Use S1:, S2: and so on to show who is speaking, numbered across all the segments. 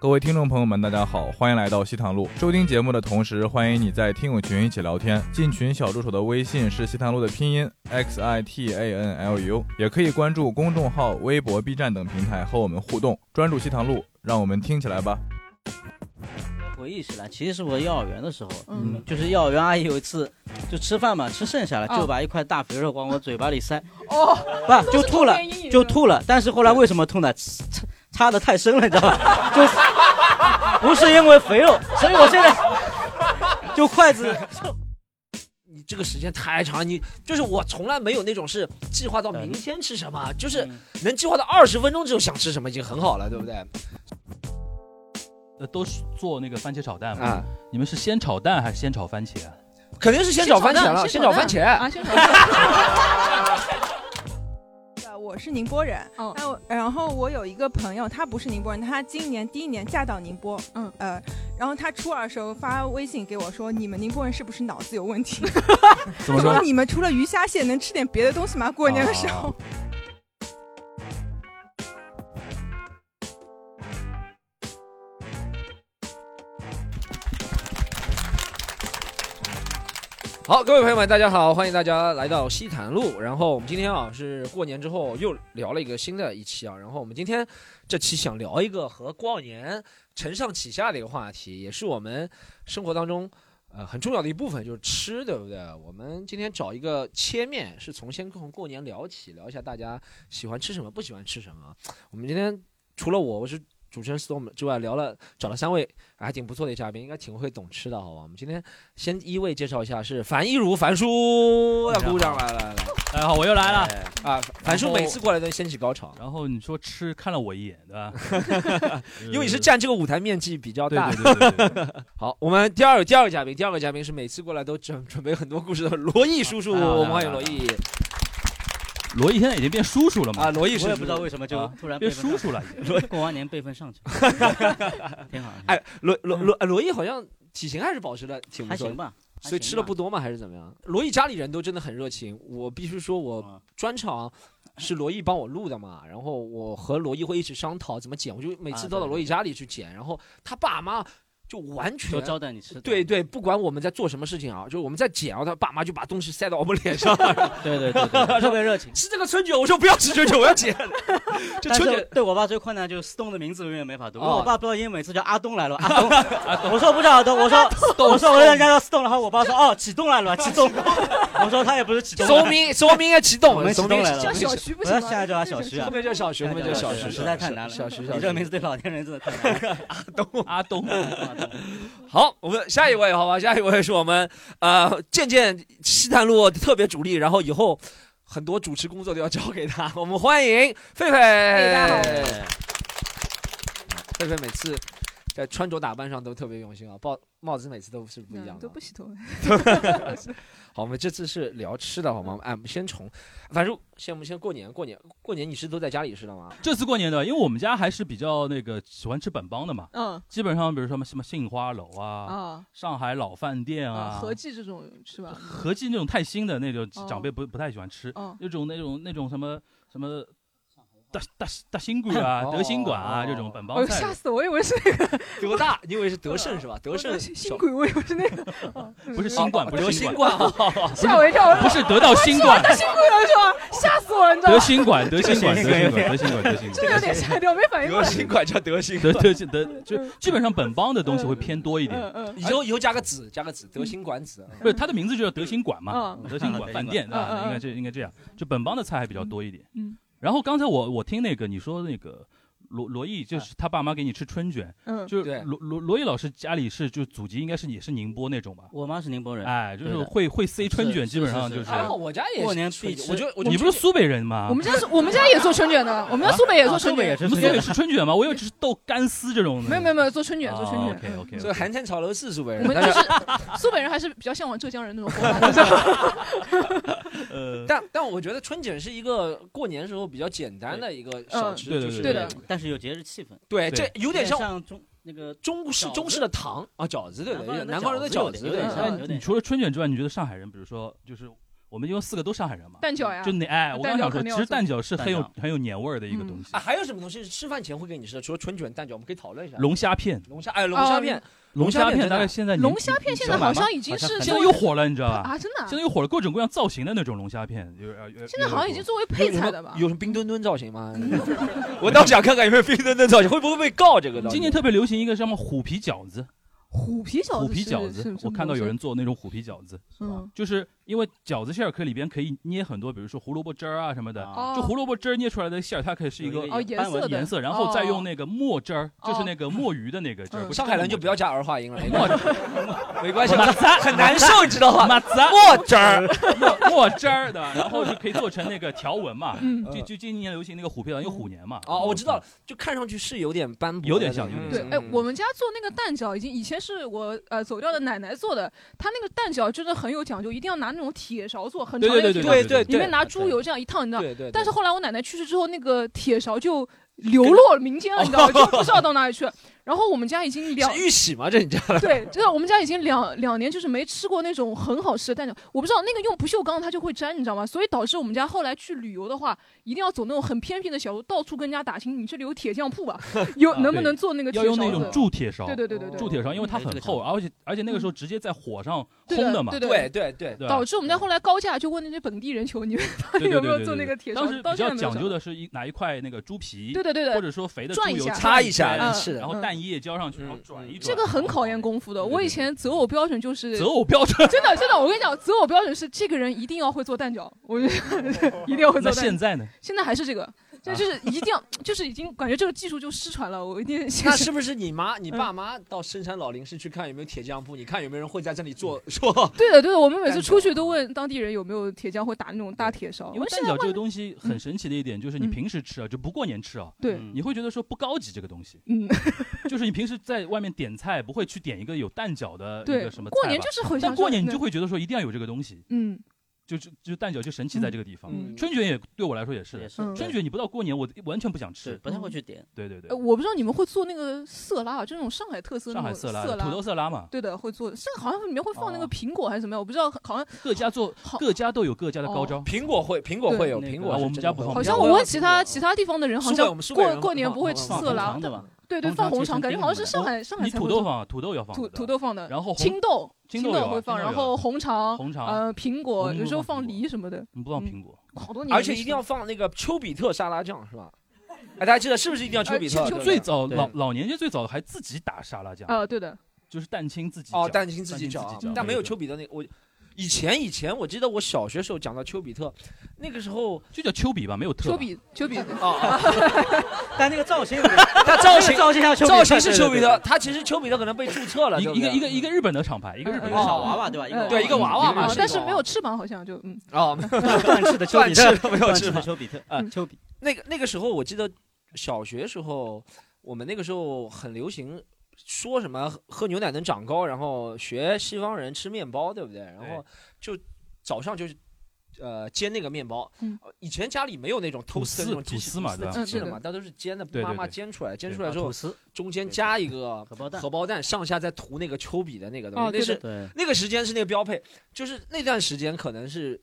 S1: 各位听众朋友们，大家好，欢迎来到西塘路。收听节目的同时，欢迎你在听友群一起聊天。进群小助手的微信是西塘路的拼音 x i t a n l u，也可以关注公众号、微博、B 站等平台和我们互动。专注西塘路，让我们听起来吧。
S2: 回忆起来，其实是我幼儿园的时候，
S3: 嗯
S2: 就是幼儿园阿姨有一次就吃饭嘛，吃剩下了
S3: 啊
S2: 就把一块大肥肉往我嘴巴里塞，
S3: 哦，
S2: 不就吐了
S3: 童年阴影，
S2: 就吐了。但是后来为什么吐呢？插插插的太深了，你知道吧？就 不是因为肥肉，所以我现在就筷子
S4: 你这个时间太长，你就是我从来没有那种是计划到明天吃什么，就是
S5: 嗯
S4: 能计划到二十分钟之后想吃什么已经很好了，对不对？
S5: 呃，都是做那个番茄炒蛋嘛。
S4: 啊
S5: 你们是先炒蛋还是先炒番茄啊？
S4: 肯定是先炒番茄了，先炒番茄。
S3: 啊，先炒蛋。
S6: 我是宁波人，
S3: 嗯
S6: 然后然后我有一个朋友，她不是宁波人，她今年第一年嫁到宁波，
S3: 嗯
S6: 呃，然后她初二的时候发微信给我说，你们宁波人是不是脑子有 问题？
S5: 怎么
S6: 说
S5: 说？
S6: 你们除了鱼虾蟹能吃点别的东西吗？过年的时
S4: 哦
S6: 候，
S4: 好，各位朋友们，大家好，欢迎大家来到西坛路。然后我们今天啊是过年之后又聊了一个新的一期啊。然后我们今天这期想聊一个和过年承上启下的一个话题，也是我们生活当中呃很重要的一部分，就是吃，对不对？我们今天找一个切面，是从先从过年聊起，聊一下大家喜欢吃什么，不喜欢吃什么。我们今天除了我，我是。主持人 storm 之外，聊了找了三位还挺不错的嘉宾，应该挺会懂吃的，好吧？我们今天先一位介绍一下，是樊一茹，樊叔，要鼓掌，来来来，
S5: 大家哎好，我又来了。
S4: 啊，樊叔每次过来都掀起高潮，
S5: 然后你说吃看了我一眼，对 吧？
S4: 因为你是占这个舞台面积比较
S5: 对
S4: 大。
S5: 嗯对对对对对。
S4: 好，我们第二第二个嘉宾，第二个嘉宾是每次过来都准准备很多故事的罗毅叔叔，
S5: 啊
S4: 我们欢迎罗毅
S5: 罗毅现在已经变叔叔了嘛？
S4: 啊，罗毅叔叔，
S2: 我也不知道为什么就
S4: 啊
S2: 突然
S5: 变
S2: 辈分
S5: 叔叔
S2: 上
S5: 了已经。
S2: 去了，过完年辈分上去， 挺好，嗯
S4: 哎，罗罗罗呃罗毅好像体型还是保持的挺不
S2: 还
S4: 错
S2: 行。吧。还
S4: 所以
S2: 行
S4: 吃的
S2: 吧
S4: 不多吗？还是怎么样？罗毅家里人都真的很热情，我必须说，我
S2: 啊
S4: 专场是罗毅帮我录的嘛，然后我和罗毅会一起商讨怎么剪，我就每次
S2: 啊
S4: 都到
S2: 对
S4: 罗毅家里去剪，然后他爸妈就完
S2: 就
S4: 全。
S2: 招待你吃的。
S4: 对对，不管我们在做什么事情啊，就是我们在剪，然后他爸妈就把东西塞到我们脸上，
S2: 对对对对，特别热情。
S4: 吃这个春卷，我说不要吃春卷，我要 剪。这
S2: 但
S4: 春
S2: 是
S4: 卷
S2: 对我爸最困难就是 Stone 的名字永远没法读，因为
S4: 哦
S2: 我爸不知道英文，每次叫阿 东来了，阿东，我说不知道阿东，我说我说我让人家叫 Stone，然后我爸说哦启动 来了吧，启动，我说他也不是启动，
S4: 说明说明要启动，
S2: 我们启
S4: 说
S2: 动
S4: 明
S2: 来了
S4: 启
S3: 叫
S4: 动嗯
S3: 小徐不
S2: 我
S3: 行
S2: 要
S3: 吗？
S2: 现在叫他小徐
S4: 后
S2: 啊，
S4: 面叫小徐，后面叫小徐，
S2: 实在太难了，
S4: 小徐，小
S2: 你
S4: 徐
S2: 这个名字对老年人真的太难了。
S4: 啊
S5: 阿东，
S4: 好，我们下一位，好吧，下一位是我们呃，渐渐西坦路特别主力，然后以后很多主持工作都要交给他。我们欢迎狒狒，
S6: 大家好
S4: 狒狒每次在穿着打扮上都特别用心啊，帽帽子每次都是不一样
S6: 嗯
S4: 的
S6: 都
S4: 啊
S6: 不。洗头，
S4: 好，我们这次是聊吃的，好吗？哎，我们先从，反正先我们先过年，过年，过年，你是都在家里吃的吗？
S5: 这次过年的，因为我们家还是比较那个喜欢吃本帮的嘛，
S3: 嗯
S5: 基本上比如说什么什么杏花楼啊、
S2: 哦
S3: 啊
S5: 上海老饭店
S3: 啊，
S5: 啊、
S3: 合记这种是吧？嗯
S5: 合记那种太新的那种
S3: 哦
S5: 长辈不不太喜欢吃，
S3: 嗯，
S5: 那种那种那种什么什么大大大新馆啊、
S4: 哦
S5: 德新馆啊这种本
S3: 我
S5: 帮菜
S3: 哦吓死我，我以为是那个
S4: 德大，你以为是 德胜是吧？德胜
S3: 新鬼，我以为是那 个，哦
S5: 不是新冠，不
S4: 德
S5: 是新
S4: 新
S5: 冠，
S4: 冠啊，
S3: 吓我一跳，我
S5: 不是得到新 冠，
S3: 大新鬼了是吧？吓死我了，你知道
S5: 得
S3: 吗？
S5: 新冠，得新冠，得
S2: 这个
S5: 新
S2: 有
S5: 冠，
S2: 点
S5: 得新冠，得新
S3: 这个有
S5: 冠，
S3: 点吓一跳，没反应过
S4: 德
S3: 来。
S4: 新冠叫德新
S5: 得
S4: 冠。
S5: 得得，就基本上本帮的东西会偏多一点。
S3: 嗯嗯
S4: 以后以后加个子，加个子，德兴馆子。
S5: 不是，它的名字就叫德兴馆嘛，
S3: 嗯
S5: 德兴馆饭店，
S3: 嗯嗯
S5: 对吧？
S3: 嗯
S5: 应该这应该这样，就本帮的菜还比较多一点。
S3: 嗯，
S5: 然后刚才我我听那个你说那个罗罗毅，就是他爸妈给你吃春卷，
S3: 嗯，
S5: 就
S4: 对
S5: 是罗罗罗毅老师家里是就祖籍应该是也是宁波那种吧？
S2: 我妈是宁波人，
S5: 哎，就是
S2: 对的
S5: 会会塞春卷，
S2: 是
S5: 基本上就是
S2: 是。是
S4: 还好哎啊我家也是
S2: 过年
S4: 春
S2: 必
S4: 节
S2: 吃
S4: 我觉得我觉得啊
S5: 你不是啊苏北人吗？
S3: 我们家是我们家也做春卷的，我们家苏北也做春卷，
S5: 你们苏北是春卷吗？我以为只是豆干丝这种的。
S3: 没有没有没有做
S5: 啊
S3: 春卷做 春
S5: OK
S3: 卷。
S5: OK。
S4: 这寒天炒楼是苏北
S3: 我
S4: 人，
S3: 们
S4: 但
S3: 就是是苏北人，还是比较向往浙江人那 种风格的。
S5: 呃，
S4: 但但我觉得春卷是一个过年时候比较简单的一个小吃，
S5: 对对
S4: 就是
S5: 对
S3: 的
S2: 但是有节日气氛，
S4: 对，这
S5: 对
S4: 有
S2: 有
S4: 点像
S2: 像中那个
S4: 中式
S2: 饺子
S4: 中式的糖啊饺子，对对，
S2: 南方人的
S4: 南方人的
S2: 饺
S4: 饺
S2: 子
S4: 子，
S2: 有
S4: 对
S2: 点
S3: 像
S4: 对
S5: 那你除了春卷之外，你觉得上海人，比如说就是我们因为四个都上海人嘛，
S3: 蛋饺呀
S5: 就那哎，我刚
S3: 蛋饺
S5: 想说，
S3: 肯定要
S5: 其实
S3: 做
S5: 蛋饺是很有
S3: 蛋
S5: 很有年味儿的一个
S3: 嗯
S5: 东西。
S4: 啊，还有什么东西是吃饭前会给你吃的？除了春卷、蛋饺，我们可以讨论一下。
S5: 龙虾片，
S4: 龙虾，哎，龙虾片，
S5: 龙
S4: 片
S5: 虾
S4: 真的啊
S5: 大概现在你
S3: 哦龙虾片现在
S5: 你知道吗
S3: 好像已经是
S5: 现在又火了，你知道吧？
S3: 啊，真的啊
S5: 现，在又火了，各种各样造型的那种龙虾片，有有有
S3: 现在好像已经
S5: 有
S3: 作为
S4: 有
S3: 配
S4: 有什
S3: 菜
S4: 么
S3: 的吧？
S4: 有什么冰墩墩造 型吗？ 我倒想看看有没有冰墩墩造型，会不会被告这个
S5: 有
S4: 东西？
S5: 今年特别流行一个什么虎皮饺子，
S3: 虎皮饺子，
S5: 虎皮饺
S3: 是
S5: 子，我看到有人，做那种虎皮饺子，
S3: 是什么嗯东西
S5: 就是因为饺子馅儿可以里边可以捏很多，比如说胡萝卜汁儿啊什么的，
S3: 哦
S5: 就胡萝卜汁儿捏出来的馅儿，它可以是一个
S4: 有一
S3: 嗯，哦，颜
S5: 斑纹
S3: 色的
S5: 颜色，然后再用
S3: 那
S5: 那个墨汁儿，就是
S3: 哦
S5: 那个墨鱼的那个汁儿。
S3: 嗯
S5: 不是
S4: 上海人就不要加儿化音了，没关系，没关系，
S5: 抹
S4: 很很难受，你知道吗？
S5: 抹子啊
S4: 墨汁儿，
S5: 墨墨汁儿的，然后就可以做成那个条 纹嘛。
S3: 嗯
S5: 就就今年流行那个虎皮了，因为虎年嘛。嗯
S4: 哦，我知道了，就看上去是有点斑驳的那种，
S5: 有点像有
S3: 对
S4: 嗯，
S5: 点
S3: 哎，我们家做那个蛋饺，已经以前是我呃走掉的奶奶做的，她那个蛋饺真的很有讲究，一定要拿那种铁勺做，很长
S5: 对
S3: 的铁
S5: 对对
S3: 勺，
S4: 对对对，
S3: 里面拿猪油这样一烫，你知道。
S4: 对对，
S3: 但是后来我奶奶去世之后，那个铁勺就流落民间了，你知道吗？就不知道到哪里去了。然后我们家已经两
S4: 是玉玺吗？这你知道？
S3: 对，就是我们家已经两两年就是没吃过那种很好吃的蛋饺，我不知道那个用不锈钢它就会粘，你知道吗？所以导致我们家后来去旅游的话，一定要走那种很偏僻的小路，到处跟人家打听你这里有铁匠铺吧， 有
S5: 啊
S3: 能不
S5: 对
S3: 能做那个铁
S5: 要
S3: 勺
S5: 用
S3: 子？
S5: 那种铸铁勺
S3: 对，对对对对，
S5: 铸铁勺，因为它
S4: 哎这
S5: 很
S4: 个
S5: 厚，而且而且那个时候直接在火上
S3: 对
S5: 烘的嘛。
S3: 对
S4: 对对对，
S5: 对吧
S3: 导致我们家后来高价就问那些本地人求你 们到
S5: 对
S3: 底
S5: 对
S3: 有
S5: 对
S3: 没
S5: 对
S3: 有
S5: 对
S3: 做那
S5: 对
S3: 个铁勺
S5: 当时
S3: 子，到
S5: 比
S3: 现在
S5: 较
S3: 没有
S5: 讲
S3: 找
S5: 究
S3: 到。
S5: 的是一拿一块那个猪皮，
S3: 对对对
S5: 或
S3: 对，
S5: 者说肥的猪
S3: 转一
S5: 油
S3: 下
S4: 擦一下，
S5: 圈
S3: 嗯
S4: 是的
S5: 然后蛋液浇上去，
S4: 嗯
S5: 然后转一转。
S3: 这个很考验功夫的。
S5: 对对
S3: 我
S5: 对
S3: 以前择偶标准就是
S5: 择偶标准。
S3: 真的真的，我跟你讲，择偶标准是这个人一定要会做蛋饺，我觉得一定要会
S5: 那
S3: 做蛋饺
S5: 现。在呢？
S3: 现在还是这
S5: 啊
S3: 个，就就是一定要， 就是已经感觉这个技术就失传了。我一 定
S4: 那是不是你妈、你
S3: 嗯
S4: 爸妈到深山老林市去看有没有铁匠铺？你看有没有人会在这里做做？
S3: 对的，对的。我们每次
S4: 蛋饺
S3: 出去都问当地人有没有铁匠会打那种大铁勺，
S5: 因为蛋
S3: 现在
S5: 饺
S3: 外
S5: 这个
S3: 面
S5: 东西很神奇的一点就是，你
S3: 嗯
S5: 平时吃啊，就不过年吃啊，
S3: 对，
S4: 嗯
S5: 你会觉得说不高级这个东西。
S3: 嗯，
S5: 就是你平时在外面点菜，不会去点一个有蛋饺的一
S3: 对
S5: 个什么，菜吧
S3: 过年就是回想嗯
S5: 但过年你就
S3: 会，
S5: 会觉得说一定要有这个东西，
S3: 嗯
S5: 就就就蛋饺就神奇在这个地方。
S3: 嗯
S5: 春卷也对我来说也是，
S7: 也是
S3: 嗯。
S5: 春卷你不到过年我完全不想
S7: 是
S5: 吃。
S7: 不太
S4: 嗯
S7: 会去点，
S5: 对对对
S3: 呃，，我不知道你们会做那个色拉，就那种上海特色那
S5: 上海
S3: 种
S5: 色
S3: 色
S5: 拉、土豆色拉嘛，
S3: 对的，会做。上海好像里面会放那个
S5: 哦
S3: 苹果还是什么呀？我不知道，好像
S5: 各家做
S3: 好
S5: 各家都有各家的高招。
S4: 哦苹果会，苹果会有
S7: 对
S4: 苹
S5: 那
S4: 果
S5: 个
S4: 是
S5: 我们
S4: 真
S5: 家
S4: 的
S5: 不
S4: 会有，
S5: 放
S3: 好
S5: 苹
S3: 像
S5: 果
S3: 我问其他其他地方的人，好
S4: 苏北
S3: 像
S4: 我们苏北
S3: 过
S4: 人
S3: 过年
S4: 放
S3: 不会吃
S4: 放
S3: 色拉
S7: 红，的吧？
S3: 对对，
S5: 红
S3: 放
S5: 肠
S3: 红
S5: 其实
S3: 肠，感
S5: 可以
S3: 觉好
S5: 的
S3: 像是上海上海
S5: 你
S3: 才会
S5: 土
S3: 做
S5: 豆放，土豆要放
S3: 土
S5: 的
S3: 土豆放的，
S5: 然后红
S3: 青豆
S5: 青
S3: 豆
S5: 豆有啊
S3: 会放，
S5: 青
S3: 然
S5: 豆有啊
S3: 后红肠。
S5: 红肠，
S3: 呃，苹果
S5: 我们
S3: 有时候
S5: 不放
S3: 放
S5: 苹果
S3: 梨什么的，
S5: 你不
S3: 嗯
S5: 放苹果。
S3: 好多年没吃了。
S4: 而且一定要放那个丘比特沙拉酱是吧？哎，大家记得是不是一定要丘比特？
S3: 呃
S4: 对不对哦
S5: 最早
S4: 对
S5: 老老年间最早还自己打沙拉酱，
S3: 呃，
S2: 哦
S3: 对的，
S5: 就是蛋清自己
S4: 哦，
S5: 搅
S4: 蛋清自己
S5: 蛋
S4: 搅
S5: 清
S4: 啊
S5: 自己，
S4: 但没有丘
S5: 就
S4: 比特那个我。以前以前，我记得我小学时候讲到丘比特，那个时候
S5: 就叫丘比吧，没有特
S3: 丘
S5: 吧。
S3: 比丘比，
S4: 啊，
S2: 但那个造 型有点，
S4: 他造
S2: 那
S4: 型
S2: 个造型像丘比特
S4: 造型是丘比
S2: 对
S4: 特，
S2: 对对
S4: 他其实丘比特可能被注册了，
S5: 一
S4: 对
S5: 个
S4: 不对
S5: 一个一个一个日本的厂牌，一个日本
S3: 嗯
S5: 的
S2: 一
S5: 厂
S2: 个
S5: 牌。
S2: 小娃娃对吧？一个娃娃
S4: 嗯对一个娃娃嘛
S3: 啊
S4: 是，
S3: 但是
S4: 哦
S3: 没有翅膀，好像就嗯，
S4: 哦，
S2: 断翅的丘比特，
S4: 断翅的没有
S2: 断
S4: 翅
S2: 翅的
S4: 膀
S2: 丘比特
S4: 啊
S2: 啊，丘比
S4: 那个那个时候，我记得小学时候，我们那个时候很流行说什么喝牛奶能长高，然后学西方人吃面包，对不对？然后就早上就是。呃，煎那个面包，
S3: 嗯
S4: 呃以前家里没有那种
S5: 吐
S4: 偷丝那
S5: 司
S4: 种机
S5: 吐
S4: 器
S5: 司嘛
S4: 的
S5: 对吧
S4: 机器的
S3: 嗯
S4: 嘛，它都是煎的，
S5: 对对
S4: 妈妈
S5: 对
S4: 煎出来，煎
S5: 对
S4: 出来之后
S7: 吐，司、
S4: 中间加一个
S7: 荷包蛋
S4: 荷，包蛋，上下再涂那个丘比的那个东西，
S3: 哦
S4: 那
S3: 对
S4: 是
S7: 对，
S4: 那个时间是那个标配，就是那段时间可能是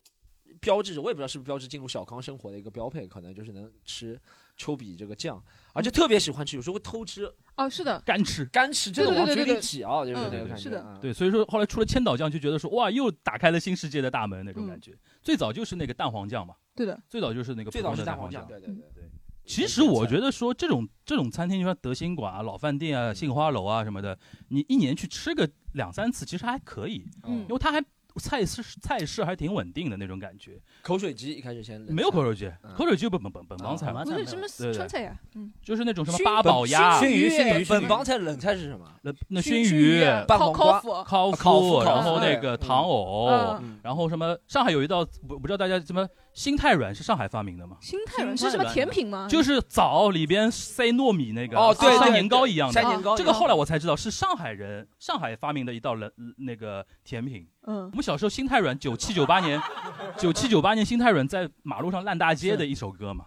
S4: 标志着，我也不知道是不是标志进入小康生活的一个标配，可能就是能吃丘比这个酱，而且特别喜欢吃，有时候会偷吃
S3: 哦，是的，
S5: 干吃。
S4: 干吃，真的
S3: 对对
S4: 往
S3: 对
S4: 嘴
S3: 对对
S4: 里挤 啊，就是
S3: 嗯
S4: 那个感觉。
S3: 是的
S4: 嗯，
S5: 对，所以说后来出了千岛酱，就觉得说哇，又打开了新世界的大门那种
S3: 嗯
S5: 感觉。最早就是那个蛋黄酱嘛，
S3: 对的，
S5: 最早就是那个
S4: 最
S5: 普
S4: 早
S5: 通
S4: 是
S5: 的
S4: 蛋
S5: 黄嗯
S4: 酱，。对对对对。
S3: 嗯
S5: 其实我觉得说这种这种餐厅，就像德兴馆啊、老饭店
S4: 嗯
S5: 啊、杏花楼啊什么的，你一年去吃个两三次，其实还可以，
S3: 嗯
S5: 因为它还菜式菜式还挺稳定的那种感觉。
S4: 口水鸡一开始先
S5: 没有口水鸡
S4: 嗯，
S5: 口水鸡不本本本帮菜嘛，
S7: 啊
S3: 不是什么
S5: 对对
S3: 川菜呀，嗯，
S5: 就是那种什么
S4: 熏
S5: 八宝鸭、
S4: 熏鱼、
S3: 熏
S4: 熏
S3: 鱼
S4: 鱼、本帮菜冷菜是什么？
S5: 那那
S3: 熏
S5: 熏鱼、
S4: 拌
S3: 烤
S4: 黄瓜
S3: 烤麸，
S5: 烤
S4: 烤麸
S5: 麸，然后那
S4: 嗯
S5: 个糖藕，
S3: 嗯，
S5: 然后什么上海有一道不不知道大家什么新太软是上海发明的吗？
S3: 新太软
S7: 新
S3: 是什么
S7: 太软
S3: 甜品吗？
S5: 就是枣里边塞糯米那个，
S4: 哦，对，对
S5: 像
S4: 对
S5: 年糕一样
S4: 像
S5: 的。
S4: 年糕一样。
S5: 这个后来我才知道是上海人上海发明的一道冷那个甜品。
S3: 嗯
S5: 我，们小时候新太软九七九八年，九七九八年新太软在马路上烂大街的一首歌嘛，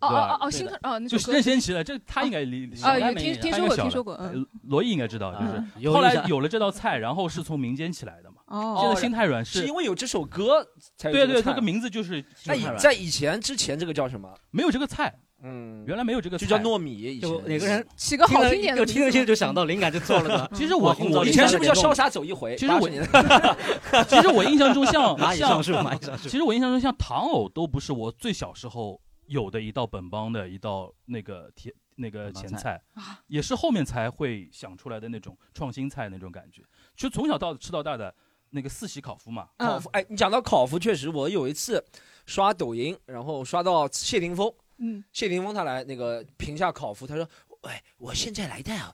S3: 哦
S5: 对吧
S3: 哦哦哦，
S7: 对
S3: 新
S7: 的
S3: 太哦，那首
S5: 就是
S3: 歌
S5: 任贤齐的，这他应该理理
S3: 啊，
S7: 小
S3: 有
S7: 赖美
S3: 听
S7: 人
S3: 听
S5: 他
S3: 说
S5: 应
S3: 过，
S5: 该晓
S3: 听
S5: 得
S3: 说过，嗯，
S5: 罗毅应该知道，就是
S7: 啊有
S5: 后
S7: 印
S5: 来
S7: 象
S5: 有了这道菜，然后是从民间起来的嘛。
S3: 哦
S5: 现在心太软
S4: 是
S5: 是
S4: 因为有这首歌才有
S5: 对
S4: 个
S5: 对，
S4: 菜
S5: 这个名字就是
S4: 那以在以前之前这个叫什么？
S5: 没有这个菜，
S4: 嗯，
S5: 原来没有这个菜，
S4: 就叫糯米。以前
S5: 就。
S2: 哪个人
S3: 起个好听点的
S2: 就听着听着就想到灵感就错了 的
S5: 其实我我
S4: 以前是不是叫潇洒走一回？
S5: 其实我
S4: 80年代
S5: 其实我印象中像
S2: 蚂蚁上
S5: 像
S2: 树，蚂蚁上树
S5: 其。实我印象中像糖藕都不是我最小时候有的一道本帮的一道那个甜那个前菜
S3: 啊，
S5: 也是后面才会想出来的那种创新菜那种感觉。就从小到吃到大的那个四喜烤麸嘛，
S4: 烤
S3: 嗯
S4: 麸，哎，你讲到烤麸，确实我有一次刷抖音，然后刷到谢霆锋，
S3: 嗯，
S4: 谢霆锋他来那个评价烤麸，他说。哎，我现在来的啊，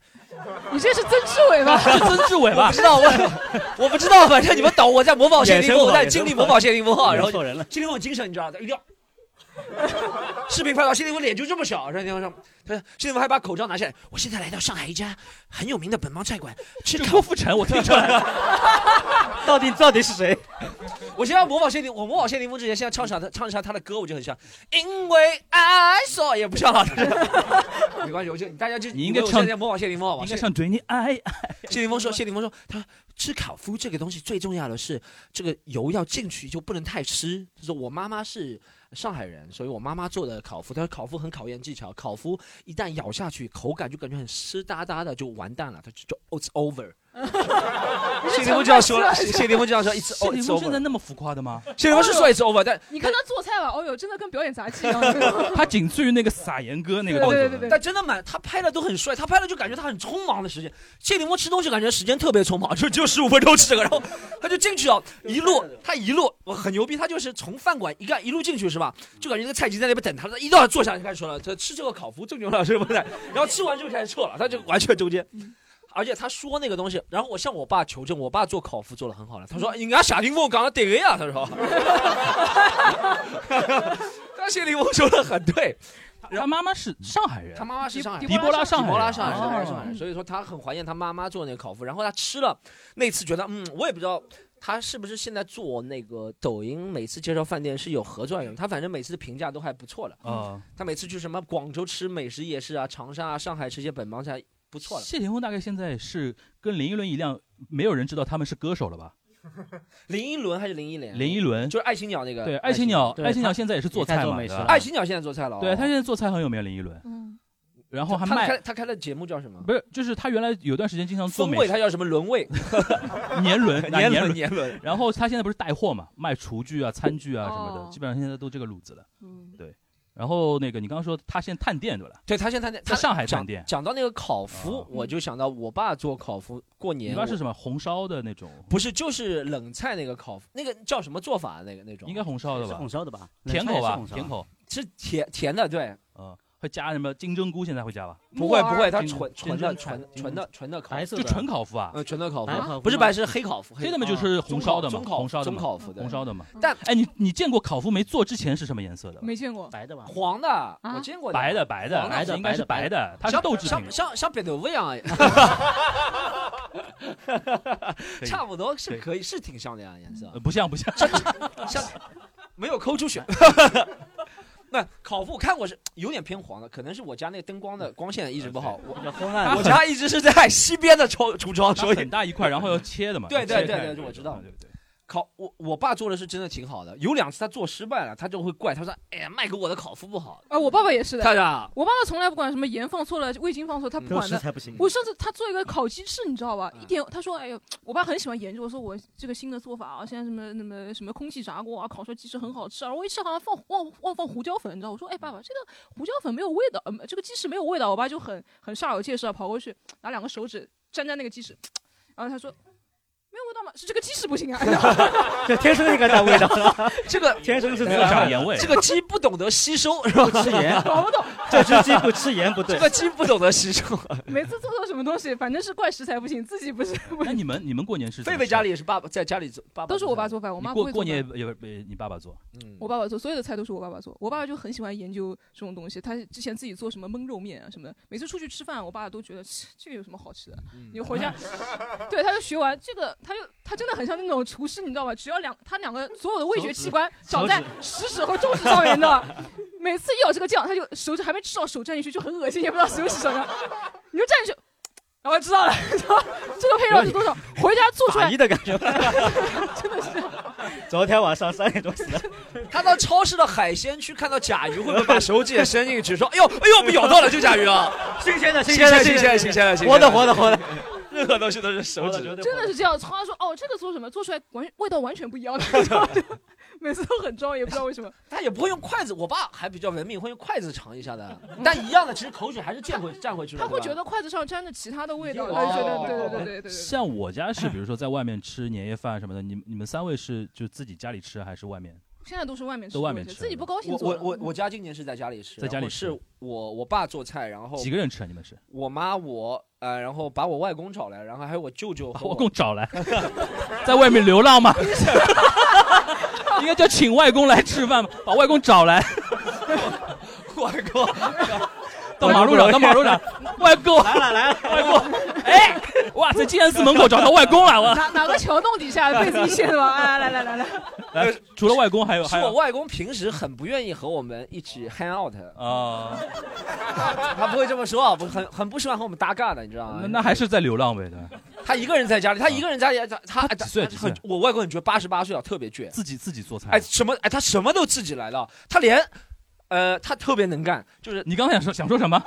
S3: 你这是曾志伟吧？
S5: 是曾志伟
S4: 我
S5: 吧
S4: 不？知道，我我不知道，反正你们懂，我在模仿谢霆锋，我在尽力模仿谢霆锋啊。然后
S2: 做人了，
S4: 谢霆锋有精神，你知道的，一定要。视频拍到谢霆锋脸就这么小，然后谢霆锋说，他说谢霆锋还把口罩拿下来，我现在来到上海一家很有名的本帮菜馆吃
S5: 这
S4: 烤
S5: 郭富城，我听出 来了，
S2: 到底到底是谁？
S4: 我先要模仿谢霆，我模仿谢霆锋之前，先要唱啥他唱一下他的歌，我就很像。因为爱，所以不像了。 没关系，我就大家就
S5: 你应该
S4: 以为我
S5: 唱
S4: 现在模仿谢霆锋好吧？
S5: 应
S4: 谢
S5: 该唱对你爱。
S4: 谢霆锋说，谢霆锋说，他说吃烤麸这个东西最重要的是这个油要进去就不能太湿。他说我妈妈是上海人，所以我妈妈做的烤麸，他说烤麸很考验技巧，烤麸一旦咬下去，口感就感觉很湿哒哒的，就完蛋了，他就就 it's over。谢
S5: 哎
S4: 霆锋这样说了，谢谢霆锋这样说，it's
S5: 谢霆
S4: it's
S5: 锋真的
S4: over。
S5: 那么浮夸 的吗？
S4: 谢霆锋是说
S5: 哦
S4: it's over，但
S3: 你跟他做菜吧，哦呦，真的跟表演杂技一样。 对
S5: 他仅次于那个撒盐哥那个
S3: 对
S5: 段
S3: 对对
S5: 子
S3: 对，对
S4: 但真的蛮，他拍的都很帅，他拍的就感觉他很匆忙的时间。谢霆锋吃东西感觉时间特别匆忙，就只有十五分钟吃这个，然后他就进去啊，一路他一路我很牛逼，他就是从饭馆一个一路进去是吧？就感觉那个菜鸡在那边等他，他一到坐下就开始说了，他吃这个烤麸正经了是不是？ 然后吃完之后开始撤了，他就完全中间。而且他说那个东西，然后我向我爸求证，我爸做烤麸做的很好了。他
S3: 嗯
S4: 说：“哎人家谢霆锋讲的对呀。”他说：“但谢霆锋说的很对。”
S5: 他妈妈是上海人
S4: 他，妈妈是上海人，
S5: 迪波拉上海人
S4: 迪波拉上海人，迪波拉
S5: 哦
S4: 上海人，所以说他很怀念他妈妈做那个烤麸。然后他吃了那次，觉得嗯，我也不知道他是不是现在做那个抖音，每次介绍饭店是有合作用，他反正每次的评价都还不错了。
S5: 啊，
S4: 他每次去什么广州吃美食夜市啊，长沙啊，上海吃些本帮菜，不错了。
S5: 谢霆锋大概现在是跟林依轮一样，没有人知道他们是歌手了吧？
S4: 林依轮还是林忆莲？
S5: 林依轮
S4: 就是爱情鸟那个。
S5: 对，
S4: 爱
S5: 爱情鸟，
S2: 对
S5: 爱情鸟现在也是做菜
S2: 也在做
S5: 嘛
S2: 美食
S5: 对吧
S2: 了
S4: 爱情鸟现在做菜了哦。
S5: 对他现在做菜很有名，林依轮，
S3: 嗯，
S5: 然哦后还
S4: 他开
S5: 卖。
S4: 他开的节目叫什么？
S5: 不是，就是他原来有段时间经常做
S4: 风
S5: 美
S4: 味，
S5: 食
S4: 他叫什么轮 味？
S5: 年轮 拿年轮，
S4: 年轮。
S5: 然后他现在不是带货嘛，卖厨具啊、餐具啊什么的，
S3: 哦
S5: 基本上现在都这个路子了。
S3: 嗯
S5: 然后那个你刚刚说他现在探店对吧？
S4: 对他现在在
S5: 在
S4: 他
S5: 上海探
S4: 讲
S5: 店，
S4: 讲到那个烤麸
S5: 啊，
S4: 我就想到我爸做烤麸，过
S5: 你
S4: 年
S5: 爸是
S4: 我
S5: 什么红烧的那种，
S4: 不是就是冷菜那个烤麸，那个叫什么做法？啊那个那种
S5: 应该红烧的
S2: 是
S5: 吧
S2: 红？烧的吧？
S5: 甜口吧，甜
S2: 口。
S5: 口，
S4: 是甜甜的，对，
S5: 嗯，会加什么金针菇？现在会加吧？
S4: 不会
S3: 木
S4: 不
S3: 耳
S4: 会，它
S5: 金
S4: 纯
S5: 金
S4: 纯的
S5: 针
S4: 纯
S5: 金
S4: 纯的纯的烤
S2: 白，色
S5: 就
S2: 的
S5: 纯烤麸啊，
S4: 呃纯的烤
S2: 白
S4: 麸，
S2: 烤麸啊
S4: 不是
S2: 吗
S4: 白是黑烤麸，
S5: 黑
S4: 黑
S5: 的嘛
S4: 哦
S5: 就是红烧的嘛，
S4: 中烤
S5: 红烧的
S4: 中
S5: 嘛，
S4: 烤麸对
S5: 红烧的嘛。
S4: 但
S5: 哎，你你见过烤麸没做之前是什么颜色的吧？
S3: 没见过。啊
S2: 白的吧？
S4: 黄的，我见过
S5: 白的，白的，
S4: 黄
S2: 的
S5: 应该是白
S2: 白
S5: 的，它是
S4: 像
S5: 豆制品
S4: 像。像像扁豆腐一样，
S5: 可以
S4: 差不多是
S5: 对
S4: 可以，是挺像的呀，颜色
S5: 呃，不像不像，
S4: 像没有抠出血。 那烤麸我看过是有点偏黄的，可能是我家那个灯光的光线一直不
S5: 呃
S4: 好。我
S2: 比较昏暗。
S4: 我家一直是在西边的窗橱窗，
S5: 它
S4: 所以
S5: 很大一块，然后要切的嘛。
S4: 对对
S5: 切开
S4: 对对
S5: 的
S4: 对我知道
S5: 对对对。
S4: 烤我我爸做的是真的挺好的，有两次他做失败了，他就会怪他说：“哎呀，卖给我的烤麸不好。
S3: 啊，我爸爸也是”的，
S4: 他说
S3: 我爸爸从来不管什么盐放错了、味精放错，他不
S2: 肉
S3: 管
S2: 丝
S3: 的。
S2: 才不行。
S3: 我上次他做一个烤鸡翅，你知道吧？
S4: 嗯
S3: 一点他说，哎呦，我爸很喜欢研究，我说我这个新的做法啊，现在什么什么什么空气炸锅啊，烤出来鸡翅很好吃啊。我一吃好像放忘忘放胡椒粉，你知道？我说，哎，爸爸，这个胡椒粉没有味道，呃，这个鸡翅没有味道。我爸就很很煞有介事啊，跑过去拿两个手指沾沾那个鸡翅，然后他说。没有味道吗？是这个鸡翅不行啊！
S2: 这天生应该带味道，：“
S4: 这个
S2: 天生是
S5: 没有长盐味。
S4: 这个鸡不懂得吸收，是吧？
S2: 不吃盐，搞不懂。这只鸡不吃盐不
S4: 这
S2: 对。
S4: 个鸡不懂得吸收。
S3: 每次做错什么东西，反正是怪食材不行，自己不是。不
S5: 那
S3: 是
S5: 你们你们过年是怎
S4: 狒
S5: 么
S4: 狒
S5: 吃
S4: 家里也是爸爸在家里做，爸爸
S3: 都是我爸做
S4: 做
S3: 饭，我
S5: 你
S3: 妈不
S5: 过
S3: 会
S5: 过
S3: 做饭。
S5: 年嗯也不也不也你爸爸做，
S4: 饭。嗯
S3: 我爸爸做，所有的菜都是我爸爸做。我爸爸就很喜欢研究这种东西。他之前自己做什么焖肉面啊什么的，每次出去吃饭，我爸都觉得切这个有什么好吃的？
S4: 嗯
S3: 你回家，对，他就学完这个，他就他真的很像那种厨师，你知道吧？只要两他两个所有的味觉器官
S5: 手
S3: 长在
S5: 指
S3: 食指和中指上面，你知 道吧？每次一咬这个酱，他就手指还没吃到手蘸进去就很恶心，也不知道手指什么，你就蘸进去。我知道了，这个配料是多少？回家做出
S2: 法
S3: 来
S2: 医的感觉。
S3: 真的是。
S2: 昨天晚上三点钟死的，
S4: 他到超市的海鲜区看到甲鱼，会不会把手指也伸进去，说：“哎呦，哎呦，我们咬到了这甲鱼啊
S2: 新鲜的，！”
S4: 新
S2: 鲜
S4: 鲜的，
S2: 的，
S4: 新鲜的，新鲜的，新鲜
S2: 活的，活的，活的，
S4: 任何东西都是手指。
S3: 真的是这样。他说：“哦，这个做什么？做出来完味道完全不一 样的， 每次都很装，也不知道为什么。
S4: 他也不会用筷子，我爸还比较文明，会用筷子尝一下的。但一样的，其实口水还是溅回蘸回去了。
S3: 他会
S4: 对吧
S3: 觉得筷子上沾着其他的味道，
S4: 已经
S3: 他就觉
S4: 哦
S3: 得对对对对对对。
S5: 哎像我家是，比如说在外面吃年夜饭什么的，你们你们三位是就自己家里吃还是外面？
S3: 现在都是外面吃，
S5: 都外面
S3: 我觉得
S5: 吃
S3: 自己不高兴
S4: 我
S3: 做
S4: 我
S3: 的
S4: 我我家今年是在家里吃，
S5: 在家里
S4: 然后
S5: 吃
S4: 是我我爸做菜，然后
S5: 几个人吃啊？你们是？
S4: 我妈我呃，然后把我外公找来，然后还有我舅舅
S5: 把
S4: 和
S5: 外公找来， 在外面流浪嘛？ 应该叫请外公来吃饭嘛？把外公 找来，
S4: 外公，
S5: 到马路上，到马路上，外公来了来了，外公，哎，哇，在静安寺门口找到外 公了，哇！
S3: 哪哪个桥洞底下被自己陷的吧？哎，来来来来，
S5: 来，除了外公还有
S4: 是
S5: 还
S4: 我
S5: 有
S4: 外公平时很不愿意和我们一起 hang out，
S5: 啊，
S4: 他不会这么说，啊不很很不喜欢和我们搭嘎的，你知道吗
S5: 那？那还是在流浪呗，对吧？
S4: 他一个人在家里，他一个人在家里，他他
S5: 他几岁几岁
S4: 很我外公很倔，八十八岁啊，特别倔。
S5: 自己自己做菜
S4: 哎，。什么？哎，他什么都自己来了，他连，呃，他特别能干，就是
S5: 你刚才想说想说什么？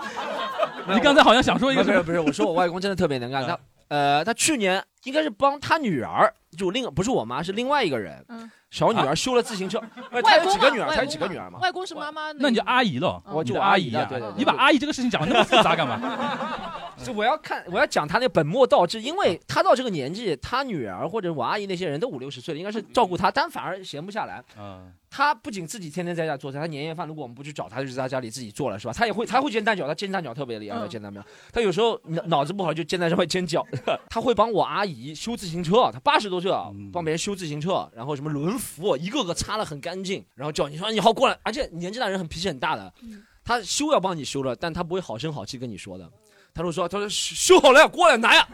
S4: 没有
S5: 你刚才好像想说一
S4: 不
S5: 个
S4: 是
S5: 什
S4: 不是
S5: 么？
S4: 不是，我说我外 公真的特别能干，
S5: 嗯
S4: 他呃，他去年应该是帮他女儿，就另不是我妈，是另外一个人，
S3: 嗯
S4: 小女儿修了自行车， 不是他
S3: 外
S4: 有
S3: 公
S4: 几
S3: 嘛
S4: 个女儿，
S3: 外
S4: 他有
S3: 公
S4: 几个
S3: 嘛
S4: 女儿嘛，
S3: 外公是妈妈，
S5: 那你就阿姨喽，
S3: 嗯
S4: 啊我
S5: 你
S4: 就
S5: 的
S4: 我
S5: 阿
S4: 姨
S5: 姨
S4: 啊
S5: 啊，
S4: 对对对
S5: 你把阿姨这个事情讲的那么复杂干嘛？
S4: 就我要看我要讲他那本末倒置，因为他到这个年纪，他女儿或者我阿姨那些人都五六十岁了，应该是照顾他，但反而闲不下来。
S5: 嗯，
S4: 他不仅自己天天在家做菜，他年夜饭如果我们不去找他，就是在家里自己做了，是吧？他也会，他会煎蛋饺，他煎蛋饺特别厉害，
S3: 嗯
S4: 煎蛋饺。他有时候脑脑子不好就煎在上面 煎饺。他会帮我阿姨修自行车，他八十多岁了
S5: 嗯，
S4: 帮别人修自行车，然后什么轮辐一个个擦得很干净，然后叫你说你好过来，而且年纪大人很脾气很大的
S3: 嗯，
S4: 他修要帮你修了，但他不会好声好气跟你说的，他就说他说修好了呀，过来拿呀。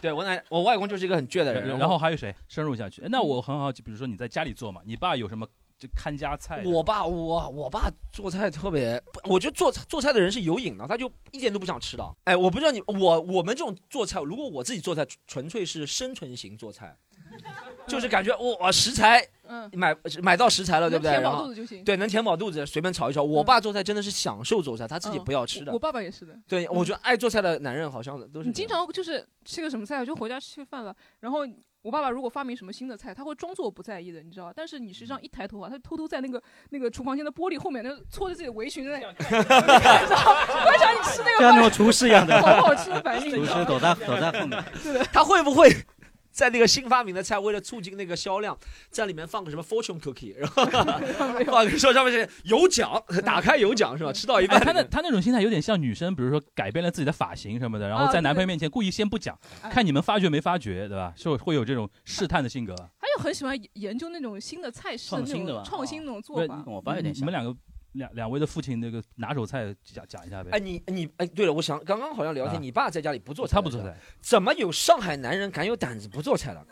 S4: 对我奶我外公就是一个很倔的人，
S5: 然后还有谁深入下去？哎那我很好奇，比如说你在家里做嘛，你爸有什么就看家菜？
S4: 我爸，我我爸做菜特别，不我觉得做做菜的人是有瘾的，他就一点都不想吃的。哎，我不知道你，我我们这种做菜，如果我自己做菜，纯纯粹是生存型做 菜，就是感觉我、哇食材
S3: 嗯，
S4: 买买到食材了，对
S3: 能
S4: 不对？
S3: 填
S4: 然
S3: 饱肚
S4: 后
S3: 子就行。
S4: 对，能填饱肚子，随便炒一炒。我
S3: 嗯
S4: 爸做菜真的是享受做菜，他自己不要吃的。
S3: 我爸爸也是的，
S4: 对，我觉得爱做菜的男人好像都是
S3: 你经常就是吃个什么菜，就回家吃饭了，然后。我爸爸如果发明什么新的菜，他会装作不在意的，你知道吧？但是你实际
S2: 嗯
S3: 上一抬头啊，他偷偷在那个那个厨房间的玻璃后面，那搓着自己的围裙在那 里，观察你吃 那
S2: 像那
S3: 个
S2: 种厨师一样的
S3: 饭， 好不好吃的反应。
S2: 厨师躲在躲在后面。
S4: 常，他会不会？在那个新发明的菜，为了促进那个销量，在里面放个什么 fortune cookie，然后
S3: 没有
S4: 我跟你说，上面是有奖，打开有奖是吧？吃到一
S5: 哎，
S4: 半，
S5: 他那他那种心态有点像女生，比如说改变了自己的发型什么的，然后
S3: 啊
S5: 在男
S3: 对
S5: 朋友面前故意先不讲，
S3: 哎
S5: 看你们发觉没发觉，对吧？就会有这种试探的性格。
S3: 他就很喜欢研究那种新的菜式，
S2: 创
S3: 那
S2: 新的吧哦
S3: 种创新那种做法嗯
S2: 跟。我爸有点
S5: 你们两
S2: 像，
S5: 个两两位的父亲那个拿手菜讲讲一下
S4: 哎，
S5: 呗。
S4: 你你哎，对了，我想刚刚好像聊天，
S5: 啊
S4: 你爸在家里不做菜，
S5: 他不做，菜，
S4: 怎么有上海男人敢有胆子不做菜的？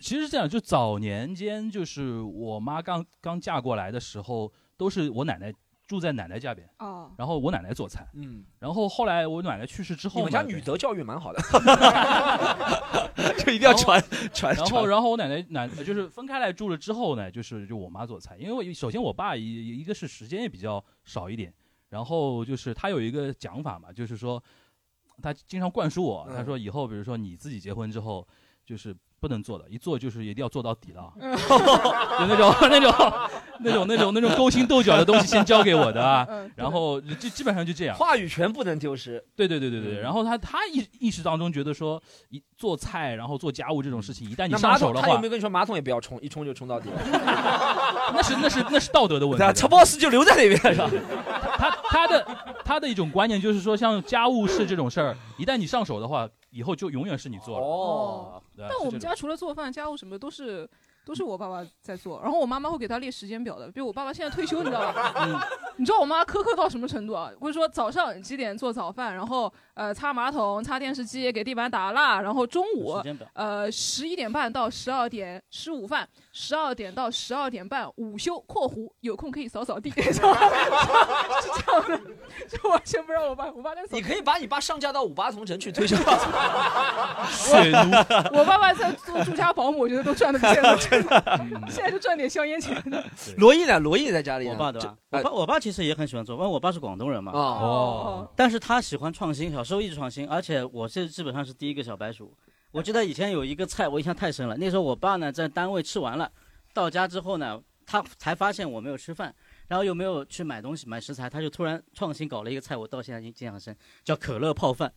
S5: 其实是这样，就早年间就是我妈刚刚嫁过来的时候，都是我奶奶住在奶奶家边，
S3: 哦，
S5: 然后我奶奶做菜，
S4: 嗯，
S5: 然后后来我奶奶去世之后
S4: 你
S5: 嘛，
S4: 们家女德教育蛮 好的，就一定
S5: 要
S4: 要
S5: 传
S4: 传传
S5: 然后，
S4: 传。
S5: 然后我奶奶奶就是分开来住了之后呢，就是就我妈做菜，因为我首先我爸一一个是时间也比较少一点，然后就是他有一个讲法嘛，就是说他经常灌输我，
S4: 嗯
S5: 他说以后比如说你自己结婚之后，就是不能做的，一做就是一定要做到底了， 就那种那种那种那种那种勾心斗角的东西先交给我的啊。
S3: 嗯，
S5: 然后就基本上就这样，
S4: 话语权不能丢失，
S5: 对对对对对。
S4: 嗯
S5: 然后他他意意识当中觉得说，一做菜然后做家务这种事情，一哎旦你
S4: 嗯那
S5: 上
S4: 马
S5: 手
S4: 桶
S5: 的
S4: 他
S5: 话
S4: 有没，有跟你说马桶也不要冲，一冲就冲到 底了？
S5: 那是那是那是道德的
S2: 啊
S5: 问题啊
S4: 那
S5: 的。
S4: 臭 boss 就留在那边是吧？
S5: 他他的他的一种观念就是说，像家务事这种事儿，一旦你上手的话，以后就永远是你做了。
S4: 哦，
S2: 啊
S5: 对吧啊
S3: 但我
S5: 是
S3: 们
S5: 这
S3: 家除了做饭、家务什么都是。都是我爸爸在做，然后我妈妈会给他列时间表的。比如我爸爸现在退休，你知道吧？
S2: 嗯
S3: 你知道我妈苛刻到什么程度啊？我就说早上几点做早饭，然后呃擦马桶、擦电视机、给地板打蜡，然后中午
S2: 时间表
S3: 呃十一点半到十二点吃午饭，十二点到十二点半午休（括弧有空可以扫扫 地），是这样的， 就完全不让我爸我爸在扫
S4: 你。可以把你爸上架到五八同城去 推销。
S5: 血奴，
S3: 我爸爸在做住家保姆，我觉得都赚的不现 在， 现在就赚点香烟钱。
S4: 罗毅呢？罗毅在家里呢，
S2: 我爸对
S4: 这
S2: 吧？我
S4: 哎
S2: 爸我爸其实也很喜欢做，因为我爸是广东人嘛。
S4: 啊，
S5: 哦，
S2: 但是他喜欢创新，小时候一直创新，而且我是基本上是第一个小白鼠。我记得以前有一个菜，我印象太深了。那时候我爸呢在单位吃完了，到家之后呢，他才发现我没有吃饭，然后又没有去买东西买食材，他就突然创新搞了一个菜，我到现在印象很深，叫可乐泡饭。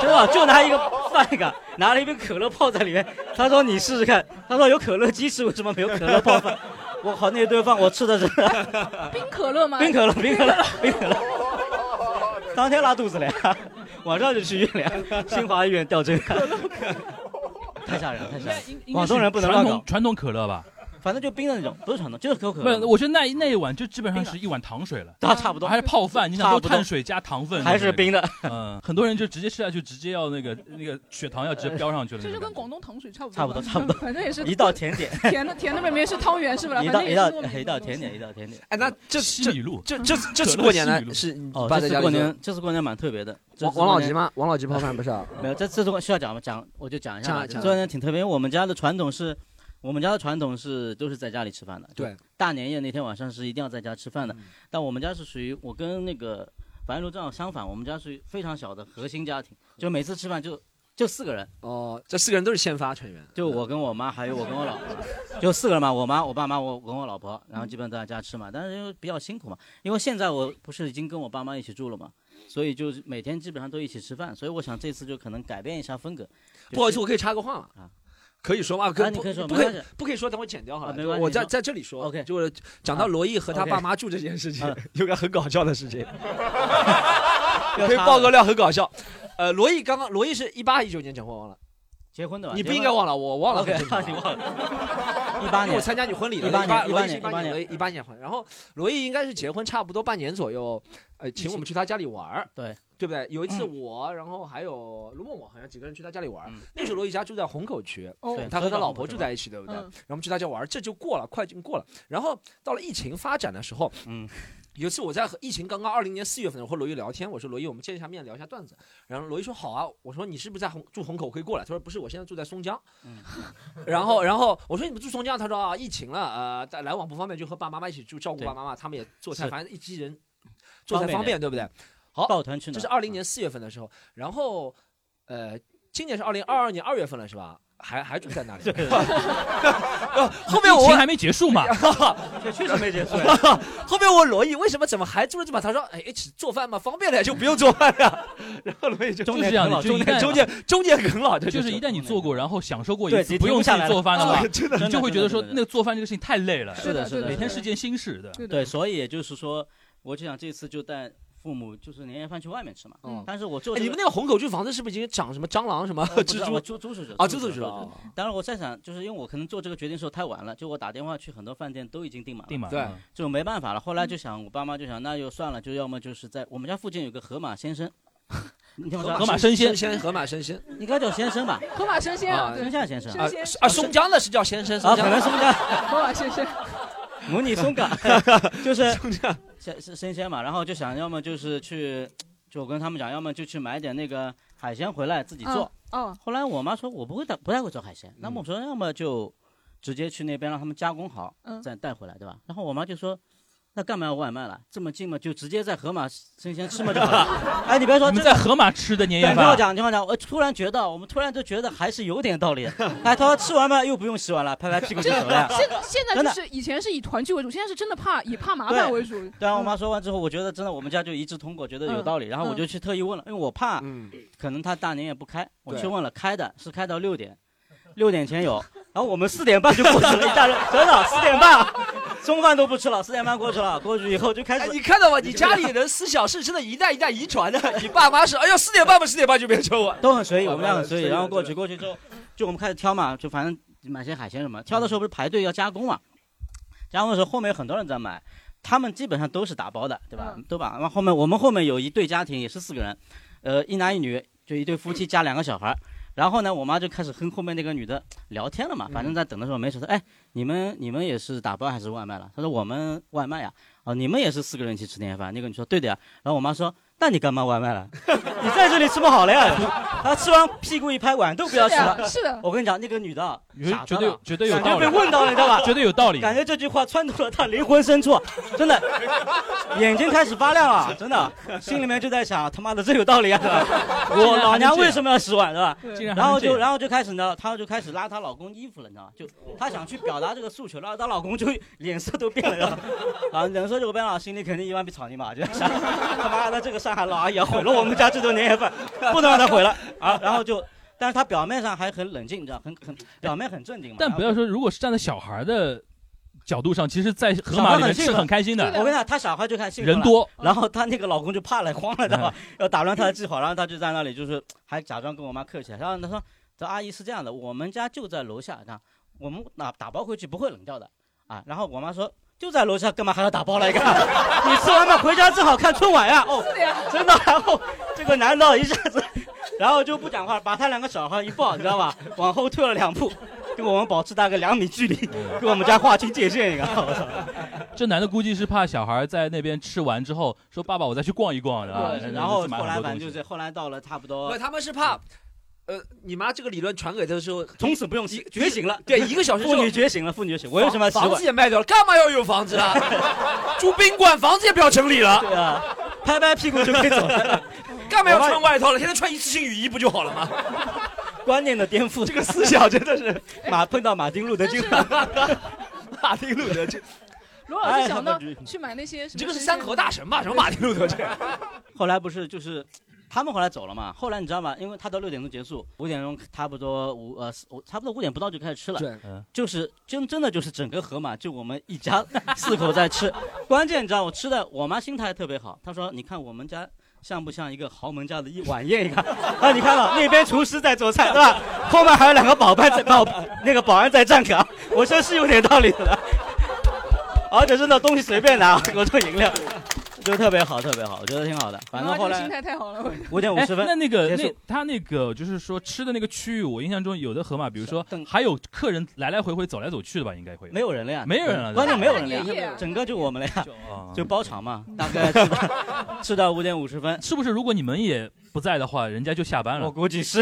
S2: 真的，就拿一个饭杆，拿了一杯可乐泡在里面。他说你试试看，他说有可乐鸡翅，为什么没有可乐泡饭？ 我靠，那顿饭我 吃的是
S3: 冰可乐吗？
S2: 冰可乐，冰可乐，冰可乐。当天拉肚子了呀，晚上就去医院了呀，新华医院吊针。 太吓人了，太吓人了！广东人不能
S5: 传
S2: 乱
S5: 统
S2: 搞，
S5: 传统可乐吧？
S2: 反正就冰的那种，不是传统，就是可口可
S5: 不
S2: 乐
S5: 是，。我觉得那那一碗就基本上是一碗糖水了。
S2: 啊，差不多，
S5: 还是泡饭，你想
S2: 差
S5: 说
S2: 不多
S5: 碳水加糖分，
S2: 还
S5: 对
S2: 是冰的。
S5: 不对。嗯，很多人就直接吃下去，直接要那个那个血糖要直接飙上去了那
S3: 这
S5: 种
S3: 就
S5: 感觉。
S3: 跟广东糖水差不多吧，
S2: 差不多差不多
S3: 反正也是
S2: 一道甜点，
S3: 甜的， 甜的里面是汤圆是吧？
S2: 一
S3: 反
S2: 道
S3: 正
S2: 一
S3: 也
S2: 道
S3: 是糯米
S2: 一道甜点，一道甜点。
S4: 哎，那这
S5: 西
S4: 这
S5: 米露，
S4: 这这 这次过年
S5: 可乐西米露
S4: 呢？是你
S2: 哦，
S4: 爸
S2: 这
S4: 在
S2: 次
S4: 家里
S2: 过
S4: 做
S2: 年，这次过年蛮特别的。这
S4: 王
S2: 次
S4: 王老
S2: 过年
S4: 吉吗？王老吉泡饭不是啊？
S2: 没有，这这次过需要讲吗？讲我就讲一下
S4: 讲啊
S2: 吧。
S4: 讲
S2: 这段挺特别，因为我们家的传统是，我们家的传统是都是在家里吃饭的。
S4: 对，
S2: 大年夜那天晚上是一定要在家吃饭的。
S4: 嗯
S2: 但我们家是属于我跟那个樊如正好相反，我们家属于非常小的核心家庭，就每次吃饭就就四个人，
S4: 哦，这四个人都是先发成员。
S2: 就我跟我妈还有我跟我老婆，就四个人嘛，我妈、我爸妈、我跟我老婆，然后基本都在家吃嘛。但是因为比较辛苦嘛，因为现在我不是已经跟我爸妈一起住了嘛，所以就是每天基本上都一起吃饭。所以我想这次就可能改变一下风格。就是
S4: 不好意思，我可以插个话吗
S2: 啊？
S4: 可以说吗？
S2: 啊
S4: 可
S2: 你可以说
S4: 不可
S2: 没关
S4: 以
S2: 系
S4: 不可以说，等会剪掉好了。
S2: 啊没关系
S4: 我在
S2: 你说
S4: 在这里说
S2: OK
S4: 就是讲到罗毅和他爸妈住这件事情
S2: 啊，
S4: 有个很搞笑的事 情，
S2: 要
S4: 可以
S2: 插
S4: 爆
S2: 了
S4: 个料，很搞笑。呃，罗毅刚刚，罗毅是一八一九年结婚忘了，
S2: 结婚的吧？
S4: 你不应该忘了，我忘了很
S2: OK，
S4: 正常。
S2: 你 忘了。一八
S4: 因为我
S2: 年，
S4: 参加你婚礼了，
S2: 18年
S4: 罗毅
S2: 18年
S4: 18罗毅一八年婚。然后罗毅应该是结婚差不多半年左右，呃，请我们去他家里玩儿，
S2: 对
S4: 对不对？有一次
S3: 嗯
S4: 我，然后还有卢默默，好像几个人去他家里玩儿
S2: 嗯。
S4: 那时候罗毅家住在虹口区，
S3: 哦
S2: 对
S4: 他和他老婆
S2: 知
S4: 住
S2: 道
S4: 在一起，对不对？
S3: 嗯
S4: 然后我们去他家玩儿，这就过了，快进过了。然后到了疫情发展的时候，
S2: 嗯，
S4: 有一次我在和疫情刚刚二零年四月份，我和罗毅聊天，我说罗毅，我们见一下面聊一下段子。然后罗毅说好啊，我说你是不是在虹住虹口可以过来？他说不是，我现在住在松江。
S2: 嗯
S4: 然后然后我说你们住松江，他说啊疫情了，呃但来往不方便，就和爸妈妈一起住，照顾
S2: 对
S4: 爸妈妈，他们也做菜，
S2: 是
S4: 反正一批人做菜
S2: 方便
S4: 方便，对不对？好
S2: 抱团取暖。
S4: 这是二零年四月份的时候，然后呃，今年是二零二二年二月份了，是吧？还还住在那里？后面我
S5: 疫情
S4: 问，
S5: 还没结束嘛？
S2: 嗯，这确实没结束。
S4: 后面我问罗毅为什么怎么还住了这么？他说哎，一起做饭嘛，方便了，就不用做饭了。然后罗毅就
S5: 就是这样
S2: 中
S5: 你就一
S2: 间
S5: 旦
S4: 中间中间很老，这
S5: 就是一旦你做过，然后享受过一
S2: 对
S5: 次，
S2: 停
S5: 不用
S2: 不
S5: 自
S2: 下
S5: 己
S2: 来
S5: 做饭了
S2: 了啊
S5: 嘛，
S4: 真
S2: 真
S5: 你
S2: 的
S5: 就会觉得说
S2: 真的
S5: 那个做饭这个事情太累了，
S2: 是
S4: 呃
S2: 的，是的，
S3: 对
S5: 每
S2: 是的
S5: 天是件新事的。
S3: 对
S2: 对，所以就是说，我就想这次就带父母，就是年夜饭去外面吃嘛。
S4: 嗯
S2: 但是我做
S4: 哎
S2: 这
S4: 你们
S2: 个
S4: 那个虹口区房子是不是已经长什么蟑螂什么
S2: 我不知
S4: 蜘
S2: 道
S4: 蛛
S2: 我租租出去
S4: 啊？蜘蛛
S2: 出去
S4: 知
S2: 了
S4: 道。
S2: 对当然，我在想，就是因为我可能做这个决定的时候太晚了，就我打电话去很多饭店都已经订满了，
S5: 定满
S4: 对
S5: 了
S2: 就没办法了。
S3: 嗯
S2: 后来就想，我爸妈就想，那就算了，就要么就是在我们家附近有个河马先生，你听我
S5: 河
S2: 说，啊
S5: 马生鲜
S4: 生鲜，河马生鲜
S2: 应该叫先生吧，
S3: 河马生鲜啊，
S4: 啊
S3: 对
S2: 生，夏先生
S3: 生
S4: 啊
S3: 鲜
S4: 啊！松江的是叫先生，
S2: 啊，
S4: 松江
S2: 可能是不是？
S3: 河马生鲜，
S2: 模拟松 岗，就是生生生鲜嘛，然后就想要么就是去，就我跟他们讲，要么就去买点那个海鲜回来自己做。
S8: 嗯
S3: 哦，
S2: 后来我妈说我不会带，不太会做海鲜，那么我说
S5: 嗯
S2: 要么就直接去那边让他们加工好，
S3: 嗯
S2: 再带回来，对吧？然后我妈就说。那干嘛要外卖了？这么近嘛，就直接在河马生鲜吃嘛就好了。 哎，你别
S5: 我
S2: 说，
S5: 们
S2: 真
S5: 在
S2: 的。
S5: 河马吃的年夜
S2: 你听我
S5: 饭，
S2: 讲，你听我讲，我突然觉得，我们突然就觉得还是有点道理的。哎，他说吃完饭又不用洗碗了，拍拍屁股就
S3: 这
S2: 走了。
S3: 现现在就
S2: 真的
S3: 是以前是以团聚为主，现在是真的怕以怕麻烦为主。
S2: 对啊，我妈说完之后，我觉得真的我们家就一致通过，觉得有道理。然后我就去特意问了，因为我怕
S4: 嗯，
S2: 可能他大年夜不开，我
S4: 对
S2: 去问了，开的是开到六点，六点前有。然后我们四点半就过去了，一家人真的四点半， 中饭都不吃了，四点半过去了，过去以后就开
S4: 哎，
S2: 始。
S4: 你看到吗？你家里人思想是真的一代一代遗传的。你爸妈是，哎呀，四点半吧，四点半就别催我。
S2: 都很随意，
S4: 啊
S2: 我们俩很
S4: 随
S2: 随
S4: 意
S2: 意。
S4: 的
S2: 然后过
S4: 对
S2: 去，过去之后，就我们开始挑嘛，就反正买些海鲜什么。挑的时候不是排队要加工嘛，加工的时候后面有很多人在买，他们基本上都是打包的，对吧
S3: 嗯？
S2: 都把。然后后面我们后面有一对家庭也是四个人，呃，一男一女，就一对夫妻加两个小孩儿。然后呢，我妈就开始跟后面那个女的聊天了嘛，反正在等的时候没事，她哎，你们你们也是打包还是外卖了？她说我们外卖呀，啊，你们也是四个人一起吃年夜饭？那个女说对的呀。然后我妈说，那你干嘛外卖了？你在这里吃不好了呀。她吃完屁股一拍，碗都不要吃
S3: 是
S9: 啊
S3: 的
S2: 了。
S3: 是的
S2: 我跟你讲，那个女的啊
S5: 有
S2: 傻
S5: 绝
S2: 她
S5: 对
S2: 了
S5: 有，绝对有
S2: 感觉
S5: 道理，
S2: 被问到了，你知道 吧？
S5: 绝对有道理。
S2: 感觉这句话穿透了她灵魂深处，真的，眼睛开始发亮了，真的，心里面就在想，他妈的，这有道理啊！是吧 我老娘为什么要洗碗，是吧？
S5: 竟然还
S2: 然后
S5: 能这
S2: 就
S5: 样
S2: 然后就开始呢，她就开始拉她老公衣服了，你知道吗？就她想去表达这个诉求，然后她老公就脸色都变了，然后 啊，脸色就变了，心里肯定一万匹草泥马，就在想 他妈的这个上海老阿姨啊毁了我们家这顿年夜饭，不能让她 毁了啊！然后就，但是她表面上还很冷静，你知道，很很表面很正经嘛。
S5: 但
S2: 然后
S5: 不要说，如果是站在小孩的角度上，其实，在河马里面是很开心
S2: 我
S5: 的，
S2: 跟你讲，她小孩就看兴奋
S5: 人
S2: 了，
S5: 多，哎
S2: 然后她那个老公就怕了，慌了，知道吧？要 打乱她的计划，然后她就在那里就是还假装跟我妈客气，然后她说：“这阿姨是这样的，我们家就在楼下，那我们打打包回去不会冷掉的啊。”然后我妈说。就在楼下，干嘛还要打包来个？你吃完饭回家正好看春晚呀！哦，真的。然后这个男的一下子，然后就不讲话，把他两个小孩一抱，你知道吧？往后退了两步，跟我们保持大概两米距离，
S5: 嗯
S2: 跟我们家划清界限一个。我操！
S5: 这男的估计是怕小孩在那边吃完之后说：“爸爸，我再去逛一逛。”啊然后
S2: 对，然后后来反正就是后来到了差不多
S4: 不，，他们是 怕，呃，你妈这个理论传给他的时候，
S2: 从此不用洗，觉醒了，
S4: 对，一个小时之
S2: 妇
S4: 后
S2: 女，觉醒了，妇女觉醒，我为什么要洗
S4: 房
S2: 碗
S4: 子？也卖掉了？干嘛要有房子啊？住宾馆，房子也不要整理了，
S2: 对啊，拍拍屁股就可以走了，
S4: 干嘛要穿外套了？天天穿一次性雨衣不就好了吗？
S2: 观念的颠覆，这个
S4: 思想真的 是
S2: 马碰到马丁路德金了，
S4: 马丁路德这
S3: 罗老
S2: 哎
S3: 师想
S2: 他
S3: 到
S2: 们就
S3: 去买那些什么，
S4: 这个是山河大神吧？什么马丁路德这？
S2: 后来不是就是。他们后来走了嘛？后来你知道吗？因为他到六点钟结束，五点钟差不多五呃四，差不多五点不到就开始吃了。
S4: 对
S5: 嗯
S2: 就是真真的就是整个河马就我们一家 四口在吃。关键你知道我吃的，我妈心态特别好，她说你看我们家。像不像一个豪门家的一晚宴一样？ 啊，你看到那边厨师在做菜，对吧？后面还有两个保安在保那个保安在站岗，我说是有点道理的。而且真的东西随便拿，我做饮料，就特别好，特别好，我觉得挺好的。反正
S3: 啊
S2: 后
S3: 这个
S2: 来
S3: 心态太好了，我
S2: 五点五
S5: 哎
S2: 十，分
S5: 那，那个
S2: 结
S5: 那
S2: 束
S5: 他那个就是说吃的那个区域，我印象中有的河马，比如说
S2: 等
S5: 还有客人来来回回走来走去的吧，应该会
S2: 没有人了呀，
S5: 没有人了
S2: 关键没有人了
S3: 大半夜
S2: 呀
S3: 啊，
S2: 整个就我们了呀。
S5: 啊
S2: 就包场嘛，大 概吃到吃到五点五十分，
S5: 是不是？如果你们也不在的话，人家就下班
S2: 我
S5: 了。
S2: 估计是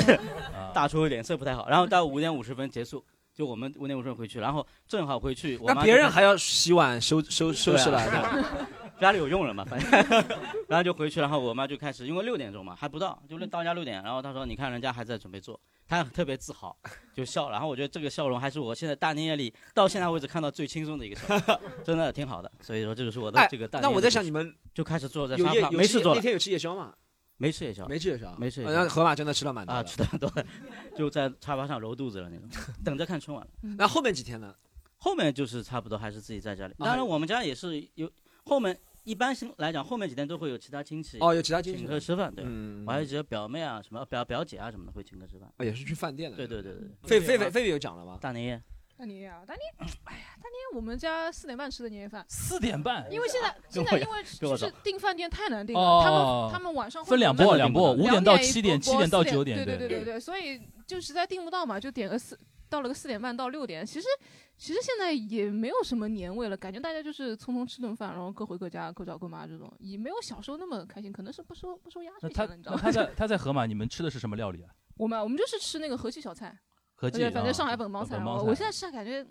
S5: 啊
S2: 大厨脸色不太好，然后到五点五十分结束，就我们五点五十分回去，然后正好回去，我
S4: 那
S2: 妈
S4: 别
S2: 就啊
S4: 人还要洗碗、收收收拾了，对啊吧
S2: 家里有佣人嘛，反正 然后就回去，然后我妈就开始，因为六点钟嘛还不到，就六到家六点，然后她说你看人家还在准备做，她特别自豪，就笑，然后我觉得这个笑容还是我现在大年夜里到现在为止看到最轻松的一个笑容，真的挺好的，所以说这就是我的
S4: 哎
S2: 这个大年夜
S4: 那
S2: 的
S4: 我
S2: 故事。
S4: 在想，你们
S2: 就开始坐在
S4: 有
S2: 沙
S4: 夜
S2: 发，
S4: 有
S2: 没事做
S4: 那
S2: 了，
S4: 天有吃夜宵吗？
S2: 没吃也消，
S4: 没吃夜宵，
S2: 没吃夜宵
S4: 那河马真的吃了蛮多
S2: 啊，
S4: 的
S2: 吃。的很多 的，就在沙发上揉肚子了那种，等着看春晚了。
S4: 那后面几天呢？啊
S2: 后面就是差不多还是自己在家里，当然我们家也是有后面一般性来讲，后面几天都会有其他亲戚
S4: 哦，有其他经
S2: 请
S4: 济
S2: 客。吃饭，对，
S4: 嗯
S2: 我还有几个表妹啊什么表表姐啊什么的会请客吃饭，
S4: 哦也是去饭店的。
S2: 对对对对对，啊
S4: 狒狒狒狒狒有讲了吗？
S2: 大年夜
S3: 大年夜啊，大年，哎呀，大年夜我们家四点半吃的年夜饭，
S5: 四点半啊
S3: 因为现在现
S2: 跟我
S3: 在
S2: 一样
S3: 因为
S2: 跟我
S3: 就是
S2: 走
S3: 订饭店太难订
S5: 哦
S3: 了，他们他们晚上会
S5: 分两
S3: 慢
S5: 波，
S3: 慢
S5: 两波，
S2: 两
S5: 五
S3: 两
S5: 点到
S3: 一
S5: 七点，
S3: 波
S5: 七点到
S3: 四
S5: 九点，
S3: 对对对对，所以就实在订不到嘛，就点个四，到了个四点半到六点。其实其实现在也没有什么年味了，感觉大家就是匆匆吃顿饭，然后各回各家，各找各妈这种，也没有小时候那么开心，可能是不收不收压
S5: 那
S3: 岁
S5: 他
S3: 钱了，你知道
S5: 那他
S3: 吗？
S5: 在他在河马，你们吃的是什么料理啊？
S3: 我们我们就是吃那个河西小菜，呃
S5: 合计
S3: 对，反
S5: 啊
S3: 正上海本帮菜。
S5: 本
S3: 然
S5: 帮
S3: 后
S5: 菜
S3: 我现在吃感觉。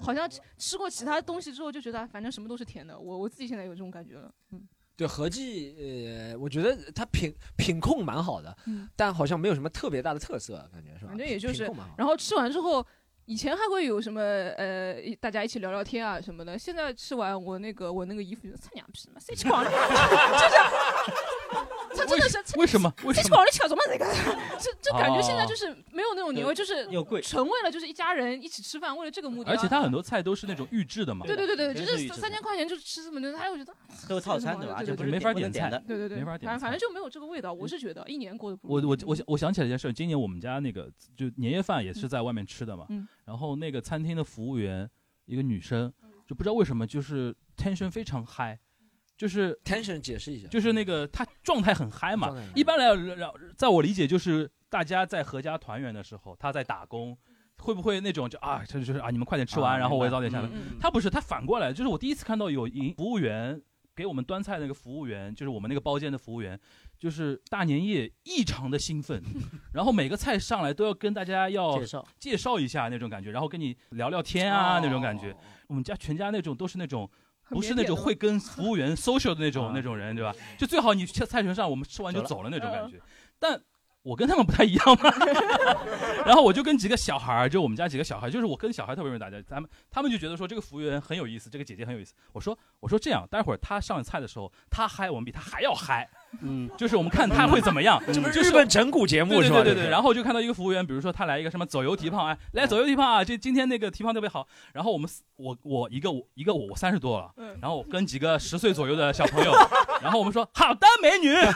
S3: 好像吃吃过其他东西之后就觉得，反正什么都是甜的。我我自己现在有这种感觉了。嗯，
S4: 对，合计呃，我觉得它品品控蛮好的
S3: 嗯，
S4: 但好像没有什么特别大的特色，感觉是吧？
S5: 啊
S3: 反正也就是
S4: 品控蛮好的。
S3: 然后吃完之后，以前还会有什么呃，一大家一起聊聊天啊什么的。现在吃完我那个我那个姨夫就操娘逼嘛，谁吃 光了？就是他真的是
S5: 为什么？为
S3: 谁
S5: 什
S3: 吃
S5: 么？哦
S3: 光了？吃什么这个？这这感觉现在就是没有那种年味，就是
S2: 又贵，
S3: 纯为了就是一家人一起吃饭，为了这个目的、啊。
S5: 而且他很多菜都是那种预制的嘛，
S3: 对对对对，
S2: 全
S3: 就是是
S2: 预制的
S3: 三千块钱就吃这么多，他又觉得
S2: 都是套餐对吧？
S3: 对
S2: 而
S3: 对
S2: 且
S3: 对
S2: 不是
S5: 没法
S2: 不能
S5: 点
S2: 点的，
S3: 对对对，
S5: 没法点
S3: 反正反正就没有这个味道。我是觉得一年过得不嗯
S5: 我
S3: 如
S5: 我我想我想起来一件事，今年我们家那个就年夜饭也是在外面吃的嘛，
S3: 嗯
S5: 然后那个餐厅的服务员一个女生，就不知道为什么就是 tension 非常嗨，就是。
S4: tension 解释一下，
S5: 就是那个他状态很嗨嘛
S4: 状态很，嗨
S5: 一般来讲，在我理解就是大家在合家团圆的时候，他在打工，会不会那种就啊，他就是啊，你们快点吃完，
S4: 啊
S5: 然后我
S4: 明
S5: 也
S4: 白
S5: 早点下班。
S3: 嗯
S5: 他不是，他反过来，就是我第一次看到有营服务员给我们端菜那个服务员，就是我们那个包间的服务员，就是大年夜异常的兴奋，然后每个菜上来都要跟大家要
S2: 介绍，
S5: 介绍一下那种感觉，然后跟你聊聊天啊、
S4: 哦
S5: 那种感觉。我们家全家那种都是那种。
S3: 很
S5: 不是
S3: 腼
S5: 那
S3: 腆
S5: 种
S3: 的
S5: 会跟服务员 social 的那种、
S4: 啊
S5: 那种人，对吧？就最好你去菜城上，我们吃完就
S4: 走
S5: 走了那种
S3: 嗯
S5: 感觉。但我跟他们不太一样嘛。 然后我就跟几个小孩儿，就我们家几个小孩儿，就是我跟小孩特别容易打架，他们他们就觉得说这个服务员很有意思，这个姐姐很有意思。我说我说这样，待会儿他上菜的时候，他嗨，我们比他还要嗨，
S2: 嗯，
S5: 就是我们看他会怎 么样。嗯
S4: 这不是
S5: 就是
S4: 日本整蛊节目
S5: 对
S4: 是
S5: 对
S4: 吧？
S5: 对对
S3: 嗯
S5: 对，然后我就看到一个服务员，比如说他来一个什么走油蹄胖，哎，来走油蹄胖
S4: 嗯
S5: 啊，这今天那个蹄胖特别好。然后我们四我我一个我一个我我三十多了
S3: 嗯，
S5: 然后我跟几个十岁左右的小朋友，然后我们说好的美女， 然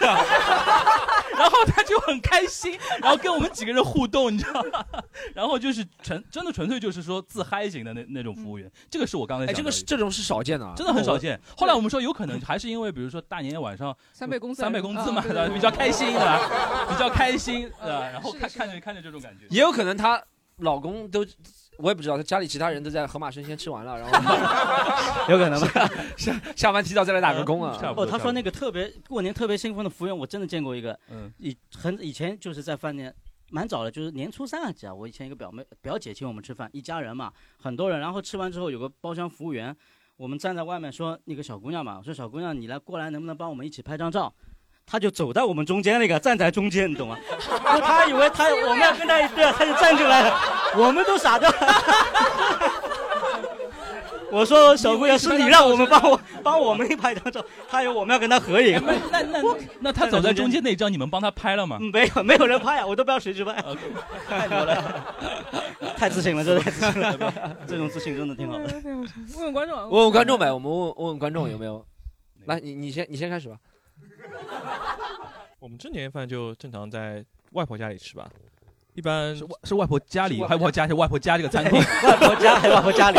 S5: 后他就很开心，然后跟我们几个人互动，你知道吗？ 然后就是纯真的纯粹就是说自嗨型的那那种服务员，这个是我刚才
S4: 哎，
S5: 讲
S4: 这
S5: 的
S4: 个是这种是少见的啊，
S5: 真的很少见。后来我们说有可能还是因为比如说大年夜晚上。
S3: 三倍工资，
S5: 三倍工资嘛，
S3: 啊对
S5: 对
S3: 对
S5: 吧？
S3: 对
S5: 比较开心 对吧？ 比较 开心对吧？
S4: 啊
S3: 嗯
S5: 然后
S3: 是的
S5: 看
S3: 是的
S5: 看着看着这种感觉，
S4: 也有可能她老公都，我也不知道，她家里其他人都在河马生鲜吃完了，然后
S2: 有可能吧。
S4: 下班提早再来打个工啊。
S5: 嗯差不多
S2: 哦，他说那个特别过年特别兴奋的服务员，我真的见过一个，
S5: 嗯
S2: 以很以前就是在饭店。蛮早的，就是年初三啊，记得我以前一个表妹表姐请我们吃饭，一家人嘛，很多人。然后吃完之后，有个包厢服务员，我们站在外面说那个小姑娘嘛，我说小姑娘你来过来，能不能帮我们一起拍张照？她就走到我们中间那个，站在中间，你懂吗？ 就她以为她我们要跟她一对啊，她就站出来了，我们都傻掉了。 我说小姑娘是你让我们帮我帮我们拍张照，她以为我们要跟她合影。
S5: 哎那那那他
S4: 嗯
S5: 走在中间那一张，你们帮他拍了吗？
S2: 嗯没有，没有人拍啊，我都不知道谁去拍，太牛了， 太自信了，真的太自信了，这种自信真的挺好的。
S3: 问问观众啊，
S4: 问问观众呗，我们问问问观众有没有？
S5: 嗯
S4: 来，你你先你先开始吧。
S7: 我们这年夜饭就正常在外婆家里吃吧，一般
S5: 是外是外婆家里，
S4: 是
S5: 外
S4: 外
S5: 婆
S4: 婆
S5: 家是外婆家这个餐 厅，
S2: 外婆家还外婆家里，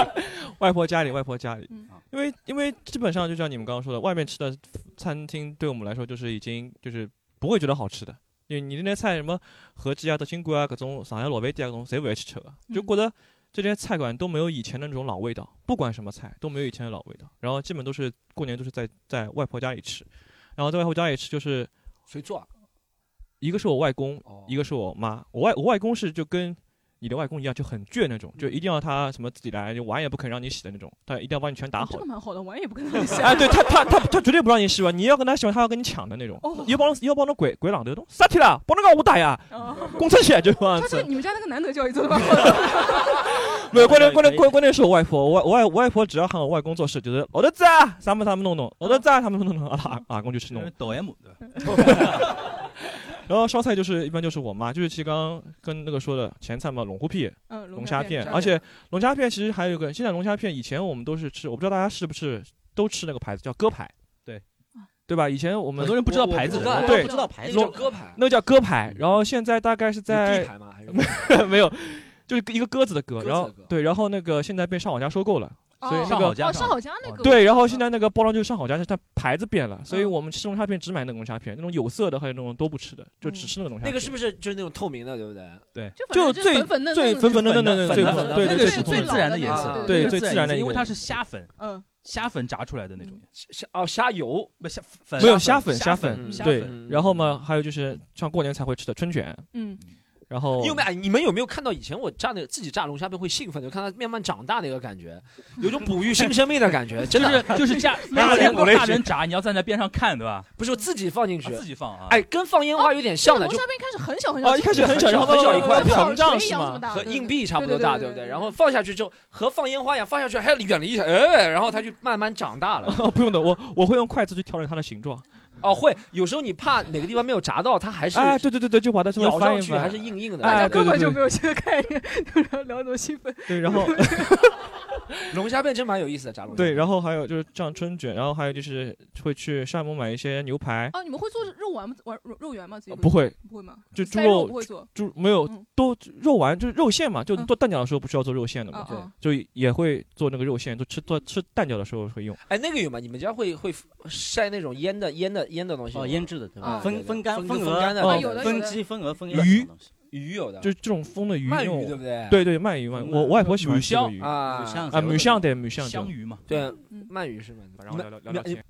S7: 外婆家里，外婆家里
S3: 嗯，
S7: 因为因为基本上就像你们刚刚说的，外面吃的餐厅对我们来说就是已经就是不会觉得好吃的，因为你那些菜什么和记啊、德清馆啊、各种上海老饭店啊，各种谁不爱去吃的，就觉得这些菜馆都没有以前的那种老味道，不管什么菜都没有以前的老味道，然后基本都是过年都是在在外婆家里吃，然后在外婆家里吃就是
S4: 谁做啊？
S7: 一个是我外公，
S4: 哦
S7: 一个是我妈。我外我外公是就跟你的外公一样，就很倔那种，就一定要他什么自己来，就碗也不肯让你洗的那种，他一定要帮你全打好
S3: 这个
S7: 的。
S3: 蛮好的，碗也不跟 他们
S7: 哎，
S3: 想。
S7: 对他 他他他绝对不让你洗碗，你要跟他洗碗，他要跟你抢的那种
S3: 哦，
S7: 要帮要帮那鬼鬼狼的东，啥体了，帮那个我打呀，
S3: 啊
S7: 公厕洗就这
S3: 他
S7: 样
S3: 这
S7: 子
S3: 个。你们家那个男德教育做的蛮好的，
S7: 没有关 键关键关关键是我外婆，我外我外我外婆只要喊我外公做事，就是老头子啊，咱们咱们弄弄，老头子啊，他们弄弄，啊阿阿公就去弄。
S5: 嗯抖 M 对吧？
S7: 然后烧菜就是一般就是我妈，就是其实刚刚跟那个说的前菜嘛，龙虎屁，
S3: 嗯，
S7: 龙虾片，
S3: 片，
S7: 而且龙虾片其实还有一个，现在龙虾片以前我们都是吃，我不知道大家是不是都吃那个牌子叫鸽牌，
S5: 对，
S7: 对吧？以前我
S5: 很
S7: 们
S5: 多人不知道牌子
S4: 我，我
S7: 对
S2: 不知道牌
S4: 那
S2: 子
S4: 个叫鸽牌，
S7: 那个叫鸽牌，然后现在大概是
S4: 有地
S7: 在
S4: 牌吗？还是
S7: 没有，就是一个鸽子的鸽，
S4: 鸽子的
S7: 然后
S4: 鸽
S7: 对，然后那个现在被上好佳收购了，
S3: 哦
S7: 所以那
S5: 上好
S7: 个。
S5: 家
S3: 哦，上好家那个
S7: 对，然后现在那个包装就是上好佳，但是它牌子变了，
S3: 嗯
S7: 所以我们吃龙虾片只买那个龙虾片，那种有色的还有那种都不吃的，就
S3: 嗯
S7: 只吃那个龙虾
S4: 那
S7: 片。
S4: 个是不是就是那种透明的，对不对？
S3: 就反正
S7: 就最
S3: 粉粉嫩嫩
S7: 最
S3: 的
S7: 粉粉嫩嫩
S5: 粉
S7: 的，最
S5: 的
S4: 粉的
S7: 对
S5: 那
S7: 对
S5: 个
S7: 对，
S5: 是
S3: 最
S5: 最
S3: 老
S5: 自然
S3: 的
S5: 颜
S3: 那
S4: 个
S5: 色，
S3: 个
S7: 对
S5: 那个
S7: 最
S5: 自
S7: 自
S5: 然
S7: 然的
S5: 因为
S7: 一个
S5: 它是虾粉，
S3: 嗯，
S5: 虾粉炸出来的那种，
S4: 虾哦，虾油
S5: 不虾粉
S7: 没有虾粉
S5: 粉
S7: 虾
S5: 粉
S4: 嗯
S7: 粉
S5: 虾
S7: 对
S5: 粉，
S7: 然后嘛，还有就是像过年才会吃的春卷，
S3: 嗯，
S7: 然
S5: 哦
S7: 后
S4: 你有没有？哎你们有没有看到以前我炸那个自己炸龙虾片会兴奋，就看它慢慢长大那个感觉，有种哺育新生命的感 觉，真
S5: 就
S4: 的、
S5: 是就 是炸大人大人炸，你要站在边上看对吧？
S4: 不是我自己放进
S5: 啊
S4: 去
S5: 自，己放啊，
S4: 哎，跟放烟花有点像的，
S3: 龙
S4: 就
S3: 虾片开始很 小很小，
S7: 哦，一开始很小，然后慢
S4: 很小
S7: 慢
S4: 一块
S7: 慢慢
S3: 像
S7: 膨胀
S3: 水一
S7: 是
S3: 样这么
S7: 吗？
S3: 大
S4: 和
S3: 对
S4: 硬币差不多大，
S3: 对对
S4: 对
S3: 对
S4: 不对？
S3: 对
S4: 然后放下去之后和放烟花一样，放下去还远离一下，哎，然后它就慢慢长大 了。
S7: 哦，不用的，我我会用筷子去调整它的形状。
S4: 哦，会有时候你怕哪个地方没有炸到，它还是
S7: 哎，对对对对，就把它稍微
S4: 咬
S7: 翻
S4: 上
S7: 一
S4: 去还是
S7: 翻。
S4: 硬硬的。
S3: 大
S7: 哎
S3: 家
S7: 对
S3: 根
S7: 对
S3: 本
S7: 对
S3: 就没有这个概念，聊聊那么兴奋，
S7: 对，然后
S4: 龙虾变真蛮有意思的，炸龙虾。
S7: 对，然后还有就是这样春卷，然后还有就是会去厦门买一些牛排，
S3: 哦，你们会做肉丸吗？丸肉肉圆吗？自己
S7: 呃不会
S3: 做不会吗？
S7: 就猪
S3: 塞肉
S7: 肉
S3: 不会做。
S7: 猪没有
S3: 嗯
S7: 都肉丸，就是肉馅嘛，就
S3: 嗯
S7: 做蛋饺的时候不是要做肉馅的嘛，
S3: 哦哦
S7: 就也会做那个肉馅，就吃做吃蛋饺的时候会用。
S4: 哎，那个有吗？你们家会会晒那种腌的、腌的、腌的东西吗？
S2: 哦，腌制的对
S3: 啊
S2: 吧？
S4: 对
S2: 分
S4: 对
S2: 分干、
S4: 分
S2: 分
S4: 分干的
S3: 哦
S2: 鹅、
S3: 有的有
S2: 分
S3: 的
S2: 鸡、分鹅、分
S7: 鱼
S2: 鸭这种东西，
S4: 鱼有的，
S7: 就是这种风的鱼
S4: 鳗
S7: 用
S4: 鱼，对不对？
S7: 对对，鳗鱼鳗鱼，我我
S4: 哎
S7: 外婆喜欢
S5: 鱼
S7: 吃这个
S5: 香
S7: 鱼
S4: 啊
S2: 有像
S7: 啊，
S2: 有
S7: 鱼
S2: 的
S7: 香对，鱼香
S5: 香
S7: 对。
S5: 鱼嘛，
S4: 对
S3: 嗯，
S4: 鳗鱼是蛮多。然
S7: 后聊聊聊聊天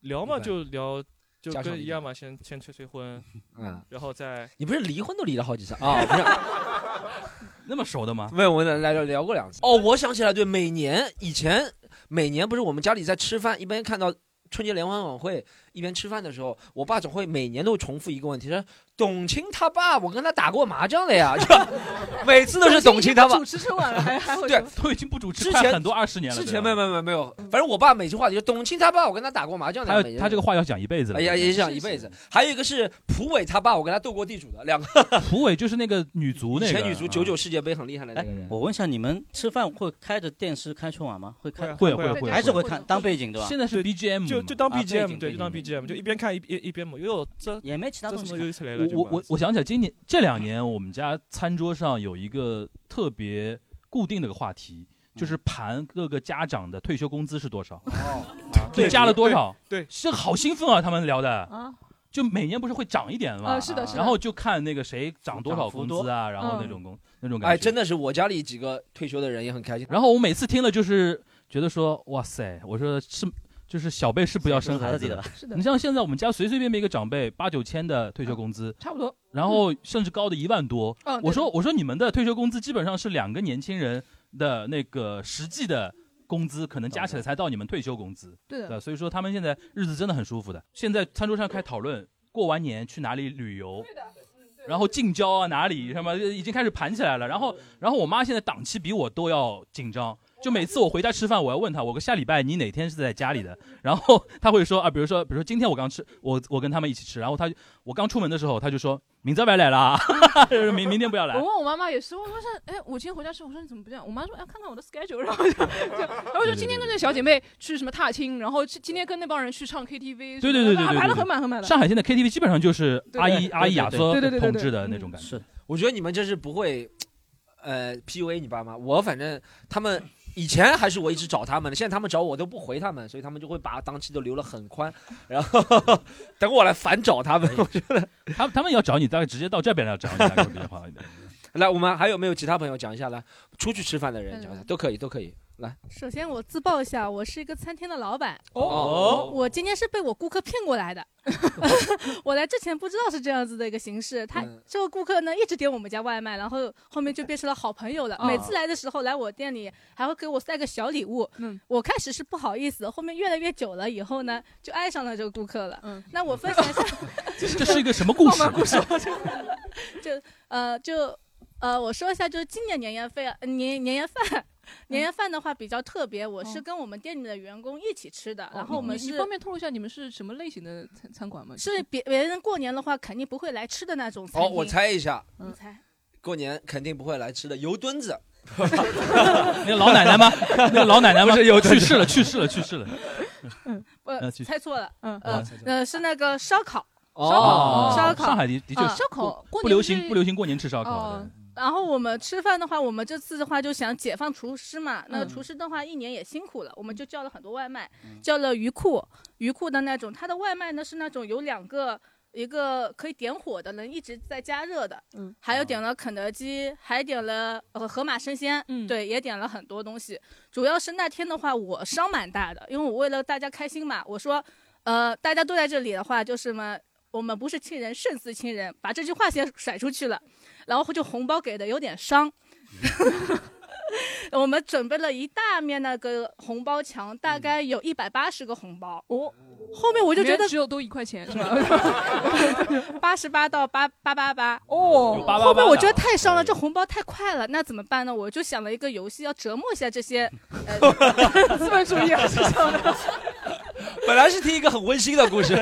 S7: 聊嘛
S4: 明白
S7: 就聊，就
S4: 家常
S7: 跟
S4: 里
S7: 一样嘛，先先催催婚，
S4: 嗯，
S7: 然后 再
S4: 你不是离婚都离了好几次啊？不是，
S5: 那么熟的吗？
S4: 没有，我们来聊聊过两次。哦，我想起来，对，每年以前每年不是我们家里在吃饭，一边看到春节联欢晚会，一边吃饭的时候，我爸总会每年都重复一个问题，说董卿他爸，我跟他打过麻将 的呀，就每次都是董卿他爸
S3: 主。持春晚了，还还会
S4: 对
S3: 说
S5: 都已经不主持
S4: 之
S5: 快
S4: 前
S5: 很多二十年了，
S4: 之
S5: 对
S4: 前没
S5: 吧
S4: 有没有没有没有，反正我爸每期话题就董卿他爸，我跟他打过麻将的
S5: 他
S4: 呀。
S5: 要
S4: 每年
S5: 他这个话要讲一辈子了。
S4: 哎呀，
S5: 对
S4: 也想一辈子。还有一个是蒲伟他爸，我跟他斗过地主的，两个
S5: 蒲伟就是那个女足那
S4: 以
S5: 个
S4: 前女足
S5: 啊
S4: 九九世界杯很厉害的那
S5: 哎
S4: 个人。
S2: 哎我问一下，你们吃饭会开着电视看春晚吗？会看，
S5: 会
S7: 会
S5: 会
S7: 啊
S5: 会
S2: 还是
S3: 会
S2: 会
S3: 会
S2: 看
S3: 会
S2: 当背景对吧？
S5: 现在是 BGM，
S7: 就
S5: 嘛
S7: 就当
S2: 啊背
S7: BGM，
S2: 景
S7: 对，
S2: 背
S7: 就当
S2: 景
S7: BGM，就一边看一一一边嘛，因为我这
S2: 也没其他
S7: 这
S2: 东
S7: 什
S2: 西啊
S7: 么
S2: 看。
S7: 又起来了，
S5: 我
S7: 这
S5: 我
S7: 个
S5: 我我想起来，今年这两年我们家餐桌上有一个特别固定的一个话题，就是盘各个家长的退休工资是多少，
S7: 对
S5: 对，加了多少？
S7: 对对
S5: 这好兴奋啊！他们聊的，
S3: 啊，
S5: 就每年不是会涨一点嘛？
S3: 啊是的是的嗯
S5: 然后就看那个谁涨多少工资啊，然
S3: 幅多
S5: 后那种工那种感觉。
S4: 哎，真的是我家里几个退休的人也很开心。
S5: 然后我每次听了就是觉得说，哇塞，我说是就是小辈是不要生孩
S2: 孩
S5: 子
S2: 子
S5: 的
S2: 的。
S3: 是的
S5: 你，像现在我们家随随便便一个长辈八九千的退休工资，
S3: 差不多。
S5: 然后甚至高的一万多，
S3: 嗯，
S5: 我
S3: 对
S5: 说我说你们的退休工资基本上是两个年轻人的那个实际的工资，可能加起来才到你们退休工资，
S3: 对的，
S5: 对吧所以说他们现在日子真的很舒服的。现在餐桌上开始讨论过完年去哪里旅游，然后近郊啊哪里什么已经开始盘起来了。然后然后我妈现在档期比我都要紧张。就每次我回家吃饭，我要问她，我说下礼拜你哪天是在家里的？然后她会说啊，比如说，比如说今天我刚吃，我我跟他们一起吃，然后她就我刚出门的时候，她就说明早别来了啊，
S3: 嗯
S5: 就是明明天不要来
S3: 我。问我妈妈也是，我说是，哎，我今天回家吃，我说你怎么不这样？我妈说，哎，看看我的 schedule，然 后就，就然后就今天跟这小姐妹去什么踏青，然后去今天跟那帮人去唱 KTV，
S5: 对对对对对对
S3: 排的很满很满的。
S5: 上海现在 KTV 基本上就是
S3: 对
S5: 阿姨阿姨
S2: 对
S5: 雅
S2: 对
S5: 瑟
S3: 对对对对嗯
S5: 统治的
S3: 对
S5: 那种感觉。
S2: 是
S4: 我觉得你们这是不会，呃，PUA 你爸妈。我反正他们以前还是我一直找他们的，现在他们找我都不回他们，所以他们就会把档期都留了很宽，然后 等我来反找他们。我觉得
S5: 哎他们他们要找你，大概直接到这 边来找你，大概会比较好一点。
S4: 来，我们还有没有其他朋友讲一下？来，出去吃饭的人讲一下，
S3: 嗯
S4: 都可以，都可以。来，
S8: 首先我自曝一下，我是一个餐厅的老板，
S4: 哦
S8: 我今天是被我顾客骗过来的。 我来之前不知道是这样子的一个形式，他
S4: 嗯
S8: 这个顾客呢一直点我们家外卖，然后后面就变成了好朋友了。
S3: 哦
S8: 每次来的时候来我店里还会给我塞个小礼物，
S3: 嗯
S8: 我开始是不好意思，后面越来越久了以后呢，就爱上了这个顾客了。
S3: 嗯
S8: 那我分享一下，
S5: 这是一个什么故事？故事
S8: 呃，就呃，我说一下，就是今年年夜饭，呃年年夜饭，年夜饭的话比较特别，我是
S3: 嗯哦
S8: 跟我们店里的员工一起吃的，然后我
S3: 你
S8: 们
S3: 你
S8: 是
S3: 方便透露一下你们是什么类型的餐餐馆吗？
S8: 是别别人过年的话肯定不会来吃的那种餐
S4: 哦，
S8: 厅。嗯
S4: 我，猜一下，
S3: 嗯
S8: 你猜，
S4: 过年肯定不会来吃的油墩子。
S5: 那个老奶 奶吗？那个 老奶奶吗？去 世了，去世了，去世了。
S8: 呃，
S5: 呃其实
S8: 猜错了，
S3: 嗯
S8: 呃，呃，是那个烧烤，
S4: 哦
S8: 烧烤
S5: 上海的的确
S8: 啊
S5: 是
S3: 烧烤，过
S5: 不
S3: 年
S5: 流
S3: 是
S5: 行不流行过年吃烧烤的
S3: 哦。
S8: 然后我们吃饭的话，我们这次的话就想解放厨师嘛。那
S3: 嗯
S8: 厨师的话，一年也辛苦了，我们就叫了很多外卖，叫了鱼库，鱼库的那种，它的外卖呢是那种有两个。一个可以点火的，能一直在加热的，
S3: 嗯，
S8: 还有点了肯德基，还点了呃盒马生鲜，
S3: 嗯
S8: 对，也点了很多东西。主要是那天的话，我伤蛮大的，因为我为了大家开心嘛，我说，呃，大家都在这里的话，就是嘛，我们不是亲人，胜似亲人，把这句话先甩出去了。然后就红包给的有点伤。 我们准备了一大面那个红包墙，
S5: 嗯
S8: 大概有一百八十个红包。
S3: 哦，
S8: 后面我
S3: 我
S8: 就觉得
S3: 只有都一块 钱是吧？
S8: 八十八到八八八八，
S5: 有
S3: 哦，
S5: 八八
S8: 后
S5: 八的
S8: 面我觉得太伤了，这红包太快了，那怎么办呢？我就想了一个游戏，要折磨一下这些。 呃
S3: 资本主义啊，是这样的。
S4: 本来是听一个很温馨的故事，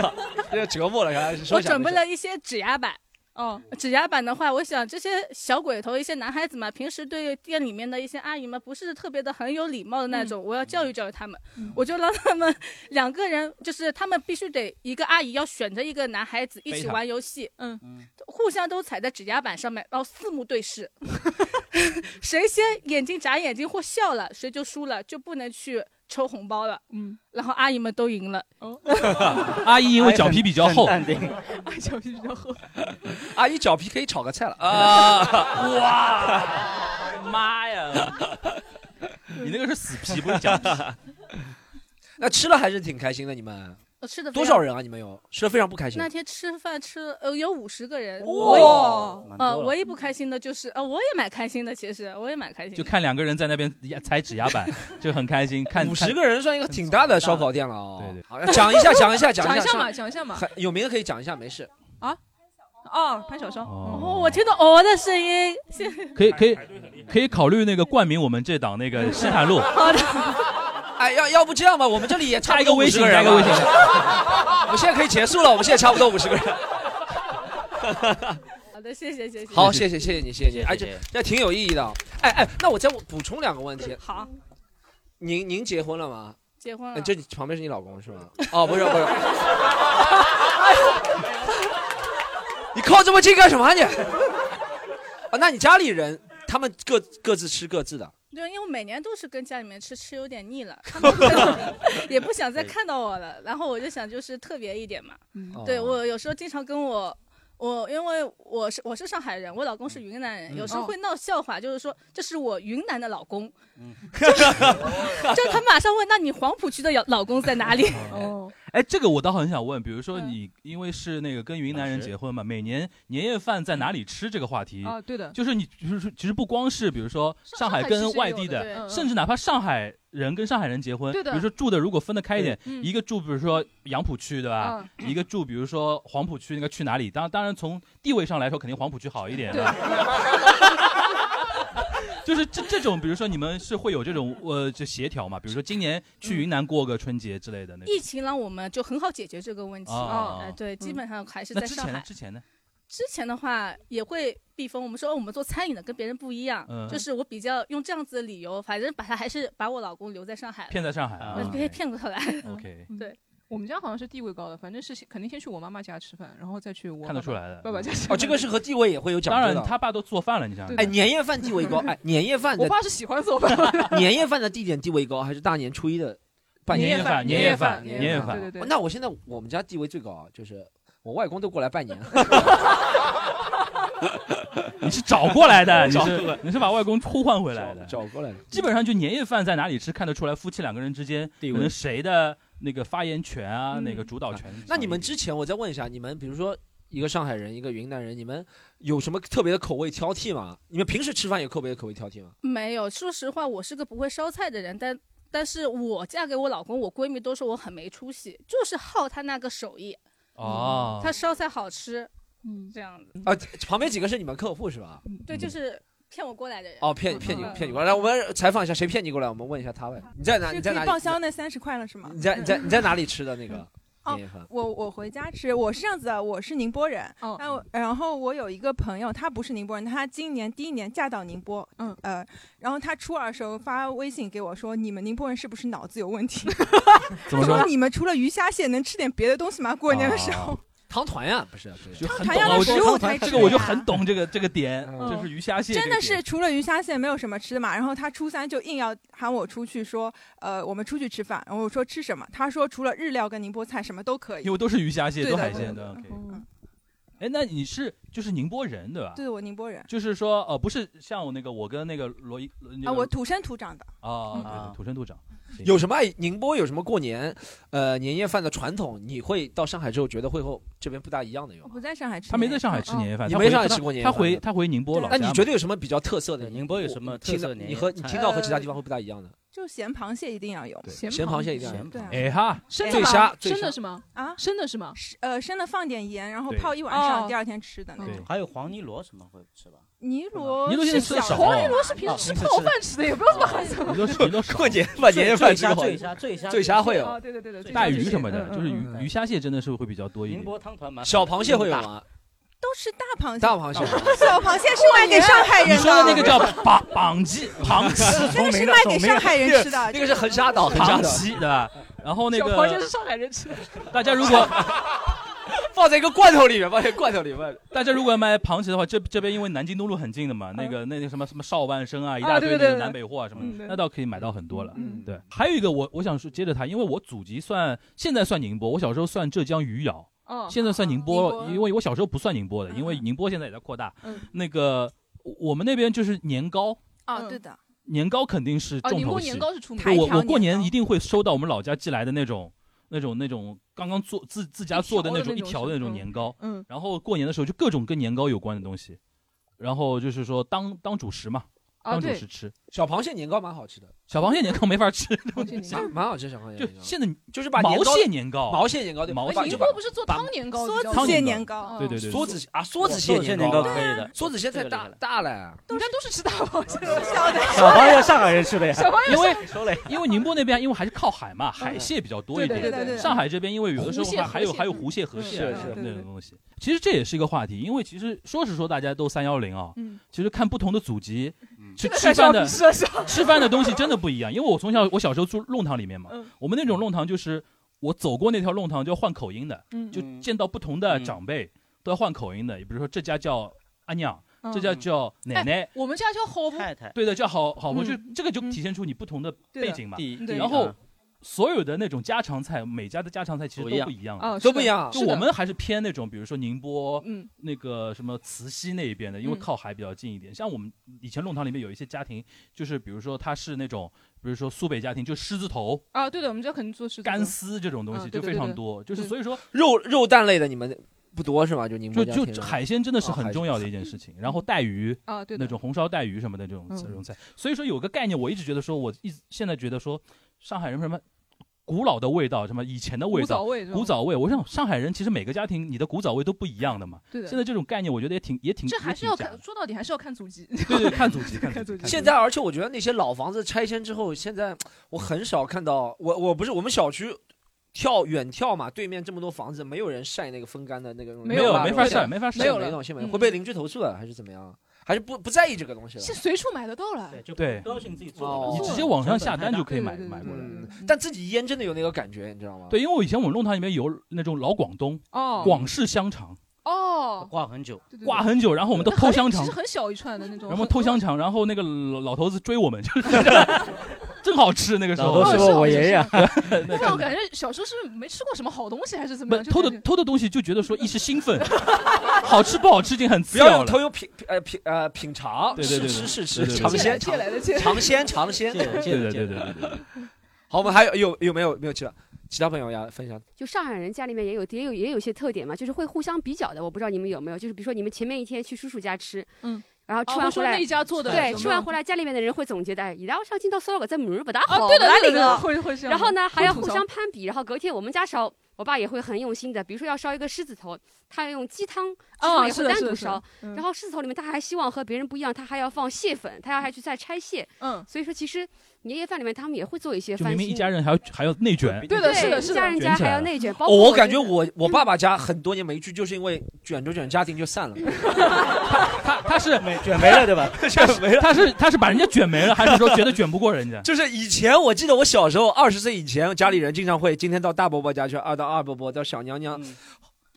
S4: 这个折磨了，原来是说
S8: 我
S4: 想
S8: 准
S4: 不
S8: 备
S4: 起来
S8: 了一些指压板，哦，指压板的话，我想这些小鬼头，一些男孩子嘛，平时对店里面的一些阿姨们不是特别的很有礼貌的那种，我要教育教育他们，我就让他们两个人，就是他们必须得一个阿姨要选择一个男孩子一
S9: 背
S8: 起
S9: 他
S8: 玩游戏，嗯，互相都踩在指压板上面，然后四目对视， 谁先眼睛眨眼睛或笑了，谁就输了，就不能去抽红包了，嗯，然后阿姨们都赢了， 哦。
S5: 阿姨因为脚皮比较厚，
S2: 淡定
S8: 阿姨小皮比较厚，
S4: 阿姨脚皮可以炒个菜了啊！
S5: 哇，妈呀！ 你那个是死皮，不是脚皮。
S4: 那吃了还是挺开心的，你们
S3: 呃
S8: 我吃的
S4: 多少人啊？你们有吃的非常不开心
S8: 那。天吃饭吃了呃有五十个人，
S4: 哇
S8: 我
S5: 蛮多了
S8: 呃唯一不开心的就是呃我也蛮开心的，其实我也蛮开心的。
S5: 就看两个人在那边压踩指压板，就很开心。看
S4: 五十个人算一个挺大的烧烤店了哦。
S5: 对对
S4: 好，讲一下，讲一下，
S3: 讲
S4: 一下
S3: 嘛，讲一下嘛。
S4: 很有名的可以讲一下，没事。
S3: 啊，哦，潘晓霜，
S8: 哦，我听到哦的声 音，谢谢
S5: 可以可以可以考虑那个冠名我们这档那个西 坦路，
S8: 好的，
S4: 哎，要要不这样吧，我们这里也差不多
S5: 加一个微信
S4: 50人了
S5: 加一个微信
S4: 我们现在可以结束了，我们现在差不多五十个人。
S8: 好的，谢谢谢谢。
S4: 好，谢谢谢谢你，谢谢你，哎，这
S5: 谢谢
S4: 这挺有意义的啊。哎哎，那我再补充两个问题。
S8: 好，
S4: 您您结婚了吗？
S8: 结婚
S4: 哎
S8: 了，
S4: 这你旁边是你老公是吗？哦，不是不是， 你靠这么近干什么啊你？啊，那你家里人他们各各自吃各自的。
S8: 对，因为我每年都是跟家里面吃，吃有点腻了，他们不想 也不想再看到我了。然后我就想，就是特别一点嘛。对
S4: 哦
S8: 我有时候经常跟我。我因为我是我是上海人，我老公是云南人，
S4: 嗯
S8: 有
S5: 哦
S8: 时候会闹笑话，就是说这是我云南的老公，
S5: 嗯
S8: 就他马上问，那你黄浦区的老老公在哪里？
S3: 哦，
S5: 哎，这个我倒很想问，比如
S3: 嗯
S5: 说你因为是那个跟云南人结婚嘛，每年年夜饭在哪里吃这个话题，
S3: 啊，嗯对的，
S5: 就是你就是其实不光是比如说上海
S3: 其实
S5: 跟
S3: 是
S5: 外
S3: 有
S5: 地
S3: 的，对
S5: 的，
S3: 嗯
S5: 甚至哪怕上海人跟上海人结婚，
S3: 对
S5: 比
S3: 的
S5: 如说住的如果分得开一点，
S3: 嗯
S5: 一个住比如说杨浦区对吧？
S3: 嗯
S5: 一个住比如说黄浦区，那个去哪里？当当然从地位上来说，肯定黄浦区好一点。
S3: 对，
S5: 就是这这种，比如说你们是会有这种呃就协调嘛？比如说今年
S3: 嗯
S5: 去云南过个春节之类的那种。
S8: 疫情让我们就很好解决这个问题。
S5: 哦
S8: 哎，对，基本上还是
S5: 那
S8: 在
S5: 之
S8: 上
S5: 前呢？
S8: 海。
S5: 之前呢？
S8: 之前的话也会避风，我们说哦我们做餐饮的跟别人不一样，
S5: 嗯
S8: 就是我比较用这样子的理由，反正把他还是把我老公留在上海了，
S5: 骗在上海啊
S8: 呃骗骗过 来。
S5: ？OK，
S3: 嗯我们家好像是地位高的，反正是先肯定先去我妈妈家吃饭，然后再去我
S5: 看得
S3: 爸
S5: 出
S3: 爸
S5: 来的嗯
S3: 爸爸家吃
S4: 哦，这个是和地位也会有讲
S5: 当
S4: 究
S5: 然
S4: 的。
S5: 他爸都做饭了，你想想
S3: 对
S4: 哎，年夜饭地位高，哎，年夜饭
S3: 我
S4: 的
S3: 爸是喜欢做 饭的，
S4: 年夜饭的地点地位高，还是大年初一的办
S5: 年
S4: 年
S5: 夜
S4: 夜
S5: 饭
S3: 年
S5: 夜
S3: 饭，
S5: 年
S3: 年
S5: 夜
S3: 饭，对对
S4: 哦
S3: 对。
S4: 那我现在我们家地位最高啊，就是我外公都过来拜年。
S5: 你是找过来 的，你是你是把外公呼唤回来的。
S4: 找过来的。
S5: 基本上就年夜饭在哪里吃，看得出来夫妻两个人之间
S4: 地位
S5: 可能谁的那个发言权啊，
S3: 嗯
S5: 那个主导权。
S4: 那你们之前，我再问一下，你们比如说一个上海人，一个云南人，你们有什么特别的口味挑剔吗？你们平时吃饭有特别的口味挑剔吗？
S8: 没有，说实话，我是个不会烧菜的人，但但是我嫁给我老公，我闺蜜都说我很没出息，就是好他那个手艺，
S5: 哦，
S8: 他烧菜好吃
S3: 嗯，
S8: 这样子。
S4: 啊，旁边几个是你们客户是吧？
S8: 对，就是骗我过来的人。
S4: 哦，骗骗你骗你过来，来我们采访一下，谁骗你过来？我们问一下他呗。你在哪？你
S6: 是可
S4: 在哪
S6: 以
S4: 里
S6: 报？销那三十块了是吗？
S4: 你在你在你在哪里吃的那个
S6: 哦
S4: 年夜饭？
S6: 我我回家吃，我是这样子的，我是宁波人，
S3: 哦
S6: 那我然后我有一个朋友，她不是宁波人，她今年第一年嫁到宁波，
S3: 嗯
S6: 呃，然后她初二的时候发微信给我说，你们宁波人是不是脑子有 问题？
S5: 怎
S6: 她
S5: 么说哦
S6: 说？你们除了鱼虾蟹能吃点别的东西吗？过年的时候，
S4: 汤团呀，不是对
S5: 就很
S6: 同
S5: 懂啊，
S6: 样的
S5: 我觉
S6: 食
S5: 得
S6: 物才
S5: 这
S6: 吃
S5: 个我就
S6: 呀
S5: 很懂这个这个点，
S4: 嗯
S5: 就是鱼虾蟹这个
S6: 真
S5: 点。
S6: 的是除了鱼虾蟹没有什么吃的嘛。然后她初三就硬要喊我出去说，呃，我们出去吃饭。然后我说吃什么？她说除了日料跟宁波菜什么都可以
S5: 因。为都是鱼虾蟹，
S6: 对
S5: 都
S6: 的
S5: 海
S6: 对
S5: 鲜
S6: 的嗯
S5: 的。OK，哎，
S3: 嗯
S5: 那你是就是宁波人对吧？
S6: 对，我宁波人
S5: 就是说呃，不是像我那个我跟那个罗伊那
S6: 啊，
S5: 个
S6: 我土生土长的。
S4: 哦
S5: 啊
S6: 嗯
S5: 对
S2: 啊
S5: 对土生土长，
S4: 有什么哎宁波有什么过年呃年夜饭的传统？你会到上海之后觉得会和这边不大一样的有
S6: 我
S4: 吗？
S6: 不在上海吃年夜
S5: 他
S6: 饭，哦
S5: 没在上海吃年夜饭，
S4: 你
S5: 他
S4: 没
S5: 回
S4: 上海
S5: 他
S4: 吃过年夜
S5: 他
S4: 饭
S5: 回
S4: 的
S5: 他回宁波老家
S4: 那
S5: 嘛。
S4: 你觉得有什么比较特色的？
S2: 对宁波有什么特
S4: 听到
S2: 色年
S4: 你
S2: 夜
S4: 和
S2: 饭？
S4: 你听到和其他地方会不大一样的？
S6: 就咸螃蟹一定要有
S4: 对咸螃蟹一定要有
S2: 咸
S6: 对
S2: 螃
S6: 啊
S2: 蟹
S5: 哎哈，
S3: 真的
S4: 醉
S3: 吗？
S4: 虾醉
S3: 真
S4: 虾
S3: 的是吗？
S6: 啊，
S3: 真的是吗？
S6: 是呃生的放点盐，然后
S5: 对
S6: 泡一晚上，
S3: 哦
S6: 第二天吃的那
S5: 对
S6: 种。
S2: 还有黄泥螺什么会吃吧？
S6: 泥螺
S5: 泥螺现在
S6: 是
S5: 吃的
S6: 小哦
S5: 少，啊
S3: 黄泥螺是平时吃泡饭吃的，也不知道怎么还
S5: 你都你都 少
S4: 过年把年夜饭吃
S2: 醉虾
S4: 好
S2: 醉，虾醉虾
S4: 醉虾会有
S6: 哦，对对对对，
S2: 对
S5: 大
S2: 这
S5: 鱼
S2: 些
S5: 什么的，
S3: 嗯
S5: 就是
S3: 嗯
S5: 鱼鱼虾蟹真的是会比较多一
S2: 宁
S5: 点。
S2: 波汤团嘛，
S4: 小螃蟹会有吗？
S8: 都
S6: 吃大螃蟹，
S4: 大螃蟹
S6: 小螃蟹是卖给上海人的。
S5: 你说的那个叫绑绑 鸡，绑鸡，
S6: 那个是卖给上海人吃的，
S4: 那个是横沙岛，横沙
S5: 绑
S4: 岛
S5: 鸡，对吧？然后那
S4: 小
S5: 个
S4: 螃蟹
S8: 是上海人吃的。
S5: 大家如 果
S4: 放在一个罐头里面，放在一个罐头里面。
S5: 大家如果要买螃蟹的话，这这边因为南京东路很近的嘛，那个那个什么什么邵万生啊，一大堆那
S6: 啊对对
S5: 个
S6: 对
S5: 南北货啊什么
S6: 嗯
S5: 的，
S6: 对
S5: 那倒可以买到很多了。
S6: 嗯
S5: 对，还有一个我我想说接着他，因为我祖籍算现在算宁波，我小时候算浙江余姚，
S3: 哦
S5: 现在算宁
S6: 啊
S3: 宁
S5: 波，
S3: 波
S5: 因为我小时候不算宁波的，因为宁波现在也在扩大。
S3: 嗯
S5: 那个我我们那边就是年糕，
S6: 啊，对的，
S5: 年糕肯定是
S3: 啊，
S5: 重
S3: 宁
S5: 头
S3: 波
S5: 戏。
S3: 年糕是出名
S6: 台
S3: 的。
S5: 我
S6: 条
S5: 我过
S6: 年
S5: 年
S6: 糕
S5: 一定会收到我们老家寄来的那种那种那种刚刚做自自家做的那种
S3: 一条的那种
S5: 一条的那种
S3: 是
S5: 年糕，
S3: 嗯，
S5: 然后过年的时候就各种跟年糕有关的东西，然后就是说当当主食嘛，
S3: 啊
S5: 当主
S3: 对
S5: 食吃。
S4: 小螃蟹年糕蛮好吃的，
S5: 小螃蟹年糕没法吃，
S4: 蛮蛮好吃的小螃蟹
S5: 就
S4: 年糕，
S5: 现在
S4: 就是把年
S5: 毛
S4: 糕
S5: 蟹年糕，
S4: 毛蟹年糕对
S5: 毛
S4: 把就
S5: 蟹
S3: 哎宁
S4: 把
S3: 波不是做汤年糕比较
S6: 梭
S5: 汤
S6: 子蟹
S5: 年
S6: 年糕，
S5: 对对对，
S4: 梭
S5: 对
S4: 子蟹啊，梭子蟹
S2: 蟹
S4: 年
S2: 年糕
S4: 对啊
S2: 可以的，
S4: 梭子蟹太大大了，
S3: 你看都是吃大螃蟹，
S2: 小螃蟹上海人吃的呀，
S5: 因为因为宁波那边因为还是靠海嘛，海蟹比较多一
S3: 对
S5: 点。
S6: 对对对，
S5: 上海这边因为有的时候
S3: 湖蟹
S5: 还还有
S3: 河蟹
S5: 还有湖蟹、河蟹
S4: 是
S5: 啊
S4: 是
S5: 什么那
S6: 对对
S5: 种
S6: 对
S5: 东西，其实这也是一个话题，因为其实说是说大家都三幺零啊，
S3: 嗯，
S5: 其实看不同的祖籍，去
S3: 这个
S5: 吃
S3: 还是
S5: 饭
S3: 要
S5: 的
S3: 鄙视的是吧？
S5: 吃饭的东西真的不一样。因为我从小我小时候住弄堂里面嘛
S3: 嗯，
S5: 我们那种弄堂就是我走过那条弄堂就要换口音的，
S3: 嗯
S5: 就
S2: 嗯
S5: 见到不同的
S2: 嗯
S5: 长辈都要换口音的。比如说这家叫阿娘，
S3: 嗯哎
S5: 这家叫奶奶，
S3: 我们家叫好不？
S2: 太太
S5: 对的叫好好婆，
S3: 嗯
S5: 就这个就
S3: 嗯
S5: 体现出你不同的
S3: 对
S5: 背
S3: 的
S5: 景嘛。
S2: 第
S3: 对
S5: 然后所有的那种家常菜，每家的家常菜其实
S2: 不
S5: 都
S2: 一样
S5: 不一样的。
S3: 啊，
S4: 都不一
S3: 是的。
S4: 样。
S5: 就是我们还是偏那种，比如说宁波
S3: 嗯，
S5: 那个什么慈溪那一边的，因
S3: 嗯
S5: 为靠海比较近一点。像我们以前弄堂里面有一些家庭，就是比如说他是那种，比如说苏北家庭，就狮子头、
S3: 啊，对的，我们家肯定做狮子
S5: 干
S3: 头
S5: 丝这种东西
S3: 嗯对
S5: 就非
S3: 对
S5: 常
S3: 对
S5: 多。就是
S3: 对
S5: 所以说，
S4: 肉肉蛋类的你们不多是吧？就宁波
S5: 就
S4: 家
S5: 就
S4: 庭
S5: 就海鲜真的是
S4: 啊海
S5: 很
S4: 鲜
S5: 重要的一件事情。然后带鱼
S3: 嗯啊，对的
S5: 那种红烧带鱼什么的这种
S3: 嗯
S5: 这种菜，所以说有个概念，我一直觉得说，我一直现在觉得说，上海人什么古老的味道，什么以前的味
S3: 古早
S5: 道。
S3: 味是吧，
S5: 古早味，我想上海人其实每个家庭你的古早味都不一样的嘛。
S3: 对的
S5: 现。在这种概念，我觉得也挺也挺
S3: 这还是要
S5: 也挺假的
S3: 看，说到底还是要看祖籍。
S5: 对对，看祖籍，看
S3: 看
S5: 祖
S3: 祖
S5: 籍。
S3: 籍
S4: 现在，而且我觉得那些老房子拆迁之后，现在我很少看到，我我不是我们小区跳远眺嘛，对面这么多房子，没有人晒那个风干的那个
S3: 没
S5: 没
S3: 有
S5: 有
S3: 了
S5: 没法晒，没法晒
S3: 没有了
S4: 那种新闻
S3: 嗯
S4: 会被邻居投诉的，还是怎么样？还是不不在意这个东西了
S3: 现？在随处买得到了，
S2: 对，就
S5: 对
S2: 不要是你自己
S4: 哦
S2: 做的，
S5: 你直接网上下单就可以
S3: 对
S5: 买
S3: 对对
S5: 买过来。
S4: 嗯，但自己腌真的有那个感觉，你知道吗？
S5: 对，因为我以前我们弄堂里面有那种老广东
S3: 哦
S5: 广式香肠，
S3: 哦，
S2: 挂很久，
S3: 对对对
S5: 挂很久，然后我们都
S3: 那
S5: 偷
S3: 很
S5: 香
S3: 其
S5: 肠
S3: 实，很小一串的那种，
S5: 然后偷香肠，然后那个老老头子追我们，就是 正好吃那个时候
S2: 老头
S3: 很。
S2: 是我爷爷，
S3: 但是我感觉小时候是不是没吃过什么好东西，还是怎么
S5: 不
S3: 样？就
S5: 偷
S3: 感
S5: 的
S3: 觉
S5: 偷的东西就觉得说一时兴奋， 好吃不好吃已经很
S4: 不
S5: 次
S4: 要
S5: 要
S4: 用
S5: 了。
S4: 头有品呃品呃品尝，
S5: 对对对
S4: 试
S5: 对
S4: 吃
S5: 对
S4: 试吃，
S5: 对对
S4: 尝
S3: 借来
S4: 鲜
S3: 借
S4: 尝
S3: 来的借来的
S4: 尝鲜尝鲜
S2: 借。的
S5: 对
S2: 借的
S5: 对对
S2: 借
S5: 对
S2: 的，
S5: 对对，
S4: 好，我们还有有有没有没有其他其他朋友要分享？
S9: 就上海人家里面也有也有也有一些特点嘛，就是会互相比较的。我不知道你们有没有，就是比如说你们前面一天去叔叔家吃，
S3: 嗯，
S9: 然后
S3: 啊
S9: 吃
S3: 会
S9: 完
S3: 说
S9: 回
S3: 那
S9: 来，
S3: 一家做的，
S9: 对，吃完回
S3: 来
S9: 来家里面的人会总结的，哎，伊拉屋上今到烧个这门儿不大
S3: 啊，
S9: 好，
S3: 对
S9: 不
S3: 的
S9: 大
S3: 对的对
S9: 灵
S3: 的，
S9: 哦
S3: 会会这样。
S9: 然后呢，还要
S3: 吐
S9: 互
S3: 槽
S9: 相攀比，然后隔天我们家烧，我爸也会很用心的，比如说要烧一个狮子头，他要用鸡汤，鸡汤
S3: 啊，
S9: 也
S3: 是
S9: 会
S3: 的
S9: 单
S3: 是
S9: 独
S3: 的是
S9: 烧
S3: 的，，嗯
S9: 然后狮子头里面他还希望和别人不一样，他还要放蟹粉，他要还去再拆蟹，
S3: 嗯，
S9: 所以说其实年夜饭里面他们也会做一些
S5: 就
S9: 翻
S5: 明
S9: 新，
S5: 明一家人还要还要内卷，
S3: 对的是的是
S9: 一家
S3: 的，
S9: 人
S5: 卷
S9: 家
S5: 起
S9: 还
S5: 来
S9: 要
S5: 了
S9: 内卷，包
S4: 哦，
S9: 括
S4: 我感
S9: 觉
S4: 觉我我爸爸家很多年没去，就是因为卷着卷着家庭就散了。
S5: 他他是
S2: 没卷没了对吧？
S5: 他是他是把人家卷没了，还是说觉得卷不过 人家？
S4: 就是以前我记得我小时候二十岁以前，家里人经常会今天到大伯伯家去，二到二伯伯到小娘娘，
S2: 嗯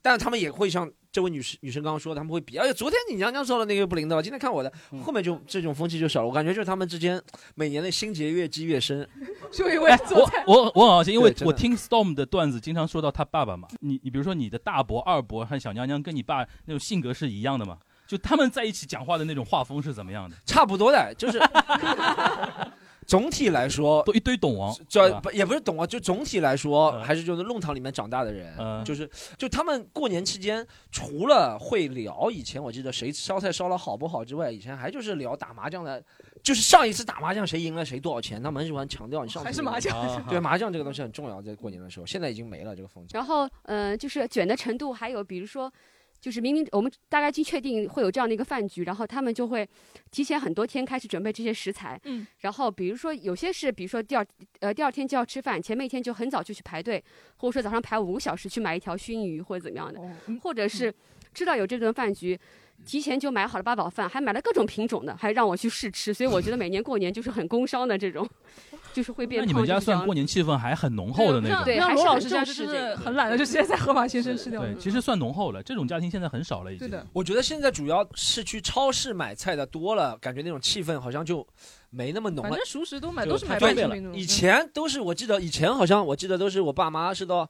S4: 但他们也会像这位女士女生刚刚说，他们会比，哎，昨天你娘娘说的那个不灵的，今天看我的，
S2: 嗯
S4: 后面就这种风气就少了。我感觉就是他们之间每年的心结越积越深。
S3: 就因为
S5: 哎，
S3: 做
S5: 我
S3: 菜，
S5: 我我很好奇，因为
S4: 对真的
S5: 我听 Storm 的段子，经常说到他爸爸嘛。你你比如说你的大伯、二伯和小娘娘跟你爸那种性格是一样的嘛？就他们在一起讲话的那种画风是怎么样的？
S4: 差不多的，就是总体来说，
S5: 都一堆懂王，对
S4: 这
S5: 吧
S4: 不也不是懂啊，就总体来说，
S5: 嗯
S4: 还是就是弄堂里面长大的人，
S5: 嗯
S4: 就是就他们过年期间，除了会聊以前我记得谁烧菜烧了好不好之外，以前还就是聊打麻将的，就是上一次打麻将谁赢了谁多少钱，他们很喜欢强调你上次
S3: 还是
S4: 赢了
S3: 麻。将，
S5: 啊
S4: 对麻将这个东西很重要，在过年的时候，现在已经没了这个风气。
S9: 然后，嗯、就是卷的程度，还有比如说，就是明明我们大概已经确定会有这样的一个饭局，然后他们就会提前很多天开始准备这些食材。
S3: 嗯。
S9: 然后，比如说有些是，比如说第二呃第二天就要吃饭，前面一天就很早就去排队，或者说早上排五个小时去买一条熏鱼或者怎么样的，
S3: 哦嗯
S9: 或者是知道有这顿饭局，提前就买好了八宝饭，还买了各种品种的，还让我去试吃。所以我觉得每年过年就是很工伤的这种，就是会变
S5: 那
S9: 胖。
S5: 你们家
S9: 就是这样
S5: 算过年气氛还很浓厚的那种，
S9: 对，
S3: 像
S9: 还
S3: 罗
S9: 是
S3: 老
S9: 很
S3: 师
S9: 重
S3: 家就
S9: 视
S3: 是
S9: 这个。
S3: 很懒的，就直接在河马先生吃掉了
S5: 对，。其实算浓厚了。这种家庭现在很少了，已经。
S3: 对的，
S4: 我觉得现在主要是去超市买菜的多了，感觉那种气氛好像就没那么浓
S3: 反
S4: 了
S3: 正。熟食都买，
S4: 就
S3: 都是买
S4: 太
S3: 半
S4: 方
S3: 成
S4: 便了
S3: 品那。种。嗯
S4: 以前都是我记得，以前好像我记得都是我爸妈是到，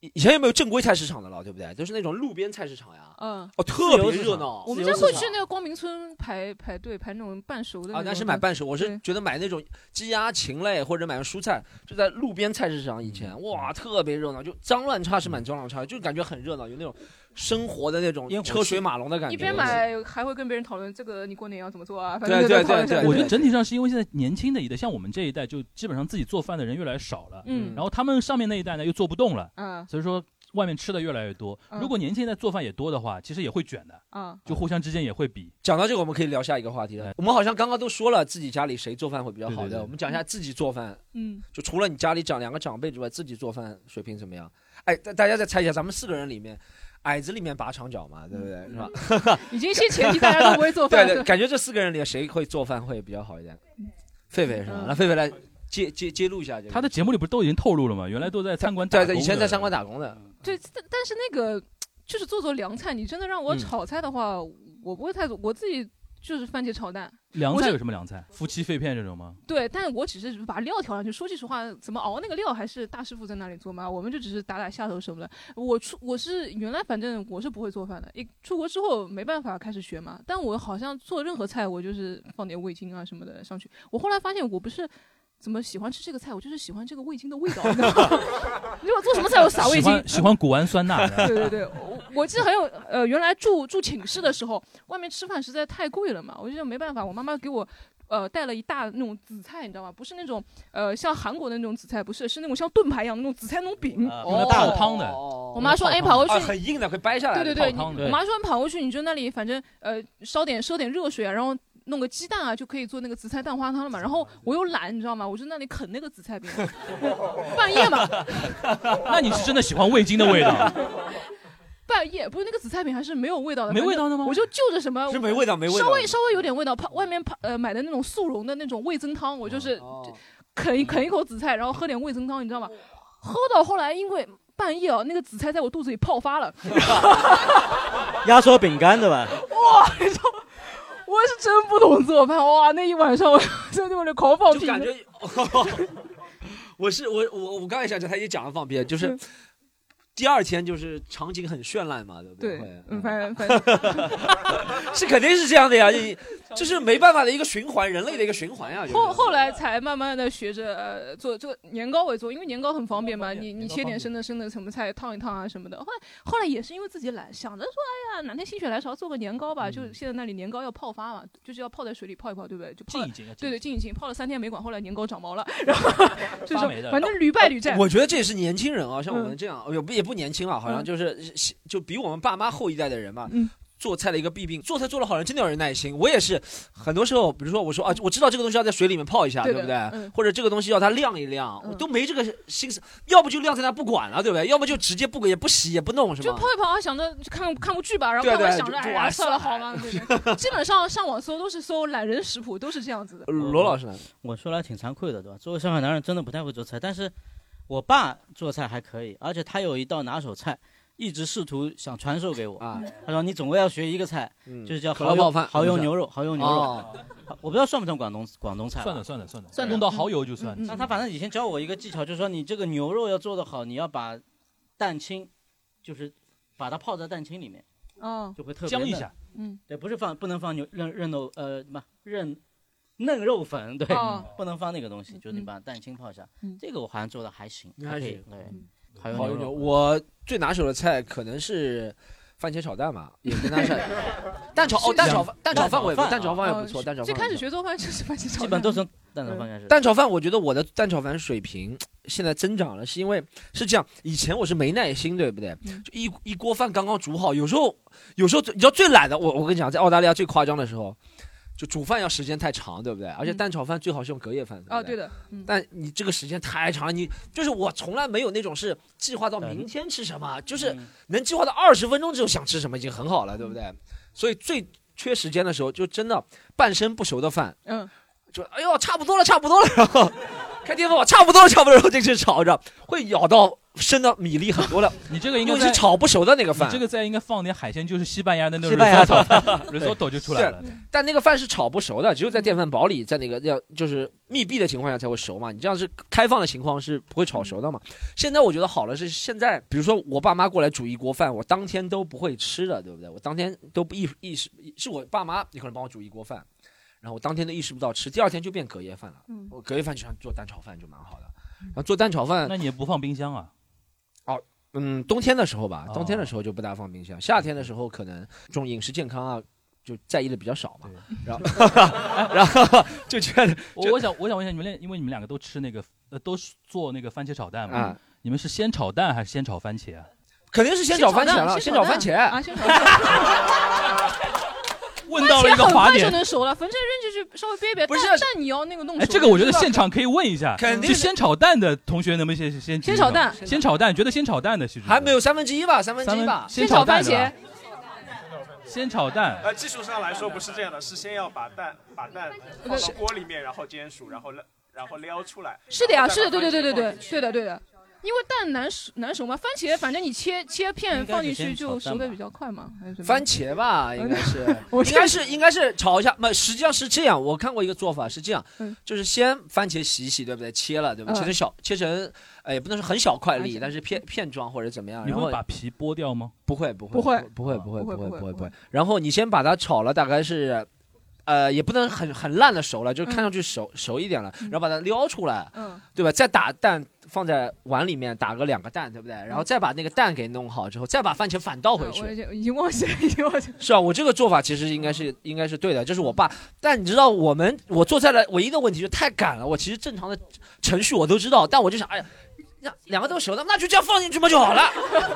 S4: 以以前有没有正规菜市场的了，对不对？都是那种路边菜市场呀，
S3: 嗯，
S4: 哦，特别热闹。
S3: 我们
S4: 自
S3: 家
S4: 由市
S3: 会
S4: 场
S3: 去那个光明村排排队排那种半熟的
S4: 啊，那
S3: 种
S4: 是买半熟，我是
S3: 对
S4: 觉得买那种鸡鸭禽类或者买蔬菜，就在路边菜市场。以
S5: 嗯
S4: 前哇，特别热闹，就脏乱差是蛮脏乱差，就感觉很热闹，有那种生活的那种
S5: 烟火气
S4: 车水马龙的感觉。
S3: 一边买还会跟别人讨论这个你过年要怎么做啊？反
S4: 对
S3: 正
S4: 对
S3: 就讨论
S4: 对对
S5: 我觉得整体上是因为现在年轻的一代，像我们这一代，就基本上自己做饭的人越来越少了。
S3: 嗯
S5: 然后他们上面那一代呢又做不动了，
S3: 嗯
S5: 所以说外面吃的越来越多。
S3: 嗯
S5: 如果年轻一代做饭也多的话，其实也会卷的，
S3: 嗯，
S5: 就互相之间也会比。
S4: 讲到这个，我们可以聊下一个话题了
S5: 哎。
S4: 我们好像刚刚都说了自己家里谁做饭会比较好
S5: 对对
S4: 的，
S5: 对
S4: 我们讲一下自己做饭。
S3: 嗯，
S4: 就除了你家里长两个长辈之外，自己做饭水平怎么样？哎，大大家再猜一下，咱们四个人里面，矮子里面拔长脚嘛，对不对？是吧？
S3: 已经先前提大家都不会做饭，
S4: 对对，
S3: 对
S4: 感觉这四个人里面谁会做饭会比较好一点？狒狒是吧？
S3: 嗯
S4: 那狒狒来揭揭揭露一下这个。
S5: 他的节目里不是都已经透露了吗？原来都在餐馆打
S4: 对
S5: 工
S4: 对，以前在餐
S5: 的
S4: 馆打工的，
S3: 对，但但是那个就是做做凉菜，你真的让我
S4: 嗯
S3: 炒菜的话，我不会太做，我自己就是番茄炒蛋。
S5: 凉
S3: 我
S5: 菜
S3: 是
S5: 有什么凉菜？夫妻肺片这 种吗？
S3: 对，但我只是把料调上去。说句实话，怎么熬那个料还是大师傅在那里做嘛，我们就只是打打下手什么的。我出我是原来反正我是不会做饭的，一出国之后没办法开始学嘛。但我好像做任何菜，我就是放点味精啊什么的上去。我后来发现我不是。怎么喜欢吃这个菜？我就是喜欢这个味精的味道。你知道吗 你知道我做什么菜我撒味
S5: 喜
S3: 精
S5: 欢，喜欢古玩酸钠 的。
S3: 对对对，我我记得很有呃，原来住住寝室的时候，外面吃饭实在太贵了嘛，我就觉得没办法，我妈妈给我。呃，带了一大那种紫菜，你知道吗？不是那种呃，像韩国的那种紫菜，不是，是那种像盾牌一样的那种紫菜那种饼。
S5: 啊放在大骨汤的
S4: 哦
S3: 我妈说：“
S5: 泡
S3: 哎，
S5: 汤
S3: 跑过
S4: 啊，
S3: 去，
S4: 很硬的，会掰下来
S3: 对
S4: 的。
S3: 对
S5: 泡
S3: 对，
S5: 汤
S3: 你
S5: 的
S3: 我妈说你跑过去，你就那里反正呃烧点烧点热水啊，然后弄个鸡蛋啊，就可以做那个紫菜蛋花汤了嘛。然后我又懒，你知道吗？我就那里啃那个紫菜饼，半夜嘛，
S5: 那你是真的喜欢味精的味道？
S3: 半夜不是那个紫菜饼还是没有味道的，
S5: 没
S3: 反
S5: 味
S3: 正
S5: 道的吗
S3: 我就就着什么
S4: 是没味道，没味道。
S3: 稍微稍微有点味道，泡外面泡呃买的那种速溶的那种味增汤，我就是
S4: 哦
S3: 啃一啃一口紫菜，然后喝点味增汤，你知道吗？喝到后来，因为半夜哦，那个紫菜在我肚子里泡发 了，
S10: 压缩饼干对吧？
S3: 我是真不懂做饭哇！那一晚上我在那里狂放
S4: 就
S3: 屁，
S4: 感觉。 我是我我我刚才想着他也讲了放屁，就是
S3: 嗯
S4: 第二天就是场景很绚烂嘛，对不
S3: 对
S4: 会，
S3: 嗯反正反正
S4: 是肯定是这样的呀，你就是没办法的一个循环，人类的一个循环呀。就是
S3: 后后来才慢慢的学着呃做这个年糕我也做，因为年糕很方便嘛，你你切点生的生的什么菜烫一烫啊什么的。后来后来也是因为自己懒，想着说哎呀哪天心血来潮做个年糕吧，就现在那里年糕要泡发嘛，就是要泡在水里泡一泡，对不对？就泡
S5: 近一近，
S3: 对
S5: 对
S3: 对，静一静，泡了三天没管，后来年糕长毛了，然后就是
S5: 发霉的
S3: 反正屡败屡战。
S4: 我觉得这也是年轻人啊，像我们
S3: 嗯
S4: 这样，也不也不年轻了，啊好像
S3: 嗯
S4: 就是就比我们爸妈后一代的人嘛
S3: 嗯。
S4: 做菜的一个弊病，做菜做的好人真的要有耐心。我也是，很多时候，比如说我说啊，我知道这个东西要在水里面泡一
S3: 嗯
S4: 下，
S3: 对
S4: 不
S3: 的
S4: 对？
S3: 嗯
S4: 或者这个东西要它晾一晾，
S3: 嗯
S4: 我都没这个心思。要不就晾在那不管了，对不对？要不就直接不也不洗也不弄，是
S3: 就
S4: 吗
S3: 泡？一泡，想着就看看部剧吧，然后
S4: 对
S3: 慢慢
S4: 对
S3: 想着，
S4: 就
S3: 哎
S4: 哇
S3: 呀，算了，
S4: 塞
S3: 好吧。对对基本上上网搜都是搜懒人食谱，都是这样子的。
S4: 呃罗老师呢？
S2: 我说来挺惭愧的，对吧？作为上海男人，真的不太会做菜，但是我爸做菜还可以，而且他有一道拿手菜，一直试图想传授给我。
S4: 啊，
S2: 他说：“你总归要学一个菜，
S4: 嗯
S2: 就是叫
S4: 可乐
S2: 蚝
S4: 泡
S2: 油
S4: 饭
S2: 蚝
S4: 是
S2: 油
S4: 不是
S2: 牛肉，蚝油牛肉。
S4: 哦，
S2: 我不知道算不算广东广东菜吧，
S5: 算了算了算了，
S2: 算了
S5: 用到蚝油就算。
S3: 嗯
S2: 那他反正以前教我一个技巧，就是说你这个牛肉要做得好，你要把蛋清，就是把它泡在蛋清里面，
S3: 嗯
S2: 就会特别
S5: 姜一
S2: 嫩
S5: 下，
S3: 嗯，
S2: 对，不是放不能放牛嫩嫩肉呃什么嫩嫩肉粉，对，
S3: 哦
S2: 不能放那个东西，就是你
S3: 嗯
S2: 把蛋清泡一下，
S3: 嗯
S2: 这个我好像做的还行，
S4: 你还
S2: 还可以
S4: 行
S2: 对，还有
S4: 好
S2: 牛
S4: 牛！
S2: 肉，
S4: 我最拿手的菜可能是番茄炒蛋吧，也跟他是 蛋炒哦，蛋炒饭，蛋炒饭我也不
S2: 蛋炒饭
S4: 蛋炒饭
S2: 啊
S4: 哦也不错，
S3: 呃
S4: 蛋炒
S3: 最
S4: 饭不错
S3: 开始学做饭就是番茄炒蛋，
S2: 基本都是蛋炒饭开始。
S4: 蛋炒饭，我觉得我的蛋炒饭水平现在增长了，是因为是这样，以前我是没耐心，对不对？
S3: 嗯
S4: 就一一锅饭刚刚煮好，有时候有时候你知道最懒的，我我跟你讲，在澳大利亚最夸张的时候，就煮饭要时间太长，对不对？而
S2: 嗯
S4: 且蛋炒饭最好是用隔夜饭。
S3: 啊，
S4: 不
S3: 对的，嗯
S4: 但你这个时间太长，你就是我从来没有那种是计划到明天吃什么，就是
S5: 嗯
S4: 能计划到二十分钟之后想吃什么已经很好了，对不对？所以最缺时间的时候，就真的半生不熟的饭，
S3: 嗯，
S4: 就哎呦差不多了，差不多了，然后开天我差不多了，差不多了，然后就去炒着，会咬到深的米粒很多了。
S5: 你这个应
S4: 因
S5: 该
S4: 为是
S5: 在
S4: 炒不熟的那个
S5: 你
S4: 饭，
S5: 这个再应该放点海鲜，就是西班牙的那种
S4: 西班牙
S5: risotto，
S4: 炒
S5: risotto 就出来了
S4: 对。但那个饭是炒不熟的，只有在电饭煲里，在那个要就是密闭的情况下才会熟嘛。你这样是开放的情况是不会炒熟的嘛。现在我觉得好了是现在，比如说我爸妈过来煮一锅饭，我当天都不会吃的，对不对？我当天都不意意识是我爸妈有可能帮我煮一锅饭，然后我当天都意识不到吃，第二天就变隔夜饭了。
S3: 嗯
S4: 我隔夜饭就像做蛋炒饭就蛮好的，然啊后做蛋炒饭，
S5: 那你也不放冰箱啊？哦
S4: 哦，嗯，冬天的时候吧，冬天的时候就不大放冰箱，夏天的时候可能这种饮食健康啊。就在意的比较少嘛，然后 然后就觉得
S5: 我我想我想问一下你们俩，因为你们两个都吃那个呃都是做那个番茄炒蛋嘛，
S4: 啊
S5: 你们是先炒蛋还是先炒番茄啊？
S4: 肯定是先炒番茄了，先炒番茄。
S3: 啊，先炒蛋。
S5: 问到了一个滑
S3: 番茄很快就
S5: 点。
S3: 能熟了，反正扔进去稍微煸一煸。
S4: 不是
S3: 但但你要那个弄熟
S5: 哎，
S3: 了。
S5: 这个我觉得现场可以问一下，
S4: 肯定
S5: 就是先炒蛋的同学能不能先先举
S3: 先
S5: 手
S3: 炒蛋
S5: 先炒蛋，觉得先炒蛋的其实
S4: 还没有三分之一吧，三分之
S5: 三
S4: 一
S5: 分
S4: 吧，
S5: 先炒蛋的吧，
S3: 先
S5: 先炒蛋。
S11: 呃，技术上来说不是这样的，是先要把蛋把蛋放到锅里面，然后煎熟，然后捞然后撩出来。
S3: 是的呀，
S11: 然后
S3: 是
S11: 再
S3: 的，对
S11: 把
S3: 对对对
S11: 番茄
S3: 对，对的对的。因为蛋难熟难熟嘛，番茄反正你切切片
S4: 应该
S3: 放进
S4: 是
S3: 去
S4: 先炒
S3: 就熟
S4: 蛋
S3: 的
S4: 吧
S3: 比较快嘛。还是怎么样
S4: 番茄 吧，应该是，
S3: 我
S4: 应该是应该是炒一下。那实际上是这样，我看过一个做法是这样
S3: 嗯，
S4: 就是先番茄洗一洗，对不对？切了，对不
S3: 嗯
S4: 对？切成小，切成，呃，也不能说很小块粒，但是片片状或者怎么样。
S5: 你
S4: 然
S5: 会
S4: 后
S5: 把皮剥掉吗？啊
S4: 不会不会
S3: 不会
S4: 不会不会
S3: 不会不
S4: 不会
S3: 会
S4: 不会
S3: 不
S4: 不会。然后你先把它炒了，大概是。呃，也不能很很烂的熟了，就是看上去熟、熟一点了，然后把它撩出来，
S3: 嗯，
S4: 对吧？再打蛋放在碗里面打个两个蛋，对不对？然后再把那个蛋给弄好之后，再把番茄反倒回去。
S3: 我已经已经忘记了，已经忘 记了。
S4: 是啊，我这个做法其实应该是应该是对的，这是我爸。但你知道，我们我做菜的唯一的问题就太赶了。我其实正常的程序我都知道，但我就想，哎呀，那两个都熟的，那就这样放进去嘛就好了，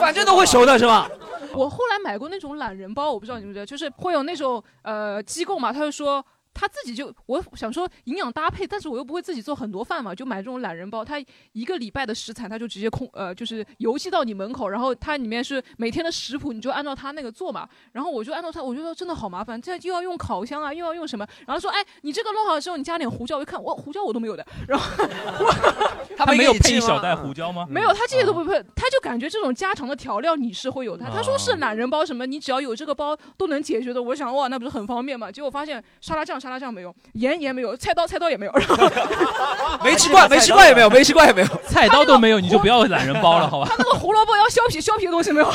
S4: 反正都会熟的是吧？
S3: 我后来买过那种懒人包，我不知道你们知道，就是会有那种呃机构嘛，他就说他自己就，我想说营养搭配，但是我又不会自己做很多饭嘛，就买这种懒人包，他一个礼拜的食材他就直接空呃就是邮寄到你门口，然后它里面是每天的食谱，你就按照他那个做嘛。然后我就按照他，我就说真的好麻烦，这又要用烤箱啊，又要用什么，然后说哎你这个弄好之后你加点胡椒，我一看我胡椒我都没有的，然后
S4: 他
S5: 他没
S4: 没
S5: 有
S4: 给你
S5: 配一
S4: 吃
S5: 小
S4: 吗
S5: 袋胡椒吗？
S3: 没有，他这些都不配，他就感觉这种家常的调料你是会有的。他说是懒人包什么，你只要有这个包都能解决的。我想哇，那不是很方便嘛？结果发现沙拉酱沙拉酱没有，盐也没有，菜刀菜刀也没有，然后
S4: 没吃惯，没吃惯也没有，没吃惯也没有。
S5: 菜刀都没有，你就不要懒人包了，好吧
S3: 他？那个胡萝卜要削皮削皮的东西没有。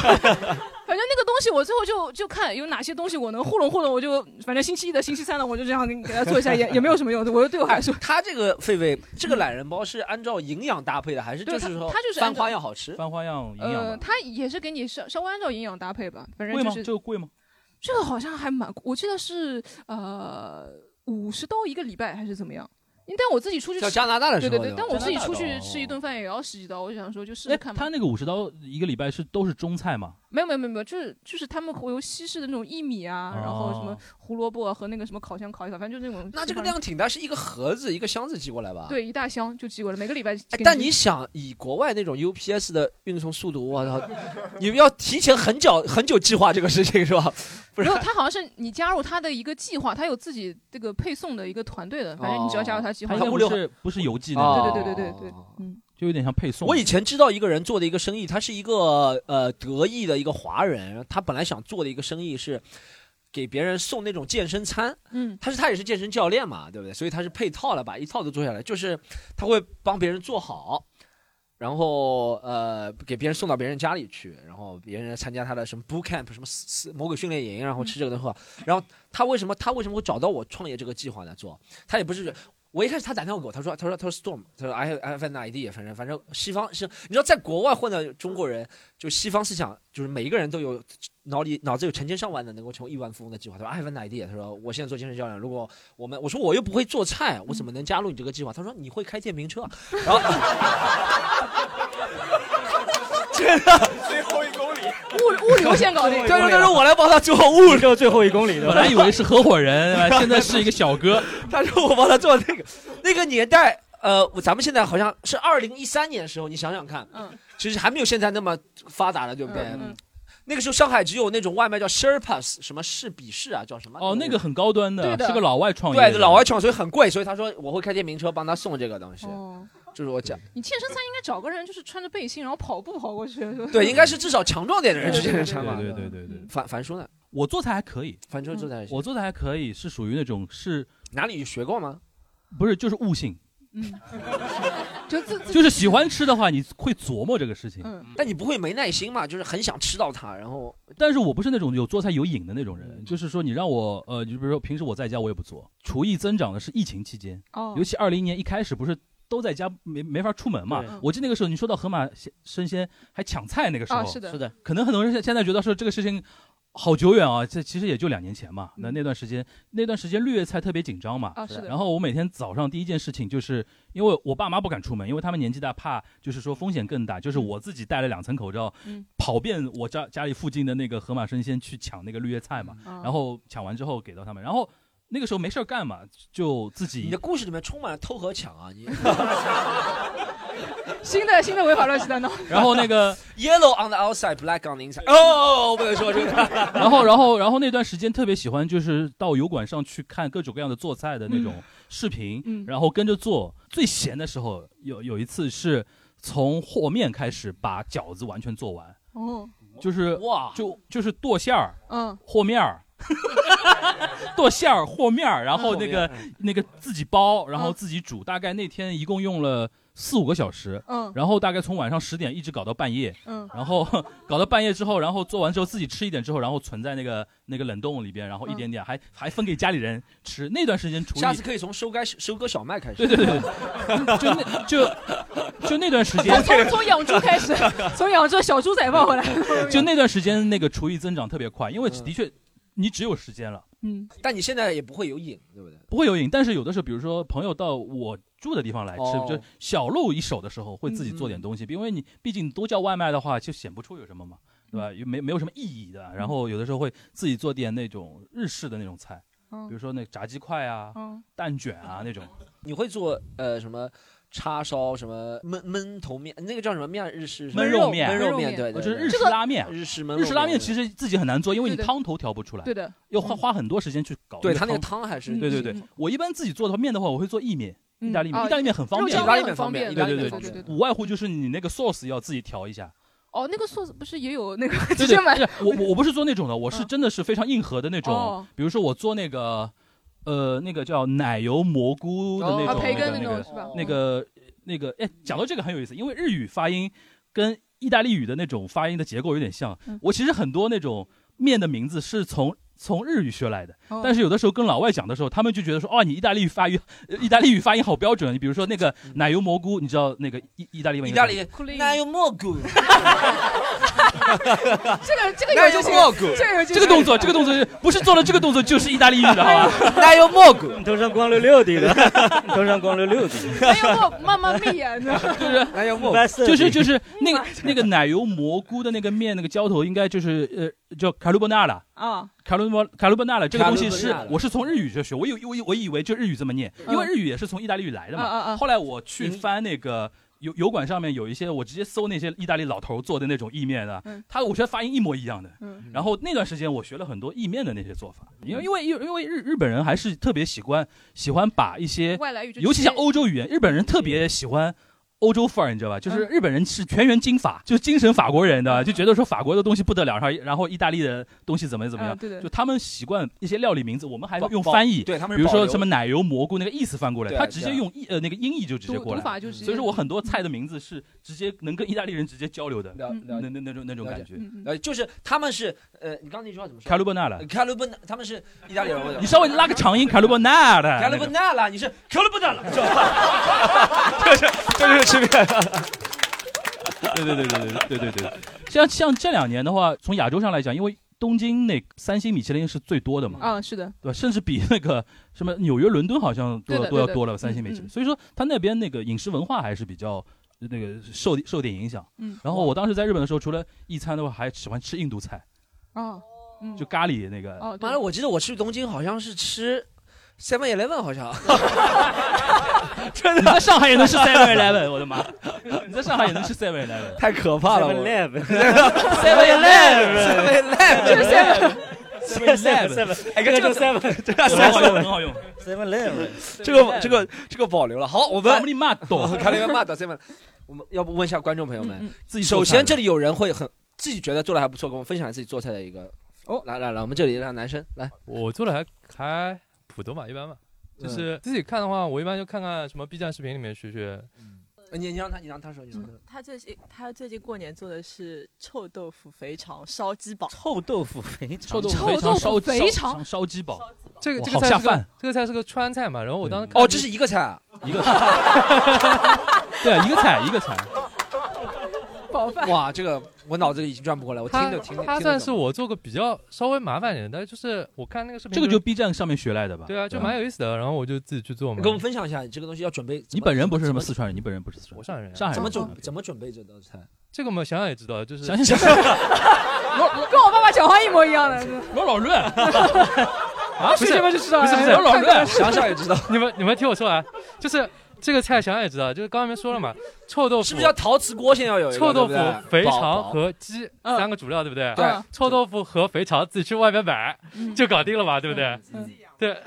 S3: 反正那个东西，我最后就就看有哪些东西我能糊弄糊弄，我就反正星期一的、星期三的，我就这样给你给他做一下，也也没有什么用的。我就对我来说，
S4: 他这个狒狒，这个懒人包是按照营养搭配的，还是
S3: 对
S4: 就
S3: 他
S4: 是说
S3: 他就是按
S4: 翻
S3: 照
S4: 花样好吃？
S5: 翻花样营养
S3: 呃，
S5: 吧。
S3: 他也是给你稍稍微按照营养搭配吧，反正
S5: 贵
S3: 就
S5: 吗？
S3: 是
S5: 这个贵吗？
S3: 这个好像还蛮，我记得是呃五十刀一个礼拜还是怎么样？因但我自己出去
S4: 叫
S3: 吃，
S4: 加拿大的时
S3: 对
S4: 候，
S3: 对对，
S4: 吧
S3: 但我自己出
S5: 加拿
S3: 去
S5: 大的哦
S3: 吃一顿饭也要十几刀，我就想说就试
S5: 哎，
S3: 试看
S5: 他
S3: 嘛。
S5: 那个五十刀一个礼拜是都是中菜吗？
S3: 没有没有没有没有，就是就是他们会有西式的那种薏米啊，然后什么
S5: 哦
S3: 胡萝卜和那个什么烤箱烤一烤，反正就那种。
S4: 那这个量挺大，是一个盒子一个箱子寄过来吧？
S3: 对一大箱就寄过来，每个礼拜给
S4: 哎
S3: 寄。
S4: 但你想，以国外那种 UPS 的运送速度，我操，你要提前很久很久计划这个事情是吧？不
S3: 没
S4: 是
S3: 有，他好像是你加入他的一个计划，他有自己这个配送的一个团队的，反正你只要加入他计
S5: 它
S3: 划
S5: 应
S4: 哦
S5: 该
S3: 就。
S5: 不是不是邮寄那种，
S3: 哦对对对对对对，嗯，
S5: 就有点像配送。
S4: 我以前知道一个人做的一个生意，他是一个呃德裔的一个华人，他本来想做的一个生意是给别人送那种健身餐，
S3: 嗯，
S4: 他是他也是健身教练嘛，对不对？所以他是配套的，把一套都做下来，就是他会帮别人做好，然后呃给别人送到别人家里去，然后别人参加他的什么 boot camp 什么私私某个训练营，然后吃这个东西。然后他为什么他为什么会找到我创业这个计划呢？做他也不是。我一开始他打电话给我，他说他说他说 Storm，他说 I have I have an idea，反正反正西方是你知道在国外混的中国人，就西方思想就是每一个人都有脑里脑子有成千上万的能够成为亿万富翁的计划。他说 I have an idea，他说我现在做健身教练，如果我们我说我又不会做菜，我怎么能加入你这个计划？他说你会开电瓶车， 然后真的
S11: 最后一公里，
S3: 物物流先搞定。
S4: 对对对，我来帮他做 物
S10: 流最后一公里的。
S5: 本来以为是合 伙人，对吧现在是一个小哥。
S4: 他说我帮他做那个，那个年代，呃，我咱们现在好像是二零一三年的时候，你想想看，
S3: 嗯，
S4: 其实还没有现在那么发达了，对不对？
S5: 嗯
S4: 那个时候上海只有那种外卖叫 Sherpas，什么士比士啊，叫什么？
S5: 哦，那个很高端的，
S4: 对的
S5: 是个老外创业的，
S4: 对，老外创，所以很贵，所以他说我会开电瓶车帮他送这个东西，
S3: 哦
S4: 就是我讲。
S3: 你健身餐应该找个人，就是穿着背心，然后跑步跑过去。
S4: 对，应该是至少强壮点的人去健身
S5: 对
S4: 餐吧。
S5: 对对对对。
S4: 樊樊叔呢？
S5: 我做菜还可以，
S4: 樊叔做菜还行
S5: 我做菜还可以，是属于那种是
S4: 哪里学过吗？
S5: 不是，就是悟性，
S3: 嗯 就自
S5: 就是喜欢吃的话，你会琢磨这个事情。
S3: 嗯
S4: 但你不会没耐心嘛？就是很想吃到它，然后
S5: 但是我不是那种有做菜有瘾的那种
S10: 嗯
S5: 人，就是说你让我呃，就比如说平时我在家我也不做，厨艺增长的是疫情期间，
S3: 哦
S5: 尤其二零年一开始不是都在家没没法出门嘛
S10: 对嗯，
S5: 我记得那个时候你说到河马鲜生鲜还抢菜那个时候，
S10: 啊是的是的，
S5: 可能很多人现现在觉得说这个事情。好久远啊，这其实也就两年前嘛。那那段时间，那段时间绿叶菜特别紧张嘛。
S3: 啊嗯是的
S5: 然后我每天早上第一件事情就是，因为我爸妈不敢出门，因为他们年纪大，怕就是说风险更大。就是我自己戴了两层口罩，
S3: 嗯
S5: 跑遍我家家里附近的那个河马生鲜去抢那个绿叶菜嘛。
S4: 嗯
S5: 然后抢完之后给到他们，然后那个时候没事儿干嘛，就自己。
S4: 你的故事里面充满了偷和抢啊！你
S3: 新的新的违法乱纪的闹。
S5: 然后那个
S4: yellow on the outside, black on the inside。哦，我不能说这 个。
S5: 然后，然后，然后那段时间特别喜欢，就是到油管上去看各种各样的做菜的那种
S10: 嗯
S5: 视频，
S10: 嗯
S5: 然后跟着做。最闲的时候，有有一次是从和面开始把饺子完全做完，
S3: 哦，
S5: 就是
S4: 哇，
S5: 就就是剁馅儿、
S3: 嗯，
S5: 和 面儿。剁馅儿、和面儿，然后那个
S10: 和
S3: 嗯
S5: 那个自己包，然后自己煮，大概那天一共用了四五个小时，
S3: 嗯
S5: 然后大概从晚上十点一直搞到半夜，
S3: 嗯
S5: 然后搞到半夜之后，然后做完之后自己吃一点之后，然后存在那个那个冷冻里边，然后一点
S3: 嗯
S5: 点还还分给家里人吃。那段时间厨艺
S4: 下次可以从收割收割小麦开始。
S5: 对对对 对，就那就就那段时间
S3: 从从从养猪开 始，从养猪小猪仔抱回来。
S5: 就那段时间那个厨艺增长特别快，因为的确你只有时间了。
S3: 嗯，
S4: 但你现在也不会有瘾，对不对？
S5: 不会有瘾，但是有的时候，比如说朋友到我住的地方来吃，
S4: 哦嗯
S5: 就小露一手的时候，会自己做点东西，因为你毕竟多叫外卖的话，就显不出有什么嘛，
S4: 嗯
S5: 对吧？也没没有什么意义的。然后有的时候会自己做点那种日式的那种菜，
S3: 嗯
S5: 比如说那炸鸡块啊、
S3: 嗯
S5: 蛋卷啊那种。
S4: 你会做呃什么叉烧什么焖焖头面，那个叫什么面？日式
S5: 焖肉面
S4: 焖肉面
S5: 焖肉面
S4: 对，对
S5: 就是
S4: 对
S5: 日式这个拉面
S4: 日式焖肉
S5: 日式拉面
S4: 对
S5: 其实自己很难做，因为你
S4: 对的
S5: 汤头调不出来，
S4: 对的
S5: 要花花很多时间去搞。
S4: 对它那个汤还是
S5: 对对对
S4: 嗯。
S5: 我一般自己做的话面的话，我会做意面。
S4: 嗯
S5: 意大利面，
S4: 啊
S5: 意大利面很方便，
S4: 肉酱面意大利面方便很方便
S5: 对对
S4: 意大利面方
S5: 对，
S4: 便
S5: 无外乎就是你那个 sauce 要自己调一下，
S3: 哦，那个 sauce 不是也有那个
S5: 对
S3: 直
S5: 对
S3: 接买
S5: 不是我 我我不是做那种的，我是真的是非常硬核的那种，
S3: 嗯哦
S5: 比如说我做那个，呃，那个叫奶油蘑菇的那
S3: 哦
S5: 种，
S3: 啊培根那
S5: 那个
S3: 种是吧
S5: 那个那个，哎，讲到这个很有意思，因为日语发音跟意大利语的那种发音的结构有点像。
S10: 嗯
S5: 我其实很多那种面的名字是从。从日语学来的
S10: 哦，
S5: 但是有的时候跟老外讲的时候，他们就觉得说，哦，你意大利语发音，呃意大利语发音好标准。你比如说那个
S3: 嗯
S5: 奶油蘑菇，你知道那个意意大利文
S4: 意
S5: 应
S4: 大
S5: 该
S4: 利
S5: 怎么
S4: 奶油蘑 菇，
S3: 这个 这个
S4: 奶
S3: 有
S4: 油
S3: 劲
S4: 蘑菇，
S3: 这个有劲
S5: 这个动作，这个动作是不是做了这个动作就是意大利语的，好 吧？
S4: 奶油蘑菇，
S10: 头上光溜溜的 了，头上光溜溜的。
S3: 哎呦，我慢慢闭眼的。
S5: 就是
S4: 奶油
S10: 蘑菇
S5: 就是 就是那个那个奶油蘑菇的那个面那个浇头，应该就是呃叫卡鲁波纳拉。
S3: 啊，
S5: 卡鲁波卡鲁波纳拉这个东西是
S4: Carbonara
S5: 我是从日语就学，我以我以我以为就日语这么念，因为日语也是从意大利语来
S3: 嗯嗯
S5: 的嘛。
S3: 嗯
S5: 后来我去翻那个。油油管上面有一些，我直接搜那些意大利老头做的那种意面的
S3: 嗯，
S5: 他我觉得发音一模一样的。
S3: 嗯
S5: 然后那段时间我学了很多意面的那些做法，因为因为因为因为日日本人还是特别喜欢喜欢把一些
S3: 外来语就
S5: 尤其
S3: 直接
S5: 像欧洲语言，日本人特别喜欢。欧洲范儿，
S3: 嗯
S5: 你知道吧？就是日本人是全员精法，就是精神法国人的，就觉得说法国的东西不得了，然后然后意大利的东西怎么怎么样，
S3: 嗯对对
S5: 就他们习惯一些料理名字，我们还
S4: 保
S5: 用翻译，
S4: 保对他们是
S5: 比如
S4: 保
S5: 说
S4: 留
S5: 什么奶油蘑菇那个意思翻过来，
S4: 对
S5: 他直接
S4: 对
S5: 用意呃那个音译就直接
S3: 读
S5: 过来
S3: 啊读法就直接
S5: 所以说我很多菜的名字是直接能跟意大利人直接交
S3: 嗯
S5: 流的，
S4: 了了
S5: 那那那种那种感觉。
S4: 呃，就是他们是呃，你刚才那句话怎么说？
S5: 卡鲁波纳了，
S3: 嗯
S4: 卡鲁布纳，他们是意大利人。
S5: 你稍微拉个长音，卡鲁波纳了，
S4: 卡鲁布
S5: 那种
S4: 纳了，你 是卡鲁布纳了，是吧 这是这就是区别。
S5: 对对对对对对对对。像像这两年的话，从亚洲上来讲，因为东京那三星米其林是最多的嘛，
S3: 啊，是的，
S5: 对吧？甚至比那个什么纽约、伦敦好像
S3: 对
S5: 都要
S3: 的
S5: 都要
S3: 对的
S5: 多了
S3: 嗯
S5: 三星米其林。
S3: 嗯
S5: 所以说，他那边那个饮食文化还是比较那个受受点影响。
S3: 嗯
S5: 然后我当时在日本的时候，除了一餐的话，还喜欢吃印度菜，
S3: 哦，嗯
S5: 就咖喱那个。
S12: 哦
S4: 完了，我记得我去东京好像是吃 Seven Eleven，好 像真的
S5: 你在上海也能吃 Seven Eleven，我的妈！你在上海也能吃 Seven Eleven，
S4: 太可怕了
S10: Seven Eleven
S4: Eleven，Seven Eleven，
S10: Seven Eleven，
S4: 哎，
S10: 这
S4: 这
S10: 个就
S4: 个
S10: Seven，
S4: 这个
S10: 很好用
S4: Seven
S10: 很好用 Seven Eleven
S4: 这个这个这个保留了。好，我们
S5: 卡布利骂懂，
S4: 卡布利骂懂 Seven。我啊们要不问一下观众朋友
S5: 嗯
S4: 们
S5: 嗯，自己做
S4: 首
S5: 菜
S4: 先
S5: 的
S4: 这里有人会很自己觉得做的还不错，跟我们分享自己做菜的一个。哦，来来来，我们这里让男生来，
S12: 我做的还还普通吧，一般吧。就是自己看的话，我一般就看看什么 B 站视频里面学学。
S4: 呃你你让他你让他说，你说。
S13: 他最近他最近过年做的是臭豆腐肥肠烧鸡煲，
S2: 臭豆腐肥
S12: 臭
S2: 肠，
S12: 豆腐肥肠烧烧烧
S5: 烧鸡煲，
S12: 这个
S5: 哇
S12: 这个
S5: 好
S12: 菜
S5: 下
S12: 是个
S5: 饭，
S12: 这个菜是个川菜嘛。然后我当时
S4: 哦，这是一个菜啊，
S5: 一个对一个菜一个菜，嗯
S13: 饱
S4: 哇，这个我脑子里已经转不过来，我听
S12: 它
S4: 着听着，
S12: 它
S4: 听着
S12: 算是我做个比较稍微麻烦一点，但是就是我看那个视频，
S5: 这个就 B 站上面学来的吧？
S12: 对啊，就蛮有意思的。然后我就自己去做
S4: 你
S12: 嘛
S4: 跟。我们分享一下，你这个东西要准备怎么。
S5: 你本人不是什
S4: 怎
S5: 么四川人，你本人不是四川人，
S12: 我上海人啊
S5: 上海
S4: 怎
S5: 人
S4: 么
S5: 不是
S4: 准怎么准备这道菜？
S12: 这个嘛，想想也知道，就是
S5: 想 想
S3: 我跟我爸爸讲话一模一样的，
S5: 我老润
S12: 啊，
S3: 去这边就知道
S12: 不是不是
S3: 哎我老看
S4: 看想想也知道。
S12: 你们你们听我说完，就是这个菜想想也知道，就是刚才没说了嘛，臭豆腐
S4: 是不是要陶瓷锅先要有一个
S12: 臭豆腐
S4: 对不对、
S12: 肥
S4: 宝
S12: 肠
S4: 宝
S12: 和鸡三个主料，对不对？
S4: 对，
S3: 嗯
S4: 嗯
S12: 臭豆腐和肥肠自己去外面买就搞定了嘛，对不对？对，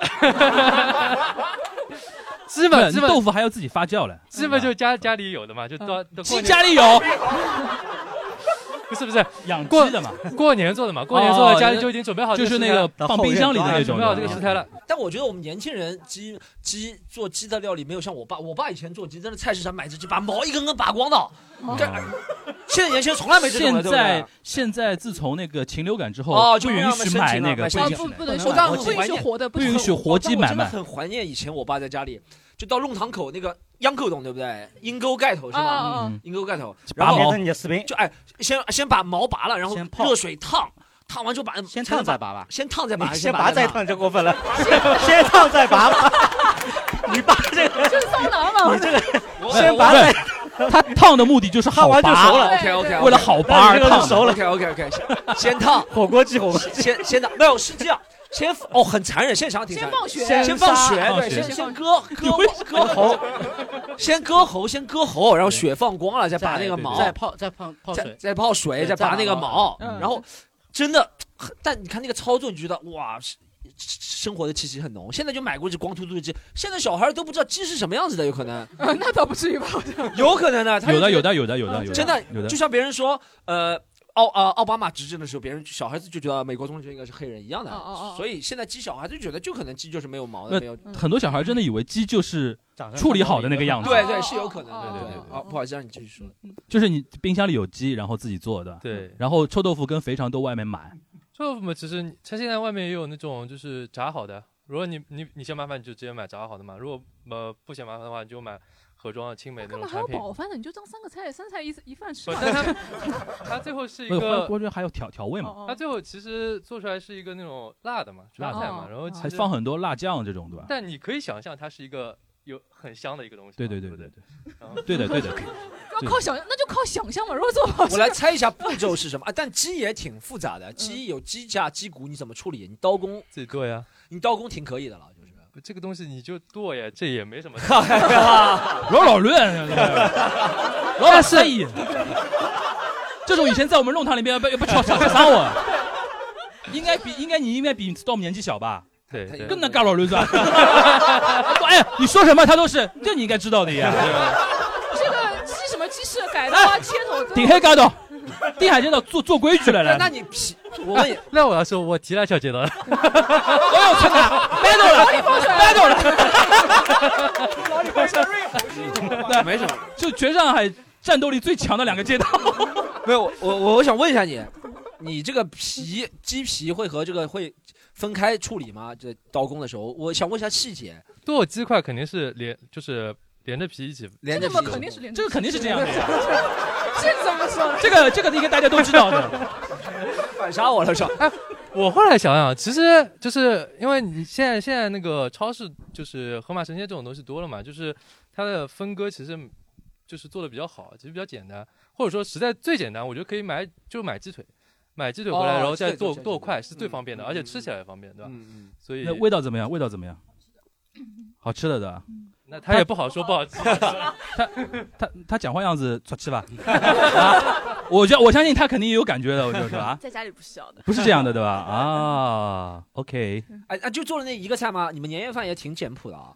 S12: 基
S5: 对
S12: 本
S5: 你
S12: 基本
S5: 豆腐还要自己发酵嘞，
S12: 基本就
S4: 嗯
S12: 家家里有的嘛，就到到过
S5: 鸡
S12: 年
S5: 家里有，
S12: 不是不是
S5: 养
S12: 过
S5: 鸡的嘛，
S12: 过年做的嘛，过年做
S5: 哦
S12: 的家里就已经准备好这
S5: 就是
S12: 食材
S5: 那
S12: 了，
S5: 个放冰箱里的那种
S12: 准备好这个食材了。
S4: 但我觉得我们年轻人鸡鸡做鸡的料理没有像我爸，我爸以前做鸡真的菜市场买只鸡，把毛一根根拔光的。
S5: 哦
S4: 这现在年轻人从来没这种
S5: 现
S4: 了，对啊不对
S5: 在？现在自从那个禽流感之后，
S4: 哦，就
S5: 不允
S4: 让他们
S5: 许
S4: 申
S5: 买
S4: 请
S5: 那
S4: 了
S5: 个，嗯
S4: 买申请哦
S5: 不
S4: 了
S5: 允许
S4: 我当
S5: 买
S4: 时
S5: 那
S4: 很
S5: 个
S4: 怀念
S5: 不允许活鸡
S4: 我
S5: 买
S4: 当
S5: 卖
S4: 时。很怀念以前我爸在家里，就到弄堂口那个央沟洞，对不对？阴沟盖头是
S5: 哦
S10: 啊啊
S4: 吧嗯
S10: 啊？
S4: 阴沟盖头，
S10: 拔
S4: 然后
S10: 毛
S4: 就就哎，先先把毛拔了，然后热水烫，烫完就把先
S10: 烫再
S4: 拔吧，先烫 再拔，
S10: 你先拔再烫
S4: 就过分 了
S10: 先烫再拔吧。 你爸这个
S3: 就是桑拿嘛
S5: 啊
S10: 你这个
S4: 我
S10: 先拔再
S5: 他烫的目的就是好拔，啊
S10: 完就熟了，OK，OK，OK
S5: 为了好拔而
S10: 那你这个
S5: 烫
S10: 就熟了
S4: OK OK OK，先烫
S10: 火锅鸡火锅鸡，
S4: 先先的没有是这样，先哦很残忍，现场挺残忍，先放血，对，先先割割 割喉，先割喉，先割喉，然后血放光了，再拔那个毛，
S2: 再泡再泡泡
S4: 再
S2: 水，
S4: 再泡水，
S2: 对
S4: 再拔那个毛，
S2: 嗯
S4: 然后真的，但你看那个操作，你就觉得哇。是生活的气息很浓，现在就买过一只光秃秃的鸡，现在小孩都不知道鸡是什么样子的，有 可能，
S3: 呃，那倒不至于吧？
S4: 有可能的，他就
S5: 有的
S4: 觉
S5: 有
S4: 得
S5: 的有
S3: 嗯
S5: 的有的有的
S4: 真
S5: 有的
S4: 就像别人说，呃，奥呃奥巴马执政的时候，别人小孩子就觉得美国总统就应该是黑人一样的，
S3: 哦哦哦
S4: 所以现在鸡小孩就觉得就可能鸡就是没有毛的，没有嗯
S5: 那呃很多小孩真的以为鸡就是处理好的那个样子，
S4: 对
S3: 哦
S4: 对，是有可能的，对对啊，不好意思，让你继续说。
S5: 就是你冰箱里有鸡，然后自己做的，
S12: 对，
S5: 然后臭豆腐跟肥肠都外面买，
S12: 臭豆腐嘛，其实你它现在外面也有那种就是炸好的，如果你你你嫌麻烦，你就直接买炸好的嘛。如果呃不嫌麻烦的话，你就买盒装的青梅那
S3: 干
S12: 种
S3: 嘛还
S12: 产
S3: 要
S12: 品。
S3: 饱饭呢？你就当三个菜，三菜一一饭吃嘛
S12: 不。 但他他最后是一
S5: 那个
S12: 个
S5: 锅，中还有调调味
S4: 哦
S5: 嘛，
S12: 它最后其实做出来是一个那种辣的嘛，
S5: 辣
S12: 川菜
S4: 哦
S12: 嘛，然后其
S5: 还
S12: 实
S5: 放很多辣酱这种，对吧？
S12: 但你可以想象它是一个有很香的一个东西。
S5: 对对对对对
S12: 然后
S5: 对，对的对的。
S3: 要靠想，那就靠想象嘛。如果做不好吃，
S4: 我来猜一下步骤是什么啊？但鸡也挺复杂的，鸡有鸡架、鸡骨，你怎么处理？你刀工
S12: 自己剁呀，
S4: 你刀工挺可以的了，就是。。
S12: 这个东西你就剁呀，这也没什么
S5: 老老论，
S4: 老
S5: 板是这种以前在我们弄堂里面不不敲敲敲杀我，应该比应该你应该比 Storm 年纪小吧？
S12: 对
S5: 对更能干老论算。哎，你说什么他都是，这你应该知道的呀。
S3: 这个鸡什么鸡翅改的话，切头
S5: 顶黑干到，定海街道做做规矩了嘞。
S4: 那你皮，我
S12: 那
S4: 问你，
S12: 那我要说，我提了小杰了。
S4: 我有村长，battle 了，battle 了，没什么，
S5: 就全上海战斗力最强的两个街 道。
S4: 没有，我我我想问一下你，你这个皮鸡皮会和这个会分开处理吗？这刀工的时候，我想问一下细节。
S12: 剁鸡块肯定是连，就是连着皮一起，
S4: 连着皮这个嘛肯定
S3: 是连
S5: 这个肯定是这样的 呀。
S3: 这怎么说？
S5: 这个这个应该大家都知道的。
S12: 嗯
S4: 反杀我了是吧？
S12: 哎，我后来想想，其实就是因为你现在现在那个超市就是盒马生鲜这种东西多了嘛，就是它的分割其实就是做的比较好，其实比较简单，或者说实在最简单，我觉得可以买就买鸡腿，买鸡腿回来、
S5: 哦
S12: 然后再
S5: 鸡腿
S12: 剁
S5: 鸡腿
S12: 剁
S5: 鸡腿
S12: 块是最
S5: 嗯
S12: 方便的，
S5: 嗯
S12: 而且
S5: 嗯
S12: 吃起来也方便，对吧？所以
S5: 那味道怎么样？味道怎么样？好吃的的。
S12: 那他也不好说不 好吃。
S5: 他他他讲话样子出气吧？ 啊我觉我相信他肯定也有感觉的，我就说啊，
S13: 在家里不是这样的，
S5: 不是这样的对吧？啊，OK，
S4: 哎哎，就做了那一个菜吗？你们年夜饭也挺简朴的啊。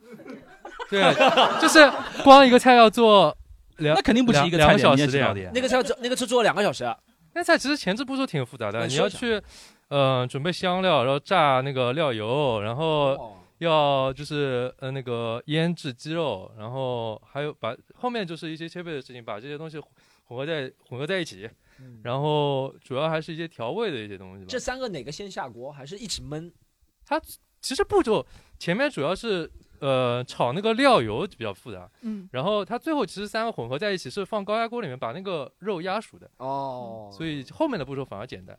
S12: 对啊，就是光一个菜要做两，
S4: 那肯定不
S5: 止
S12: 两
S5: 一个
S12: 两
S5: 菜
S12: 个
S5: 点
S12: 小
S5: 你也
S12: 时
S5: 知
S12: 呀
S5: 道的呀
S4: 那个菜做那个是做了两个小时，啊
S12: 那菜其实前置步骤挺复杂的，
S4: 那
S12: 你
S4: 说
S12: 要
S4: 一下
S12: 去，呃，准备香料，然后炸那个料油，然后要就是呃那个腌制鸡肉，然后还有把后面就是一些切配的事情，把这些东西混合在混合在一起，然后主要还是一些调味的一些东西吧
S4: 这。三个哪个先下锅？还是一起焖？
S12: 它其实步骤前面主要是呃炒那个料油比较复杂，
S4: 嗯
S12: 然后它最后其实三个混合在一起是放高压锅里面把那个肉压熟的，
S4: 哦，
S12: 所以后面的步骤反而简单。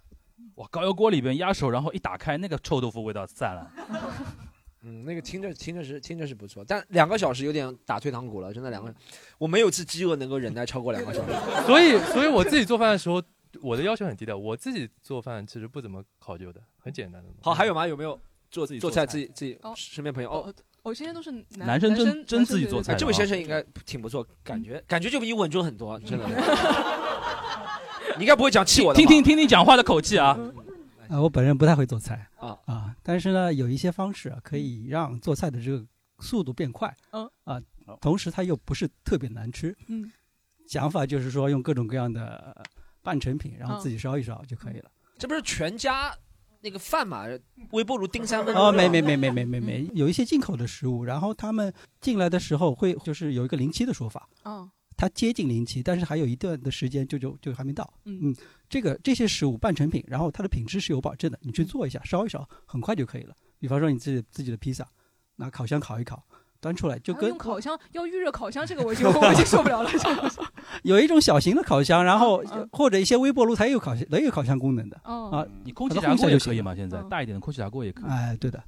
S5: 哇，高油锅里边压手，然后一打开，那个臭豆腐味道散了。
S4: 嗯，那个听着听着是听着是不错，但两个小时有点打退堂鼓了，真的两个，我没有一次饥饿能够忍耐超过两个小时。
S12: 所以，所以我自己做饭的时候，我的要求很低的。我自己做饭其实不怎么考究的，很简单的。
S4: 好，还有吗？有没有做
S12: 自 己
S4: 做
S12: 做菜
S4: 菜自己自己
S3: 哦
S4: 身边朋友？哦，
S3: 我现在都是男
S12: 男生真
S3: 男
S12: 真自己做菜
S4: 哎
S12: 的
S4: 这位
S12: 啊
S4: 先生应该挺不错，感觉感觉就比你稳重很多，真的。你应该不会讲气我的吧
S5: 听听听你讲话的口气啊，
S14: 啊，我本人不太会做菜
S4: 啊嗯
S14: 啊，但是呢，有一些方式啊可以让做菜的这个速度变快，
S6: 嗯
S14: 啊，同时它又不是特别难吃。
S6: 嗯，
S14: 想法就是说用各种各样的呃半成品，然后
S4: 嗯
S14: 自己烧一烧就可以了。
S4: 这不是全家那个饭嘛？微波炉叮三分钟。
S14: 哦，没没没没没没没，有一些进口的食物，然后他们进来的时候会就是有一个临期的说法，
S6: 哦，
S14: 它接近临期，但是还有一段的时间就就就还没到。
S6: 嗯
S14: 这个这些食物半成品，然后它的品质是有保证的，你去做一下，烧一烧，很快就可以了。比方说你自己自己的披萨，拿烤箱烤一烤，端出来就
S3: 然后
S14: 跟
S3: 啊用烤箱要预热烤箱，这个 我就我就受不了了，这个是
S14: 有一种小型的烤箱，然后或者一些微波炉它也有烤箱，也有烤箱功能的。
S3: 嗯哦嗯
S14: 啊，
S5: 你空气
S14: 把它
S5: 炸
S14: 烘一下
S5: 锅也
S14: 就
S5: 可以嘛？
S14: 行
S5: 现
S14: 了
S5: 在大一点的空气炸锅也可以。
S14: 哎，对的，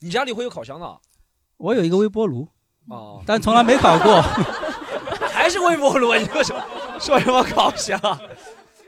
S4: 你家里会有烤箱的啊
S14: 我有一个微波炉，
S4: 哦
S14: 但从来没烤过。
S4: 还是微波炉啊？你说什么说什么烤箱？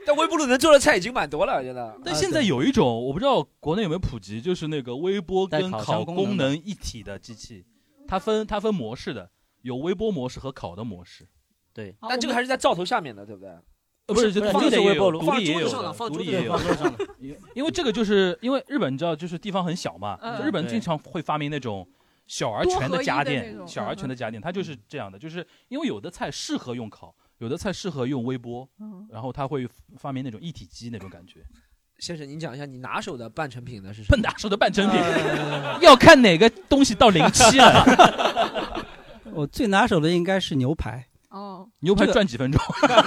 S4: 但微波炉能做的菜已经蛮多了，真的。
S5: 但现在有一种我不知道国内有没有普及，就是那个微波
S4: 带
S5: 跟
S4: 烤
S5: 烤
S4: 箱功
S5: 功
S4: 能的
S5: 能一体的机器，它分它分模式的，有微波模式和烤的模式。
S2: 对
S4: 啊但这个还是在灶头下面的，对不对？
S5: 呃不是，
S4: 就
S5: 就
S4: 放
S5: 独立的也
S4: 微
S5: 有
S4: 波炉，
S5: 独
S4: 放
S5: 立也
S4: 桌
S5: 有
S4: 子
S5: 的
S4: 上的，放
S5: 独
S4: 桌
S5: 立
S4: 子
S5: 也有
S4: 放桌子上的。
S5: 因为因为这 个就是因为日本，你知道，就是地方很小嘛，
S4: 嗯
S5: 就日本
S4: 对
S5: 经常会发明那种小而全的家电
S4: 多合一的那，种嗯
S5: 小而全的家电，它就是这样的，就是因为有的菜适合用烤，有的菜适合用微波
S4: 嗯，
S5: 然后它会发明那种一体机那种感觉。
S4: 先生，您讲一下你拿手的半成品呢是什
S5: 不
S4: 么？ 呃
S5: 拿手的半成品， 要看哪个东西到零期了。
S14: 我最拿手的应该是牛排。
S6: 哦，
S5: 牛排
S14: 这个
S5: 转几分钟？，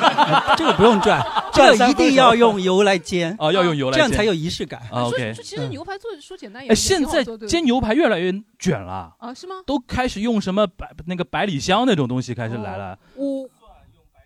S14: 这个不用转 这
S5: 转三
S14: 个一
S5: 分钟
S14: 定要用油来煎
S5: 哦要用油来
S14: 这样
S5: 煎
S14: 才有仪式感。
S5: 啊 OK
S3: 其实牛排做说简单也
S5: 哎，
S3: 挺
S5: 现
S3: 好
S5: 在
S3: 做对吧
S5: 煎牛排越来越卷了，
S3: 啊是吗？
S5: 都开始用什么百那个百里香那种东西开始来了。
S3: 我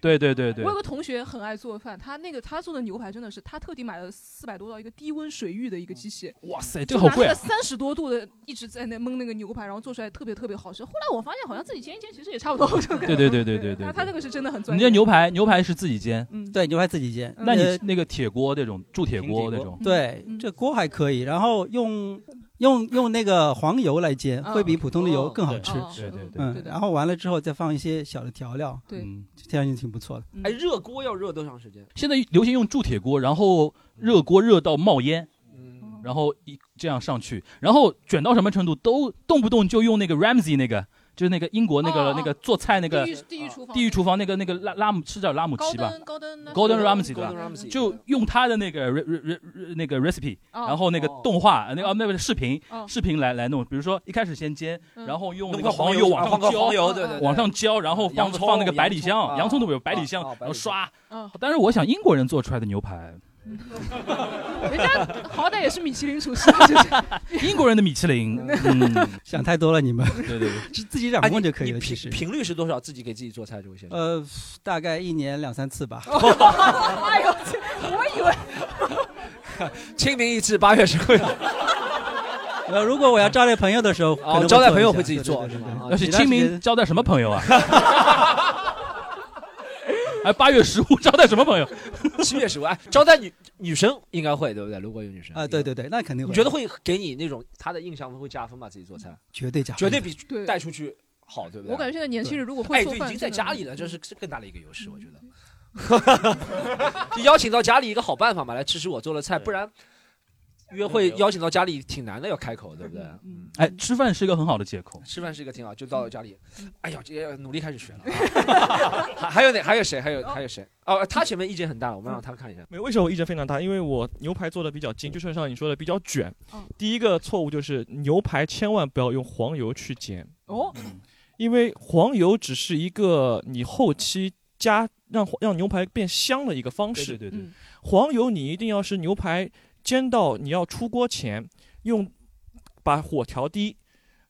S5: 对对对对
S3: 哦我有，个同学很爱做饭，他那个他做的牛排真的是，他特地买了四百多到一个低温水域的一个机器。
S5: 哇塞这个好贵啊
S3: 三十多度的一直在那焖那个牛排，然后做出来特别特别好吃。后来我发现好像自己煎一煎，其实也差不多。这个
S5: 对对对对对对
S3: 他他这个是真的很嗯专
S5: 你
S3: 业。
S5: 这牛排牛排是自己煎，
S14: 对，牛排自己煎。
S5: 那你
S14: 呃
S5: 那个铁锅那种铸铁锅那种，
S14: 对，这锅还可以，然后用用用那个黄油来煎，
S3: 嗯
S14: 会比普通的油更好吃。
S5: 对对哦对
S14: 嗯，然后完了之后再放一些小的调料，
S3: 对
S5: 嗯，
S14: 这样就挺不错的。
S4: 哎，热锅要热多长时间？
S5: 现在流行用铸铁锅，然后热
S14: 嗯
S5: 锅热到冒烟，
S3: 哦
S5: 然后一这样上去，然后卷到什么程度都动不动就用那个 Ramsey 那个，就是那个英国那
S3: 哦
S5: 个、那个做菜那个
S3: 地狱地狱厨房
S5: 地狱厨房那个那个拉拉姆是叫拉姆齐吧
S3: 高登高登
S5: Golden Ramsey 对吧
S3: Gordon Ramsay？
S5: 就用他的那个 re, re, re, 那个 recipe，
S3: 哦
S5: 然后那个动画那个啊那个视频
S3: 哦
S5: 视频来来弄，比如说一开始先煎，
S3: 嗯
S5: 然后用
S4: 弄
S5: 那
S4: 块
S5: 个
S4: 黄
S5: 黄
S4: 油
S5: 往
S4: 放
S5: 上
S4: 个黄
S5: 浇，
S4: 油对对对
S5: 往上浇，然后
S4: 洋
S5: 放
S4: 葱
S5: 放那个百里
S4: 洋葱
S5: 香，洋葱都没有，百里
S4: 啊
S5: 香
S4: 啊，
S5: 然后刷
S3: 嗯。
S5: 但是我想英国人做出来的牛排，
S3: 人家好歹也是米其林厨师，就是
S5: 英国人的米 其林，嗯，
S14: 想太多了你们。
S5: 对对 对，
S14: 自己掌控就可以了。其实
S4: 啊频率是多少？自己给自己做菜，这位先生。哦
S14: 呃，大概一年两三次吧。
S3: 哎呦，这我以为
S4: 清明一至八月十五日。
S14: 呃，如果我要招待朋友的时候，可能
S4: 招待
S14: 做一
S4: 朋友
S14: 下
S4: 会自己做啊
S14: 对对对
S4: 是吗
S14: 对
S4: 啊
S5: 要是
S14: 其他
S5: 清
S14: 时
S5: 明
S14: 间
S5: 交代什么朋友啊？ 哎，八月十五招 待什么朋友？
S4: 七月十五，哎，招待女女生应该会，对不对？如果有女生
S14: 啊，对对对，那肯定会。
S4: 你觉得会给你那种他的印象会加分吗？自己做菜
S14: 绝对加分
S4: 绝
S14: 的，
S4: 对比带出去好，对不对？
S3: 我感觉现在年轻人
S4: 对
S3: 如果会
S4: 哎
S3: 做
S4: 对已
S3: 饭
S4: 经在
S3: 真的嗯
S4: 家里了，这是是更大的一个优势，我觉得。就邀请到家里一个好办法嘛，来支持我做的
S3: 嗯
S4: 菜，不然约会邀请到家里挺难的，要开口，对不对？
S7: 嗯
S5: 哎，吃饭是一个很好的借口。
S4: 吃 饭是一个挺好，就到家里，
S3: 嗯
S4: 哎呀，这努力开始学了 啊。还还有哪？还有谁？还有还有谁？哦，他前面意见很大，我们让他看一下。
S7: 没有，为什么我意见非常大？因为我牛排做的比较精，就像你说的比较卷。
S5: 嗯
S7: 第一个错误就是牛排千万不要用黄油去煎，
S3: 哦，
S7: 因为黄油只是一个你后期加让让牛排变香的一个方式。
S5: 对对对嗯
S7: 黄油你一定要是牛排煎到你要出锅前，用把火调低。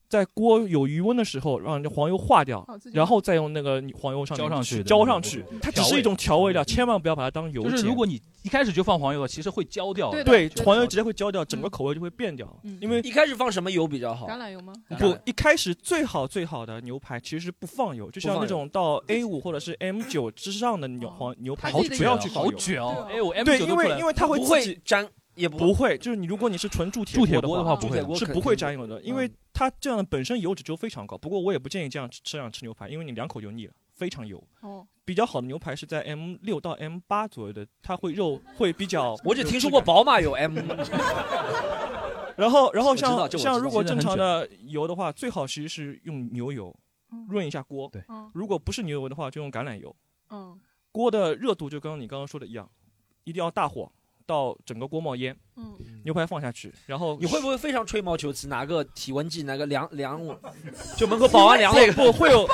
S7: 在锅有余温的时候，让那黄油化掉
S5: 哦自，己
S7: 然后再用那个黄油上面
S5: 浇上去的
S7: 浇上去
S5: 对对对，
S7: 它只是一种调味料，千万不要把它当油煎。
S5: 嗯就是如果你一开始就放黄油的，其实会焦掉的。
S7: 对，黄油直接会焦掉，整个口味就会变掉。因为
S4: 一开始放什么油比较好？
S3: 嗯橄榄油吗？
S4: 嗯
S7: 不，一开始最好最好的牛排其实是不放油，就像那种到 A 五或者是 M 九之上的牛黄牛排，
S5: 它自己的
S7: 不要去
S5: 油
S7: 放油
S5: 好卷哦对 A5 M9
S7: 对，
S5: 都
S7: 因
S5: 出来
S7: 为
S5: 了
S7: 因为它
S5: 不
S7: 自
S5: 会
S7: 己
S4: 粘，也
S7: 不会。就是你如果你是纯铸
S5: 铸
S7: 铁
S5: 铁锅的
S7: 的
S5: 话不
S7: 不
S5: 会的
S7: 是不
S5: 肯定
S7: 会
S5: 不
S7: 沾
S5: 会
S7: 油的，因为它这样的本身油脂就非常高。不过我也不建议这样吃这样吃牛排，因为你两口就腻了，非常油。
S5: 嗯
S3: 哦，
S7: 比较好的牛排是在 M 六到 M 八左右的，它会肉会比较。
S4: 我只听说过宝马有 M，哦
S7: 然后，然后
S4: 我知道
S7: 像
S4: 这我
S7: 像
S4: 知道
S7: 如果
S4: 现在
S7: 正
S4: 很
S7: 常
S4: 卷
S7: 的油的话，最好其实是用牛油润一下锅。对
S3: 嗯
S7: 如果不是牛油的话，就用橄榄油。
S3: 嗯
S7: 锅的热度就刚刚你刚刚说的一样，一定要大火到整个锅冒烟，
S3: 嗯，
S7: 牛排放下去，然后
S4: 你会不会非常吹毛求疵？拿个体温计，拿个量量我，就 门口保安量那个，
S7: 不会有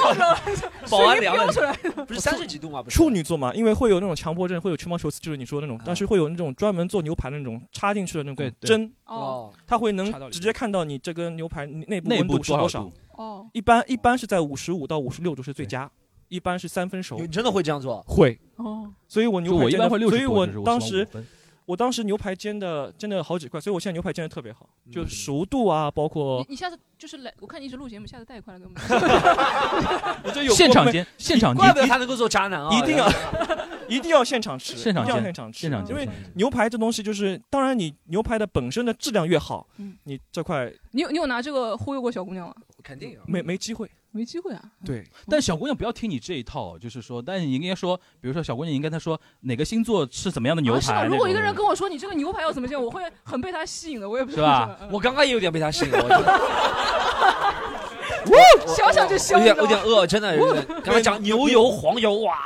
S4: 保安量
S7: 水
S4: 的， 不是三十几度吗？不是啊
S7: 处女座嘛，因为会有那种强迫症，会有吹毛求疵，就是你说的那种，但是会有那种专门做牛排的那种插进去的那种针，
S4: 哦，
S7: 它会能
S4: 插到里面
S7: 直接看到你这根牛排内部
S5: 内
S7: 温
S5: 部
S7: 度是多
S5: 多
S7: 少
S5: 度。
S3: 哦，
S7: 一般一般是在五十五到五十六度是最佳，一般是三分熟。
S4: 你真的会这样做？
S7: 会，
S3: 哦，
S7: 所以我牛
S5: 就
S7: 排
S5: 我一
S7: 煎
S5: 般
S7: 得
S5: 会
S7: 所
S5: 60
S7: 以
S5: 多
S7: 我
S5: 就是我
S7: 当
S5: 喜欢
S7: 时
S5: 五分
S7: 我当时牛排煎的煎的好几块，所以我现在牛排煎的特别好，
S4: 嗯
S7: 就熟度啊，包括
S3: 你你下次就是来，我看你一直录节目，下次带一块来给我们。
S7: 我这有
S5: 现场
S7: 过
S5: 煎
S7: 分
S5: 现场煎
S7: 一
S5: 怪不得
S4: 他能够做渣男啊
S7: 一定要 一定要现场吃，
S5: 现场
S7: 一定要
S5: 煎
S7: 现场吃，
S5: 现场
S7: 因
S5: 煎
S7: 为
S5: 现场煎
S7: 牛排这东西就是，当然你牛排的本身的质量越好，
S3: 嗯
S7: 你这块
S3: 你有你有拿这个忽悠过小姑娘吗？
S4: 肯定有，
S7: 没没机会，
S3: 没机会啊。
S7: 对，
S5: 但小姑娘不要听你这一套，就是说，但你应该说，比如说小姑娘应该她说哪个星座吃怎么样的牛
S3: 啊是吗？
S5: 排，
S3: 如果一个
S5: 那
S3: 人
S5: 种
S3: 跟我说你这个牛排要怎么煎，我会很被他吸引的，我也不知
S5: 是
S3: 道
S7: 嗯
S3: 为什么。
S5: 吧？
S4: 啊我刚刚也有点被他 吸引了，我
S3: 想想就香，
S4: 有
S3: 你知
S4: 点有
S3: 道吗
S4: 点饿，真的。有点刚才讲牛油、黄油，哇，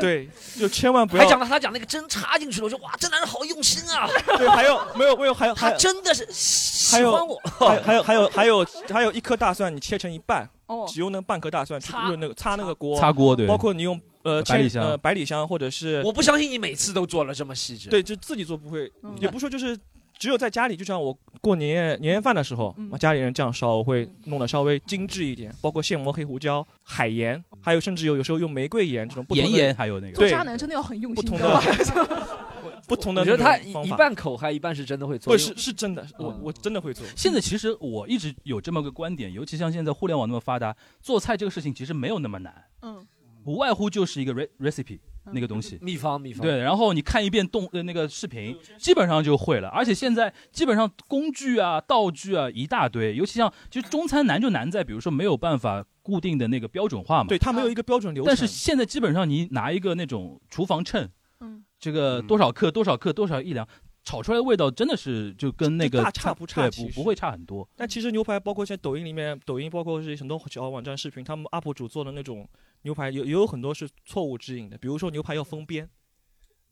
S7: 对，就千万不要
S4: 还讲到他讲那个针插进去了，我说哇，这男人好用心啊。
S7: 对，还有没有没有还有 还
S4: 他
S7: 有
S4: 真的是
S7: 还
S4: 喜
S7: 有
S4: 欢我。
S7: 还还有还有还有还有一颗大蒜，你切成一半
S4: 哦，
S7: 只用那半颗大蒜去用那个擦那个锅，
S5: 擦锅对
S7: 包括你用呃
S5: 百里
S7: 千
S5: 香
S7: 呃百里香或者是，
S4: 我不相信你每次都做了这么细致。
S7: 对，就自己做不会
S4: 嗯，
S7: 也不说就是只有在家里，就像我过年夜年夜饭的时候，
S3: 嗯
S7: 我家里人这样烧，我会弄得稍微精致一点，包括现磨黑胡椒、海盐，
S3: 嗯
S7: 还有甚至有有时候用玫瑰盐这种不同的
S5: 盐盐还有那个
S3: 做
S7: 对
S3: 渣男真的要很用心，
S7: 不
S3: 你
S7: 同
S3: 知道吧？
S7: 不同的
S4: 我觉得他
S7: 那种
S4: 一
S7: 方
S4: 一
S7: 法
S4: 半口嗨，一半是真的会做。嗯
S7: 不是是真的，我我真的会做。
S5: 现在其实我一直有这么个观点，尤其像现在互联网那么发达，做菜这个事情其实没有那么难，
S3: 嗯，
S5: 无外乎就是一个 re recipe 那个东西，
S4: 嗯秘方秘方嗯
S5: 对，然后你看一遍动呃那个视频，基本上就会了。而且现在基本上工具啊、道具啊一大堆，尤其像其实中餐难就难在，比如说没有办法固定的那个标准化嘛，
S7: 对，它没有一个标准流程。
S5: 但是现在基本上你拿一个那种厨房秤，
S3: 嗯，
S5: 这个多少克、多少克、多少一两，炒出来的味道真的是就跟那个
S7: 大差不差
S5: 对，
S7: 其
S5: 不
S7: 实
S5: 不会差很多。
S7: 但其实牛排，包括现在抖音里面，抖音包括是很多小网站视频，他们 UP 主做的那种牛排，有也有很多是错误指引的。比如说牛排要封边，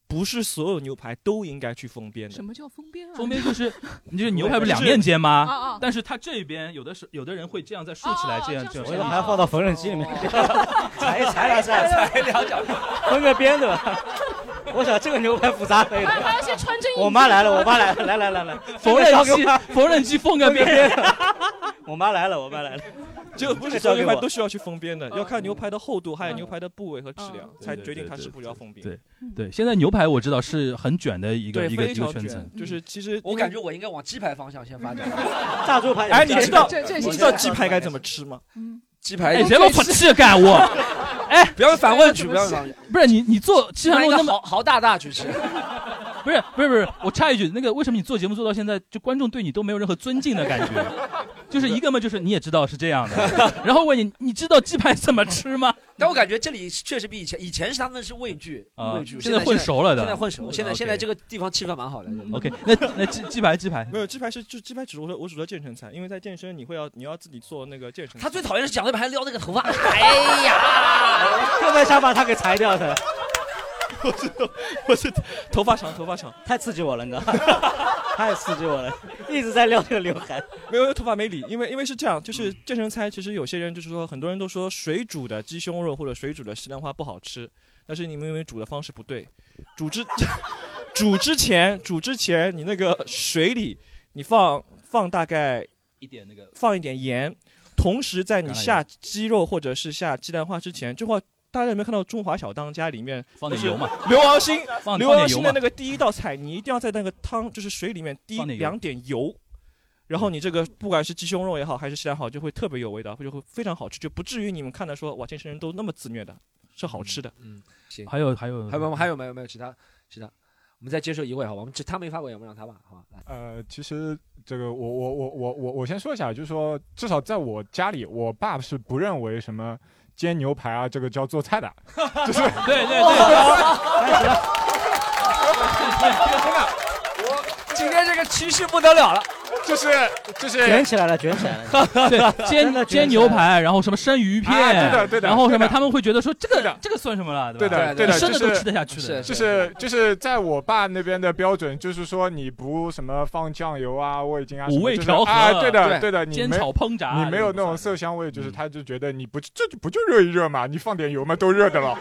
S7: 不是所有牛排都应该去封边的
S3: 什。么叫封边
S4: 嗯
S3: 啊？
S5: 封边就是你就是牛排不是
S7: 就是
S5: 两面煎
S3: 哦哦
S5: 吗？但是它这边有的是有的人会这样再竖起来，这
S2: 哦
S5: 哦样这样。
S10: 我以为还要放到缝纫机里面，
S5: 哦
S10: 裁一裁两下，
S4: 裁两脚，
S10: 分个边对吧？ 我想这个牛排复杂可以
S3: 还还要
S10: 的。
S3: 先 穿针引线。
S10: 我妈来了，我妈来了，来来来来，
S5: 缝
S10: 这个交
S5: 纫
S10: 给我
S5: 机，缝纫机缝个边。
S10: 我妈来了，我妈来了，
S7: 就不是所
S10: 交
S7: 有
S10: 给
S7: 牛排
S10: 我
S7: 都需要去封边的，要看牛排的厚度，还有牛排的部位和质量，
S5: 嗯
S7: 才
S5: 对
S7: 决定
S5: 对
S7: 它
S5: 对
S7: 是不是要封边。
S5: 对对，现在牛排我知道是很卷的一个
S7: 对，
S5: 一个
S7: 非
S5: 一个
S7: 常
S5: 圈
S7: 卷
S5: 层，，
S7: 就是其实
S4: 嗯我感觉我应 该往鸡排方向先发展。
S10: 炸猪排
S7: 哎，你知道
S4: 这这
S7: 你
S4: 这
S7: 知道鸡排该怎么吃吗？
S3: 嗯，
S4: 鸡排
S5: 哎，别老吐气干我！ 哎，
S4: 不要反问句不要反问句
S5: 不是你，你做西塘路那么
S4: 豪豪大大去吃，
S5: 不是不是不是，我插一句，那个为什么你做节目做到现在，就观众对你都没有任何尊敬的感觉？就是一个嘛，就是你也知道是这样的，然后问你，你知道鸡排怎么吃吗？
S4: 但我感觉这里确实比以前，以前是他们是畏惧，
S5: 啊
S4: 畏惧，
S5: 现
S4: 现
S5: 在
S4: 在
S5: 混熟了的嗯
S4: 现在混熟，现在
S5: OK 嗯
S4: 现在这个地方气氛蛮好的。
S5: OK，那那鸡鸡排鸡排
S7: 没有鸡排是就鸡排只是我说我只说健身餐，因为在健身你会要你要自己做那个健身。
S4: 他最讨厌是讲那边还撩那个 头发，哎呀，
S7: 特别想把他给裁掉的。 我知道，我是头发长，头发长，
S10: 太刺激我了，你知道吗？ 太刺激我了，一直在撩这个刘海。
S7: 没有头发没理，因为因为是这样，就是健身餐，其实有些人就是说，很多人都说水煮的鸡胸肉或者水煮的西兰花不好吃，但是你们因为煮的方式不对，煮之 煮之前煮之前你那个水里你放放大概
S5: 一点那个
S7: 放一点盐，同时在你
S5: 橄榄
S7: 下鸡肉或者是下鸡蛋花之前，就会大家有没有看到《中华小当家》里面
S5: 放点
S7: 就是
S5: 油嘛
S7: 刘敖星
S5: 放
S7: 刘
S5: 放点
S7: 敖
S5: 油
S7: 星
S5: 嘛
S7: 的那个第一道菜，你一定要在那个汤就是水里面滴
S5: 放点油
S7: 两点油。然后你这个不管是鸡胸肉也好，还是西兰好，就会特别有味道，就会非常好吃，就不至于你们看的说哇，健身人都那么自虐的，是好吃的。
S4: 嗯，行
S5: 还有还有
S4: 还有吗还有没有没有其他其他？我们再接受一位好吧？我们只他没发过，也不让他吧，好吧？
S15: 呃，其实这个我我我我我我先说一下，就是说至少在我家里，我爸是不认为什么煎牛排啊这个叫做菜的，就是
S5: 对对
S4: 真的，我今天这个趋势不得了了，
S15: 就是就是
S10: 卷起来了，卷起来了。 啊
S5: 对，
S10: 真的
S5: 煎
S10: 卷起来
S5: 煎牛排，然后什么生鱼片，
S15: 哎对的对的
S5: 然后什
S15: 对
S5: 么，
S15: 的
S5: 他们会觉得说这个这个算什么了，
S15: 对
S5: 吧
S15: 的，对的，
S5: 生的
S15: 就
S5: 都
S15: 是
S5: 吃得下去的，
S15: 就是就是在我爸那边的标准，就是说你不什么放酱油啊、味精啊什么，
S5: 五味
S15: 就是
S5: 调和
S15: 啊，对的
S5: 对
S15: 对的，你
S5: 煎
S15: 没
S5: 炒烹炸
S15: 你没有那种色香味，
S5: 嗯
S15: 就是他就觉得你不这就不就热一热嘛，你放点油嘛，都热的 了。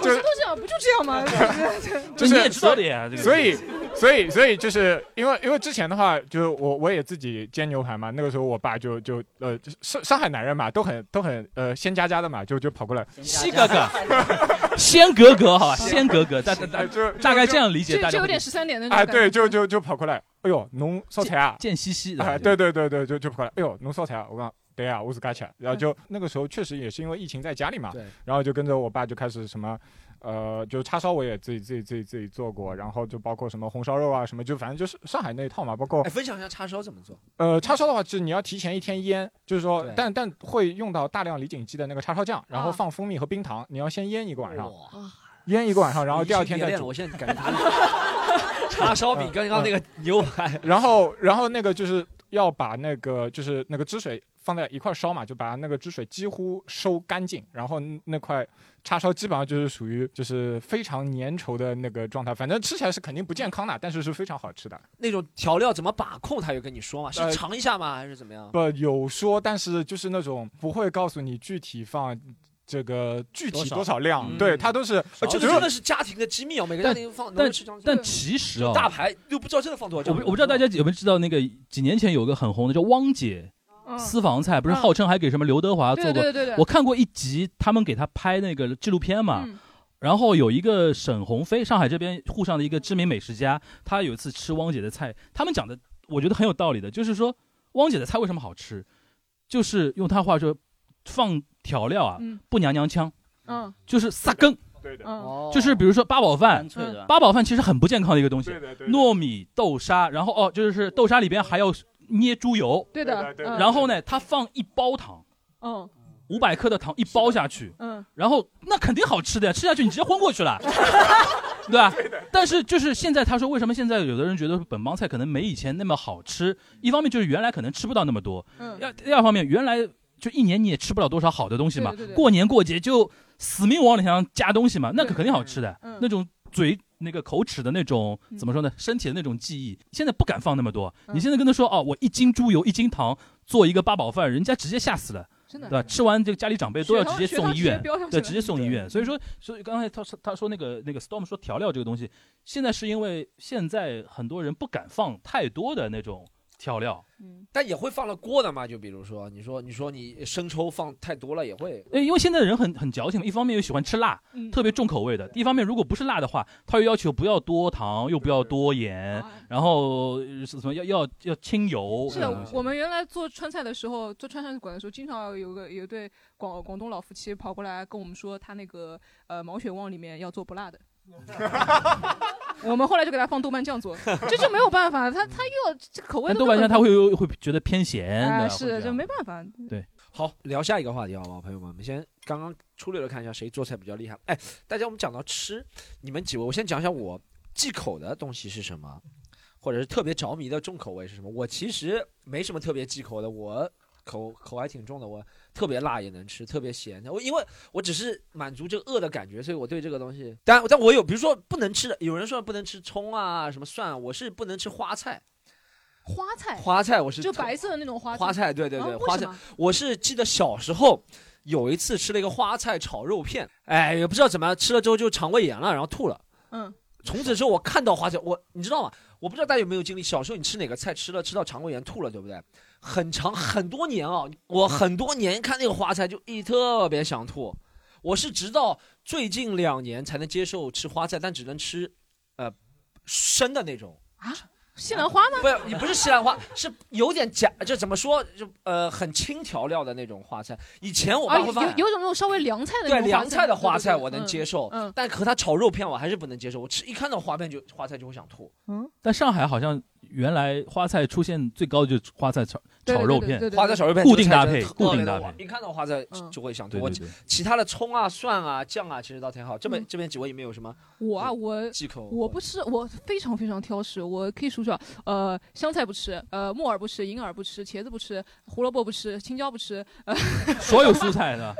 S3: 不是都这样，不就这样 吗？
S15: 就是
S5: 道的呀这个
S15: 所以，所以，所以就是因为因为之前的话，就是我我也自己煎牛排嘛，那个时候我爸就就呃就是上上海男人嘛，都很都很呃仙家家的嘛，就就跑过来，
S5: 西哥哥， 先格格哈，先格格，大大大
S15: 哎 就
S5: 大概这样理解，
S3: 就
S5: 大
S3: 就
S5: 家
S3: 有
S5: 会
S3: 点十三点那种
S15: 哎
S3: 感觉。
S15: 对，就就就跑过来，哎呦侬烧菜啊，
S5: 贱兮兮的
S15: 哎对对对对，就就跑过来，哎呦侬烧菜啊，我讲。对啊，我是嘎起来，然后就那个时候确实也是因为疫情在家里嘛
S4: 嗯对，
S15: 然后就跟着我爸就开始什么，呃，就叉烧我也自己自己自己自己做过，然后就包括什么红烧肉啊什么，就反正就是上海那一套嘛，包括
S4: 哎，分享一下叉烧怎么做？
S15: 呃，叉烧的话，就是你要提前一天腌，就是说
S4: 对，啊
S15: 但但会用到大量李锦记的那个叉烧酱，然后放蜂蜜和冰糖，你要先腌一个晚上，腌一个晚上，然后第二天
S4: 你
S15: 再
S4: 是别练了
S15: 煮嗯
S4: 我。现在感觉他 叉烧比刚刚那个牛排，
S15: 然后然后那个就是要把那个就是那个汁水放在一块烧嘛，就把那个汁水几乎收干净，然后那块叉烧基本上就是属于就是非常粘稠的那个状态，反正吃起来是肯定不健康的，但是是非常好吃的。
S4: 那种调料怎么把控？他有跟你说吗？是
S15: 呃
S4: 尝一下吗？还是怎么样？
S15: 不有说，但是就是那种不会告诉你具体放这个具体多少量，
S4: 嗯
S15: 对他都是。呃
S4: 哎这
S15: 就
S4: 个
S15: 是
S4: 真的是家庭的机密哦，每个家庭放能
S5: 但
S4: 吃上
S5: 但其实啊，
S4: 大牌又不知道真的放多少
S5: 我
S4: 酱
S5: 不
S4: 油。
S5: 我不知道大家有没有知道那个几年前有个很红的叫汪姐。私房菜不是
S4: 嗯
S5: 号称还给什么刘德华做过？
S4: 对对对对对
S5: 我看过一集，他们给他拍那个纪录片嘛。
S4: 嗯
S5: 然后有一个沈鸿飞，上海这边沪上的一个知名美食家，他有一次吃汪姐的菜，他们讲的我觉得很有道理的，就是说汪姐的菜为什么好吃，就是用他话说，放调料啊、
S3: 嗯
S5: 不娘娘腔，
S3: 嗯，
S5: 就是撒根。
S15: 对的，
S4: 哦
S3: 嗯
S5: 就是比如说八宝饭
S3: 脆的，
S5: 八宝饭其实很不健康的一个东西
S15: 对的对，的
S5: 糯米豆沙，然后哦，就是豆沙里边还要捏猪油，
S3: 对的对的嗯
S5: 然后呢，它放一包糖，
S3: 嗯
S5: 五百克的糖一包下去，
S3: 嗯，
S5: 然后那肯定好吃的呀，吃下去你直接昏过去了， 对吧？但是就是现在他说，为什么现在有的人觉得本帮菜可能没以前那么好吃？一方面就是原来可能吃不到那么多，
S3: 嗯
S5: 要第二方面原来就一年你也吃不了多少好的东西嘛，
S3: 对对对
S5: 过年过节就死命往里上加东西嘛，那可肯定好吃的，
S3: 嗯
S5: 那种嘴。那个口齿的那种怎么说呢？身体的那种记忆，现在不敢放那么多。
S3: 嗯
S5: 你现在跟他说哦，我一斤猪油一斤糖做一个八宝饭，人家直接吓死了，
S3: 真的
S5: 对吧？吃完这个家里长辈都要直接
S3: 血糖
S5: 送医
S3: 血糖直
S5: 院
S3: 接飙上，去
S5: 对，
S3: 了
S5: 直接送医院。所以说，所以刚才他说他说那个那个 Storm 说调料这个东西，现在是因为现在很多人不敢放太多的那种调料。
S4: 但也会放了锅的嘛？就比如说，你说你说你生抽放太多了也会，
S5: 哎，因为现在的人很很矫情嘛，一方面又喜欢吃辣，
S4: 嗯
S5: 特别重口味的；一方面如果不是辣的话，他又要求不要多糖，又不要多盐，然后呃什么要要要清油。
S3: 是
S5: 这种
S3: 的
S5: 东，西
S3: 我们原来做川菜的时候，做川菜馆的时候，经常有个有一对广广东老夫妻跑过来跟我们说，他那个呃毛血旺里面要做不辣的。我们后来就给他放豆瓣酱做，这就没有办法，他他又要这口味
S5: 但
S3: 都
S5: 豆瓣
S3: 没有
S5: 酱它
S3: 办
S5: 会有会觉得偏咸
S3: 法哎
S5: 的，会
S3: 是
S5: 这样
S3: 就没办法。
S5: 对。
S4: 好，聊下一个话题好不好，朋友们？我们先刚刚粗略的看一下谁做菜比较厉害。哎，大家我们讲到吃，你们几位，我先讲一下我忌口的东西是什么，或者是特别着迷的重口味是什么。我其实没什么特别忌口的，我口口还挺重的，我特别辣也能吃，特别咸的。我因为我只是满足这个饿的感觉，所以我对这个东西，但但我有，比如说不能吃的，有人说不能吃葱啊，什么蒜啊，我是不能吃花菜。
S3: 花菜，
S4: 花菜我是
S3: 就
S4: 特
S3: 白色的那种花
S4: 花菜，对对对，
S3: 啊
S4: 花
S3: 为什
S4: 菜
S3: 么。
S4: 我是记得小时候有一次吃了一个花菜炒肉片，哎，也不知道怎么样，吃了之后就肠胃炎了，然后吐了。
S3: 嗯，
S4: 从此之后，我看到花菜，我你知道吗？我不知道大家有没有经历，小时候你吃哪个菜吃了吃到肠胃炎吐了，对不对？很长很多年啊，我很多年看那个花菜就一特别想吐，我是直到最近两年才能接受吃花菜，但只能吃，呃，生的那种。
S3: 啊，西兰花吗？
S4: 不是，你不是西兰花，是有点假，就怎么说，就呃很轻调料的那种花菜。以前我
S3: 啊，
S4: 爸
S3: 有
S4: 会
S3: 有
S4: 放，
S3: 种那种稍微凉菜的那
S4: 对
S3: 种
S4: 凉菜的花菜
S3: 对对对
S4: 我能接受，
S3: 嗯嗯
S4: 但和它炒肉片我还是不能接受。我吃一看到花片就花菜就会想吐。
S5: 但上海好像原来花菜出现最高的就是花菜炒
S4: 对
S5: 炒肉片，
S4: 花菜炒肉片
S5: 固定搭
S4: 这
S5: 配，
S4: 个菜真的
S5: 固定搭
S4: 特别的
S5: 配
S4: 哇。一看到花菜
S2: 嗯
S4: 就会想吐。
S5: 对对
S4: 我
S5: 对
S4: 其他的葱啊、蒜啊、酱啊，其实倒挺好。这
S2: 嗯
S4: 边这边几位有没有什么
S3: 我啊，我
S4: 忌口？
S3: 我不吃，我非常非常挑食，我可以数数啊，呃，香菜不吃，呃，木耳不吃，银耳不吃，茄子不吃，胡萝卜不吃，青椒不吃，呃，
S5: 所有蔬菜的，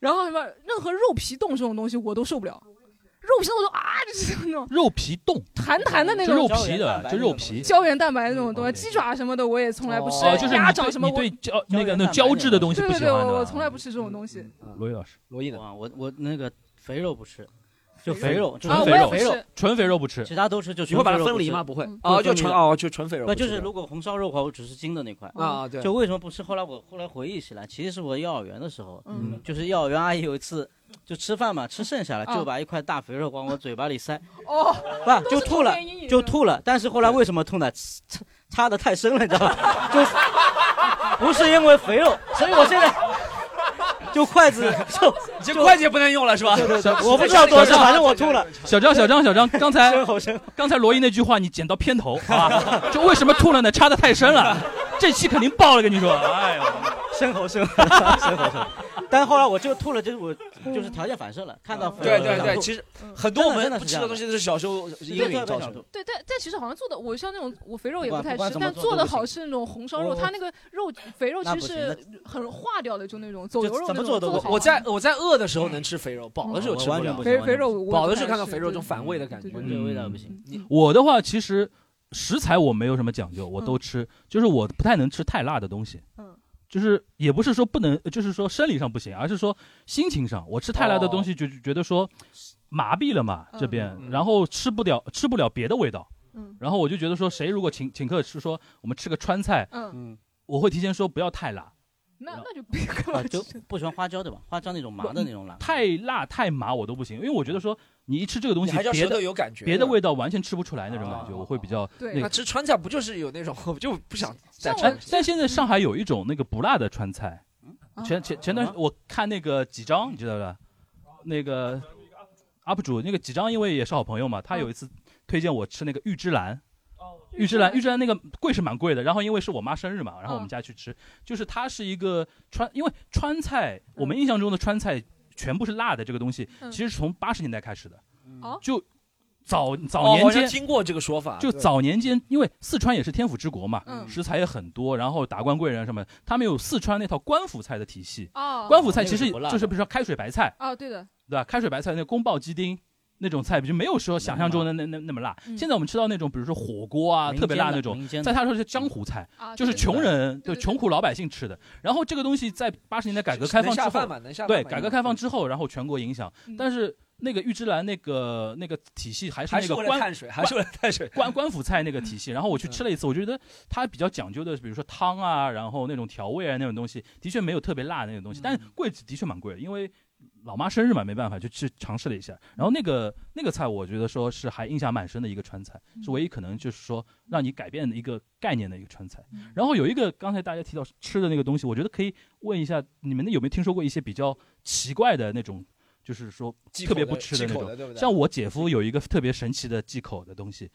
S3: 然后什么任何肉皮冻这种东西我都受不了，肉皮冻我就啊，就是那种
S5: 肉皮冻，
S3: 弹弹的那
S5: 就
S3: 种
S5: 肉皮的，就肉皮。嗯
S3: 胶原蛋白那种东西，鸡爪什么的我也从来不吃
S5: 哦，，就是
S3: 鸭
S5: 你
S3: 掌
S5: 对
S3: 什么
S5: 你
S3: 我，
S5: 对胶那个那种胶质的东西
S3: 对
S5: 不
S3: 对
S5: 喜
S3: 对，
S5: 欢
S3: 我
S5: 的嗯
S3: 我。从来不吃这种东西。
S5: 罗毅老师，
S4: 罗毅呢？
S2: 我我那个肥肉不吃，就
S5: 肥
S2: 肥
S5: 肉
S2: 肉，
S5: 啊我
S2: 纯
S5: 也
S2: 肉，
S5: 不
S2: 肥
S5: 吃
S2: 肉，
S5: 纯肥肉不吃
S2: 其他都吃就
S4: 你会把它
S2: 纯肥肉
S4: 分离
S2: 吃
S4: 吗不会
S2: 嗯
S4: 哦
S2: 不
S4: 就
S2: 分离
S4: 纯
S2: 的
S4: 哦就纯肥肉
S2: 不
S4: 不吃
S2: 就是
S4: 的
S2: 如果红烧肉的话，我只吃筋的那块
S4: 啊对
S2: 就为什么不吃？后来我后来回忆起来，其实是我幼儿园的时候，
S4: 嗯
S2: 就是幼儿园阿姨有一次就吃饭嘛，吃剩下了
S5: 嗯
S3: 啊
S2: 就把一块大肥肉往我嘴巴里塞，
S3: 哦，
S2: 不啊就吐了，
S16: 啊
S2: 就吐了。但是后来为什么吐呢？插插的太深了，你知道吧？ 就不是因为肥肉，所以我现 在就筷子就
S4: 这筷子也不能用了是吧？
S2: 对对对，我不知道多少，反正我 吐了。
S5: 小张，小张，小张，刚才刚才罗毅那句话你剪到片头，好吧？就为什么吐了呢？插的太深了，这期肯定爆了，跟你说。哎呦，
S2: 生猴生猴生猴生。但后来我就吐了，就是我就是条件反射了，看到肥
S4: 嗯对
S2: 肉
S4: 对
S2: 就
S4: 对，
S2: 想吐嗯
S4: 其实很多我
S2: 真
S4: 们
S2: 的
S4: 不吃的东西都是小时候
S2: 是
S4: 阴
S2: 这样的
S4: 影造成的。
S3: 对，但但其实好像做的，我像那种我肥肉也
S4: 不管
S3: 太
S4: 不管
S3: 吃，
S4: 怎么
S3: 但
S4: 做
S3: 做
S4: 都
S3: 的
S4: 不
S3: 好是那种红烧肉，
S4: 我
S3: 它那个肉肥肉
S4: 那
S3: 其
S4: 不
S3: 实
S4: 行
S3: 是很化掉的，就那种走油肉
S4: 怎么
S3: 那种
S4: 都
S3: 做的好。
S4: 我在我在饿的时候能吃肥肉，饱的时候
S2: 嗯
S4: 吃
S2: 我
S4: 不
S2: 完全
S4: 了
S2: 不行肥肥肉我
S4: 饱的
S2: 不
S4: 时候
S2: 太
S4: 看到
S2: 吃
S4: 肥肉这种反胃的感觉，
S2: 对味道不行。
S5: 我的话其实食材我没有什么讲究，我都吃，就是我不太能吃太辣的东西。
S3: 嗯
S5: 就是也不是说不能，就是说生理上不行，而是说心情上，我吃太辣的东
S2: 哦
S5: 西就就觉得说麻痹了嘛这边，
S2: 嗯
S5: 然后吃不了吃不了别的味道，
S3: 嗯
S5: 然后我就觉得说谁如果请请客吃说我们吃个川菜，
S3: 嗯，
S5: 我会提前说不要太辣，
S3: 那那就别干嘛
S2: 啊，就不喜欢花椒对吧？花椒那种麻的那种辣。嗯
S5: 太辣太麻我都不行，因为我觉得说你一吃这个东西
S4: 你还，叫
S5: 别
S4: 舌头
S5: 的
S4: 有感觉
S5: 别的
S4: 对吧
S5: 味道完全吃不出来那种感觉，我会比
S3: 哦
S5: 较那
S4: 那
S5: 个。
S4: 吃川菜不就是有那种就不想再吃
S5: 哎，但现在上海有一种那个不辣的川菜，前前前段时我看那个几张，你知道吧？那个 UP 主那个几张，因为也是好朋友嘛，他有一次推荐我吃那个玉芝兰。玉芝兰，玉芝兰那个贵是蛮贵的，然后因为是我妈生日嘛，然后
S3: 嗯
S5: 我们家去吃，就是它是一个川，因为川菜，我们印象中的川菜全部是辣的这个东西，
S3: 嗯
S5: 其实是从八十年代开始的，
S3: 哦
S5: 就早
S4: 哦
S5: 早年
S4: 好像
S5: 间
S4: 听过这个说法，
S5: 就
S4: 对
S5: 早年间，因为四川也是天府之国嘛，
S4: 嗯
S5: 食材也很多，然后达官贵人什么，他们有四川那套官府菜的体系。
S3: 哦
S5: 官府菜其
S3: 那
S5: 实
S3: 个是不辣的
S5: 就是比如说开水白菜，
S3: 哦，对的，
S5: 对吧？开水白菜那宫爆鸡丁那种菜，就没有说想象中的那那那么辣。
S3: 嗯
S5: 现在我们吃到那种，比如说火锅啊，
S2: 民间
S5: 特
S2: 的
S5: 别辣那种
S2: 民间，的
S5: 在他说是江湖菜
S2: 啊，
S5: 就是
S2: 对对
S5: 穷
S2: 对
S5: 人对穷苦老百姓吃的。然后这个东西在八十年代改革开放
S4: 能下
S5: 之后
S4: 饭嘛能下，饭
S5: 对
S4: 嘛
S5: 改革开放之后，然后全国影响，但是那个玉芝兰那个那个体系还是
S4: 还
S5: 那
S4: 是
S5: 个
S4: 为了
S5: 官
S4: 碳水嗯还是为了
S5: 碳水官官府菜那个体系。然后我去吃了一次，我觉得它比较讲究的，比如说汤啊，然后那种调味啊那种东西，的确没有特别辣的那种东西，但是贵的确蛮贵的，因为。老妈生日嘛，没办法就去尝试了一下。然后那个那个菜，我觉得说是还印象蛮深的一个川菜，是唯一可能就是说让你改变的一个概念的一个川菜。
S4: 嗯
S5: 然后有一个刚才大家提到吃的那个东西，我觉得可以问一下你们有没有听说过一些比较奇怪的那种，就是说
S4: 忌
S5: 特别
S4: 口的
S5: 不吃
S4: 忌
S5: 那
S4: 口的对不
S5: 种。
S4: 对
S5: 像我姐夫有一个特别神奇的忌口的东西，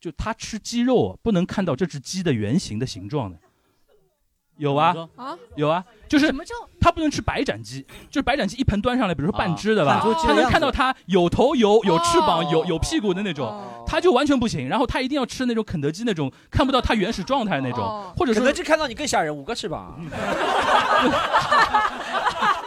S5: 就他吃鸡肉啊不能看到这只鸡的原型的形状的。有啊，
S3: 啊，
S5: 有啊，就是
S3: 什么叫
S5: 他不能吃白斩鸡，就是白斩鸡一盆端上来，比如说
S4: 啊
S5: 半只的吧，
S10: 看出鸡的
S5: 他能
S10: 样子
S5: 看到它有头
S3: 哦
S5: 有有翅膀有有屁股的那种，他就完全不行。然后他一定要吃那种肯德基那种看不到它原始状态那种，
S3: 哦
S2: 哦
S5: 或者说
S4: 肯德基看到你更吓人，五个翅膀。，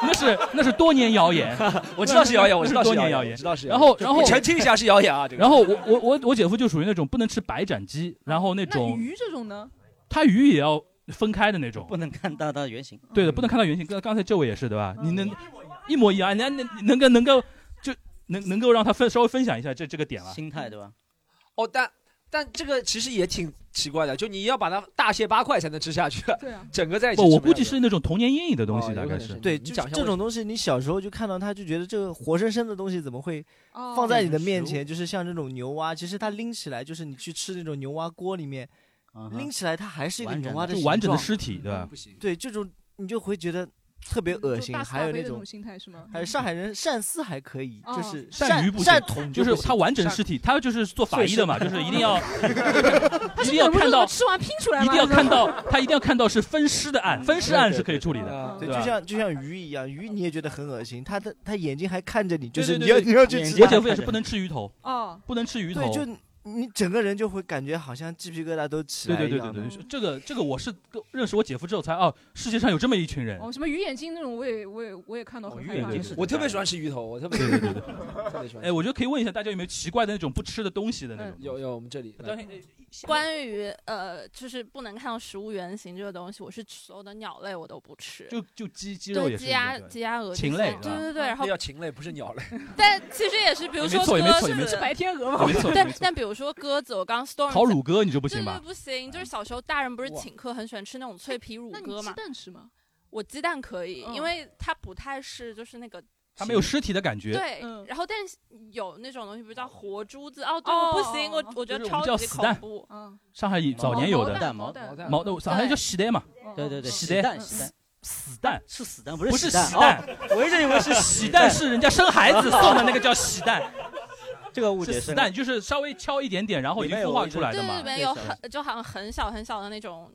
S5: 那是那是多年谣言
S4: 我知道是谣言我知
S5: 那是
S4: 道是
S5: 多
S4: 谣言
S5: 年谣
S4: 我知道是谣
S5: 然
S4: 言
S5: 后
S4: 就
S5: 然后
S4: 澄清一下是谣言啊这个
S5: 然后我我我我姐夫就属于那种不能吃白斩鸡，然后那种
S3: 鱼这种呢？
S5: 他鱼也要分开的那 种，
S2: 不能看到它的原型。
S5: 对的，不能看到原型。刚刚才这位也是对吧？你
S3: 嗯
S5: 能一模一样，你能能够能够 就能能够让他分稍微分享一下这这个点啊了，
S2: 心态对吧？
S4: 哦，但但这个其实也挺奇怪的，就你要把它大卸八块才能吃下去。
S3: 对啊，
S4: 整个在一起
S5: 不，
S4: 吃
S5: 我
S4: 不
S5: 估
S4: 了
S5: 计是那种童年阴影的
S4: 哦
S5: 东西，大概是。
S10: 对，就是这种东西，你小时候就看到它，就觉得这个活生生的东西怎么会
S3: 哦
S10: 放在
S4: 嗯
S10: 你的面前？就是像这种牛蛙，其实它拎起来，就是你去吃那种牛蛙锅里面，拎起来它还是一个
S5: 完整
S10: 牛蛙
S5: 的嗯
S10: 的
S5: 就完整的
S10: 形状
S5: 尸体对吧不
S4: 嗯行
S10: 对，这种你就会觉得特别恶心。
S3: 嗯大慈
S10: 还
S3: 大
S10: 有
S3: 悲的
S10: 那
S3: 那
S10: 种
S3: 种心态是吗
S10: 还有上海人鳝丝还可以，
S3: 嗯哦
S10: 就是
S5: 鳝鱼不
S10: 鳝
S5: 行，
S10: 桶
S5: 就是
S10: 不行
S5: 他完整尸体，他就是做法医 的嘛，
S10: 碎
S5: 就
S10: 尸
S5: 是一定 要
S3: 他
S5: 一
S3: 是
S5: 定要
S3: 忍不
S5: 看
S3: 住
S5: 到
S3: 说吃完拼出来吗？
S5: 一定要看 到，他一定要看到是分尸的案，分尸案是可以处理
S4: 啊
S5: 的，
S10: 对，
S5: 吧
S10: 就像就像鱼一样，鱼你也觉得很恶心，它的它眼睛还看着你，就
S5: 对
S10: 是你
S5: 对
S10: 要
S5: 对
S10: 你要去吃它。
S5: 我姐夫也是不能吃鱼头，
S3: 哦，
S5: 不能吃鱼头
S10: 对，就你整个人就会感觉好像鸡皮疙瘩都起
S5: 对
S10: 来
S5: 对
S10: 一
S5: 对
S10: 样
S5: 对
S10: 的。
S5: 对，对这个这个我是认识我姐夫之后才哦，世界上有这么一群人，
S3: 哦，什么鱼眼睛那种，我也我也我也看到很害
S5: 眼
S3: 怕。
S5: 睛是
S4: 我特别喜欢吃鱼头，我特别
S5: 对对对对
S4: 特别喜欢吃。嗯
S5: 哎，我觉得可以问一下大家有没有奇怪的那种不吃的东西的那种？
S4: 有有，我们这里
S5: 当然
S16: 关于呃，就是不能看到食物原型这个东西，我是所有的鸟类我都不吃。
S5: 就就鸡鸡肉
S16: 对
S5: 也是
S16: 鸡
S5: 一样
S16: 鸭
S5: 对
S16: 鸡鸭鹅
S5: 禽
S16: 这
S5: 类啊
S16: 种
S5: 是吧
S16: 对对对，然后
S4: 那叫禽类，不是鸟类。
S16: 但其实也是，比如
S5: 没
S16: 说
S5: 错也没
S16: 鸽
S5: 错也没
S16: 子，
S5: 错
S3: 白天鹅
S5: 嘛没错
S16: 对
S5: 没错，
S16: 但比如说鸽子，我刚 storm
S5: 烤乳鸽你就不行
S16: 对
S5: 吧
S16: 对不行，就是小时候大人不是请客很喜欢吃那种脆皮乳鸽嘛？鸡
S3: 蛋吃吗？
S16: 我鸡蛋可以，
S3: 嗯
S16: 因为它不太是就是那个。
S5: 它没有尸体的感觉
S16: 对，然后但是有那种东西，不是叫活珠子哦，对，我不行，我我觉得
S5: 我们
S16: 超
S5: 叫
S16: 级
S5: 死
S16: 恐
S5: 蛋
S16: 怖。嗯，
S5: 上海早年有的
S2: 毛蛋
S5: 毛豆，上海叫喜蛋嘛？
S2: 对对对，
S5: 喜
S2: 喜蛋喜
S5: 死
S2: 蛋
S5: 死蛋
S2: 是死蛋，
S5: 不
S2: 是
S5: 是
S2: 喜
S5: 喜
S2: 蛋
S5: 蛋，
S2: 哦我一直以为是
S5: 喜
S2: 蛋
S5: 蛋，是人家生孩子送的那个叫喜蛋。
S2: 这个误
S5: 是
S2: 解
S5: 死
S2: 深
S5: 蛋，
S2: 了。
S5: 就是稍微敲一点点，然后已经孵化出来的
S16: 对，
S5: 嘛
S16: 里。面有很就好像很小很小的那种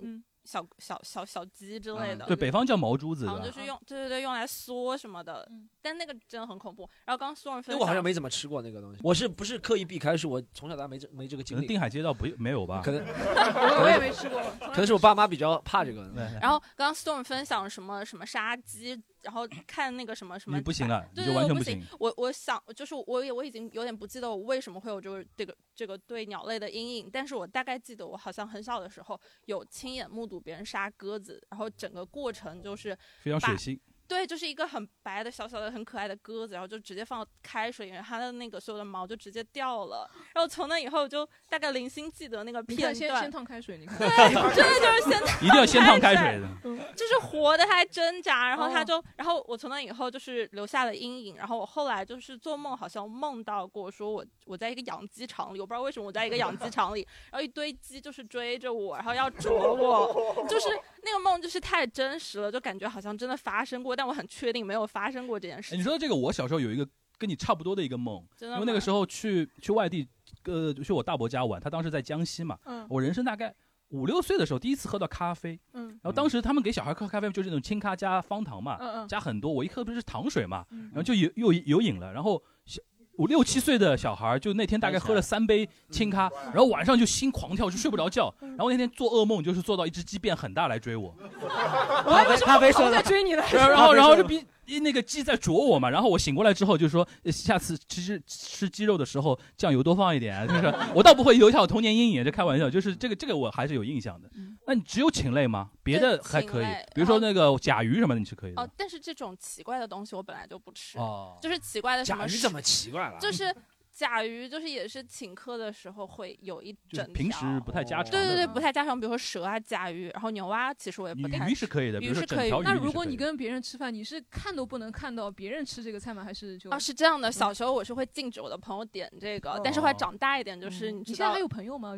S16: 小小小小鸡之类的。
S5: 嗯对，北方叫毛珠子。
S16: 好像就
S5: 对吧
S16: 是用对对对用来缩什么的，但那个真的很恐怖。然后刚刚苏分
S4: 那我好像没怎么吃过那个东西，我是不是刻意避开？是我从小到大没这没这个
S5: 可
S4: 经
S5: 能
S4: 历。
S5: 定海街道不没有吧？
S4: 可能
S16: 我也没吃过嗯
S4: 可能是我爸妈比较怕这个。
S16: 然后刚刚 Storm 分享什么什么杀鸡，然后看那个什么什么，
S5: 你不行了
S16: 对
S5: 你就
S16: 对
S5: 完
S16: 对，
S5: 全
S16: 我
S5: 不
S16: 行
S5: 行。
S16: 我我想就是我也我已经有点不记得我为什么会有这个这个这个对鸟类的阴影，但是我大概记得我好像很小的时候有亲眼目睹别人杀鸽子，然后整个过程就是
S5: 非常血
S16: 把
S5: 腥。
S16: 对，就是一个很白的、小小的、很可爱的鸽子，然后就直接放开水里面，它的那个所有的毛就直接掉了。然后从那以后，我就大概零星记得那个
S3: 你
S16: 片
S3: 看
S16: 段。
S3: 先先烫开水，你看，
S16: 对，真的就是先烫，
S5: 一定要先烫开水的
S4: 嗯
S16: 就是活的还挣
S4: 哦
S16: 扎，然后他就，然后我从那以后就是留下了阴影，然后我后来就是做梦，好像梦到过，说我我在一个养鸡场里，我不知道为什么我在一个养鸡场 里，然后一堆鸡就是追着我，然后要啄我， 就是那个梦就是太真实了，就感觉好像真的发生过，但我很确定没有发生过这件事
S5: 哎
S16: 情。
S5: 你说到这个，我小时候有一个跟你差不多的一个梦，
S16: 真的
S5: 因为那
S16: 吗
S5: 个时候去去外地，呃，去我大伯家玩，他当时在江西嘛。
S16: 嗯
S5: 我人生大概五六岁的时候，第一次喝到咖啡。
S16: 嗯
S5: 然后当时他们给小孩喝咖啡就是那种清咖加方糖嘛，
S16: 嗯嗯嗯
S5: 加很多，我一喝不是糖水嘛，然后就有又有瘾了，然后小。五六七岁的小孩儿就那天大概
S16: 嗯
S5: 喝了三杯清咖，然后晚上就心狂跳，就睡不着觉。
S16: 嗯
S5: 然后那天做噩梦，就是做到一只鸡变很大来追我，
S3: 我还以为是
S5: 咖啡
S3: 我
S5: 说的
S3: 在追你呢。
S5: 然后然后然后就比那个鸡在啄我嘛，然后我醒过来之后就说，呃下次吃吃鸡肉的时候酱油多放一点啊，就是 我倒不会留下我童年阴影，这开玩笑，就是这个这个我还是有印象的。那你只有禽类吗？别的还可以
S16: 嗯禽类，
S5: 比如说那个甲鱼什么的，你是可以的
S16: 哦，但是这种奇怪的东西我本来就不吃，
S5: 哦
S16: 就是奇怪的什
S4: 甲
S16: 么
S4: 鱼
S16: 是
S4: 怎么啊奇怪了？嗯
S16: 就是甲鱼，就是也是请客的时候会有一
S5: 就是
S16: 整
S5: 平时不太家常的。
S16: 对对对，不太家常，比如说蛇啊、甲鱼，然后牛蛙，其实我也不太
S5: 鱼是可以的比
S16: 鱼
S5: 如说
S16: 是
S5: 整
S16: 可以
S5: 条鱼
S16: 的。
S3: 那如果你跟别人吃饭，你是看都不能看到别人吃这个菜吗？还是就嗯
S16: 啊，是这样的，小时候我是会禁止我的朋友点这个，但是
S5: 哦
S16: 后来长大一点，就是你
S3: 嗯你
S16: 知
S3: 现在
S16: 道
S3: 还，有朋友吗？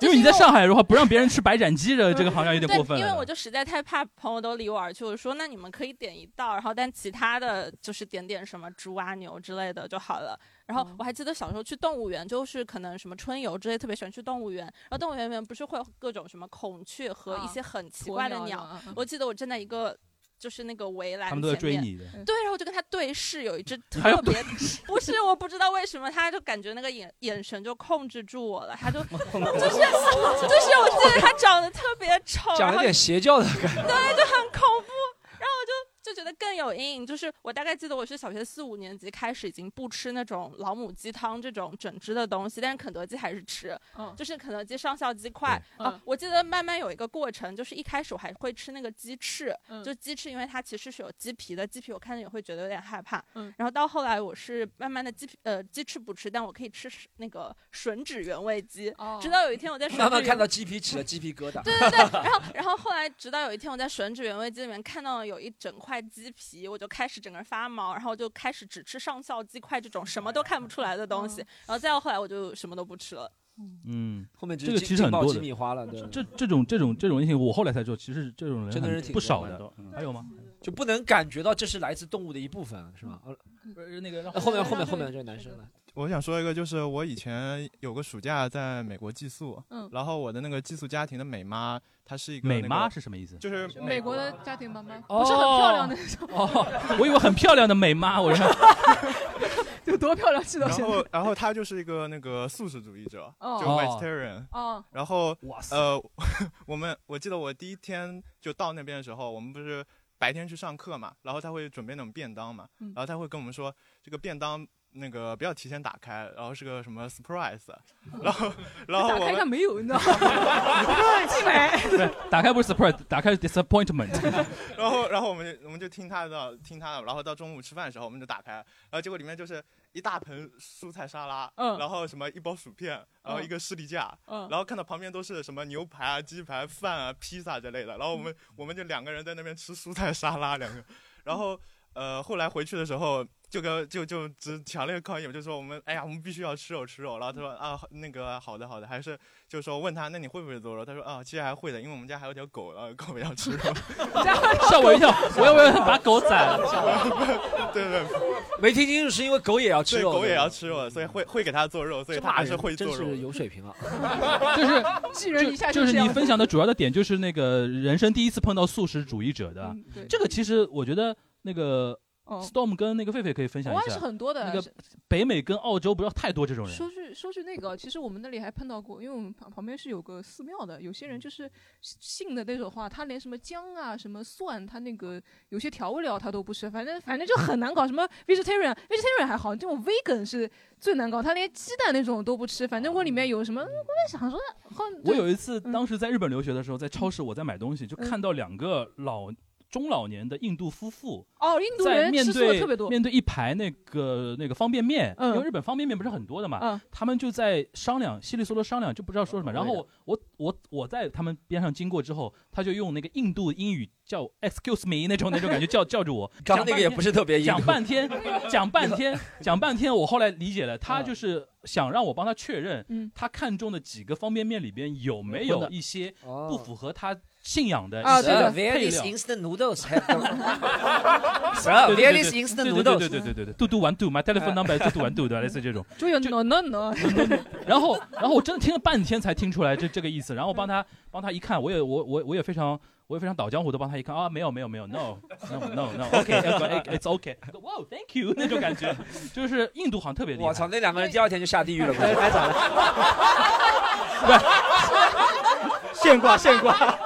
S5: 因为你在上海的话，不让别人吃白 斩鸡的，这个好像有点
S16: 对
S5: 过分，了。
S16: 因为我就实在太怕朋友都离我而去，我就说那你们可以点一道，然后但其他的就是点点什么猪啊、牛之类的就好了。然
S3: 嗯
S16: 后我还记得小时候去动物园，就是可能什么春游之类，特别喜欢去动物园。然后动物园里面不是会有各种什么孔雀和一些很奇怪的
S3: 啊鸵鸟
S16: 鸟？
S3: 啊啊啊
S16: 我记得我站在一个。就是那个围栏前面，
S5: 他们都在追你的
S3: 嗯
S16: 对，然后我就跟他对视，有一只
S5: 还要
S16: 特别，不是我不知道为什么，他就感觉那个眼眼神就控制住我了，他 就就是就是我记得他长得特别丑，
S4: 讲
S16: 然
S4: 了
S16: 后
S4: 点邪教 的感
S16: 对，
S4: 觉。
S16: 就很恐怖。然后我就就觉得更有阴影，就是我大概记得我是小学四五年级开始已经不吃那种老母鸡汤这种整只的东西，但是肯德基还是吃，就是肯德基上校鸡块。
S8: 嗯
S16: 啊，我记得慢慢有一个过程，就是一开始我还会吃那个鸡翅，
S8: 嗯
S16: 就鸡翅，因为它其实是有鸡皮的，鸡皮我看着也会觉得有点害怕。
S8: 嗯
S16: 然后到后来我是慢慢的鸡皮呃鸡翅不吃，但我可以吃那个吮指原味鸡，
S8: 哦
S16: 直到有一天 我在吮
S4: 慢慢
S16: 指
S4: 看
S16: 原
S4: 到鸡皮起了鸡皮疙瘩。
S16: 对对对，然后然后后来，直到有一天我在吮指原味鸡里面看到了有一整块鸡皮，我就开始整个人发毛，然后就开始只吃上校鸡块这种什么都看不出来的东西，然后再到后来我就什么都不吃了。
S5: 嗯，
S4: 后面就
S5: 这
S4: 是
S5: 个
S4: 劲
S5: 其实很
S4: 劲爆
S5: 多
S4: 鸡
S5: 的
S4: 米花了对
S5: 这这种这种这种事情，我后来才知道，其实这种人
S4: 真的
S5: 很
S4: 是挺
S5: 不
S4: 多
S5: 少
S4: 蛮
S5: 的嗯
S4: 多。
S5: 还有吗？
S4: 就不能感觉到这是来自动物的一部分，是吗？
S5: 不是那个
S4: 呃后面后面后面这个男生了，
S17: 我想说一个，就是我以前有个暑假在美国寄宿，
S3: 嗯
S17: 然后我的那个寄宿家庭的美妈，她是一个、
S5: 美妈是什么意思
S17: 就是
S3: 美国的家庭妈妈
S17: 哦
S3: 不是很漂亮的那种。
S5: 哦，我以 为很漂亮的美妈，我说
S3: 有多漂亮，气到
S17: 然
S3: 现在。
S17: 后，然后她就是一个那个素食主义者，
S3: 哦
S17: 就 vegetarian。
S3: 哦
S17: 然后，呃， 我们我记得我第一天就到那边的时候，我们不是白天去上课嘛，然后他会准备那种便当嘛，
S3: 嗯
S17: 然后他会跟我们说这个便当那个不要提前打开，然后是个什么 surprise，然后然后
S3: 打
S17: 我
S3: 开一
S17: 们
S3: 看没有，你知道 吗？ 进来。
S5: 对打开不是 surprise，打开是 disappointment。
S17: 然后，然后我们就我们就听他的，听他的，然后到中午吃饭的时候，我们就打开，然后结果里面就是一大盆蔬菜沙拉，
S3: 嗯
S17: 然后什么一包薯片，然后一个士力架，
S3: 嗯
S17: 然后看到旁边都是什么牛排啊、鸡排、饭啊、披萨之类的，然后我们、我们就两个人在那边吃蔬菜沙拉，两个，然后呃，后来回去的时候。就跟就就只强烈抗议，我就说我们哎呀，我们必须要吃肉吃肉。然后他说啊，那个好的好的，还是就说问他那你会不会做肉？他说啊，其实还会的，因为我们家还有条狗，然后狗也要吃肉。
S5: 吓我一跳，我以为把狗宰了。
S17: 对对，
S4: 没听清楚是因为狗也要吃
S17: 对，
S4: 肉，
S17: 狗也要吃肉，所以会会给它做肉，所以
S4: 这
S17: 它
S4: 骂
S17: 还是
S4: 人
S17: 会
S4: 真
S17: 做肉。
S4: 是有水 平啊！
S5: 就是
S3: 寄人篱下
S5: 就是
S3: 这
S5: 是
S3: 样
S5: 你分享的主要的点就是那个人生第一次碰到素食主义者的
S3: 嗯对，
S5: 这个其实我觉得那个
S3: 哦
S5: Storm 跟那个狒狒可以分享
S3: 国外
S5: 一
S3: 是
S5: 下。
S3: 很多的
S5: 那。个北美跟澳洲不知道太多这种人。
S3: 说句说句那个，其实我们那里还碰到过，因为我们旁旁边是有个寺庙的，有些人就是信的那种话，他连什么姜啊、什么蒜，他那个有些调味料他都不吃，反正反正就很难搞。什么 vegetarian vegetarian 还好，这种 vegan 是最难搞，他连鸡蛋那种都不吃。反正我里面有什么，嗯我在想说，好像
S5: 我有一次
S3: 嗯
S5: 当时在日本留学的时候，在超市我在买东西，就看到两个老中老年的印度夫妇。
S3: 哦，印度
S5: 在
S3: 人
S5: 面
S3: 吃素的
S5: 对
S3: 特别多，
S5: 面对一排那个那个方便面，
S3: 嗯
S5: 因为日本方便面不是很多的嘛，
S3: 嗯
S5: 他们就在商量，稀里嗦嗦商量，就不知道说什么。然后我我我在他们边上经过之后，他就用那个印度英语叫 “excuse me” 那种那种感觉叫叫住我。
S4: 刚刚那
S5: 讲
S4: 个
S5: 半
S4: 也
S5: 天
S4: 不是特别印度
S5: 讲 半天，讲半天，讲半天。我后来理解了，他
S4: 嗯
S5: 就是想让我帮他确认
S3: 嗯，
S5: 他看中的几个方便面里边有没
S4: 混
S5: 有
S4: 的
S5: 一些
S4: 哦
S5: 不符合他信仰的
S4: 啊
S5: 一些
S4: 对的
S5: 配料
S4: Various。instant noodles have
S5: 对
S4: Sir,
S5: 对对
S4: various
S5: 对
S4: instant
S5: 对
S4: noodles
S5: 对对对对对对，嘟嘟完嘟，my telephone number 嘟嘟完嘟，对吧类似这种。
S3: 就有 no no no，
S5: 然后，然后我真的听了半天才听出来这这个意思。然后我帮他帮他一看，我也我我我也非常我也非常倒江湖的帮他一看啊，没有没有没哎有，no no no no，OK，it's OK，哇 ，thank you 那种感觉，就是印度好像特别厉害。
S4: 我操，那两个人第二天就下地狱了，不 是该咋了？
S5: 现挂现挂。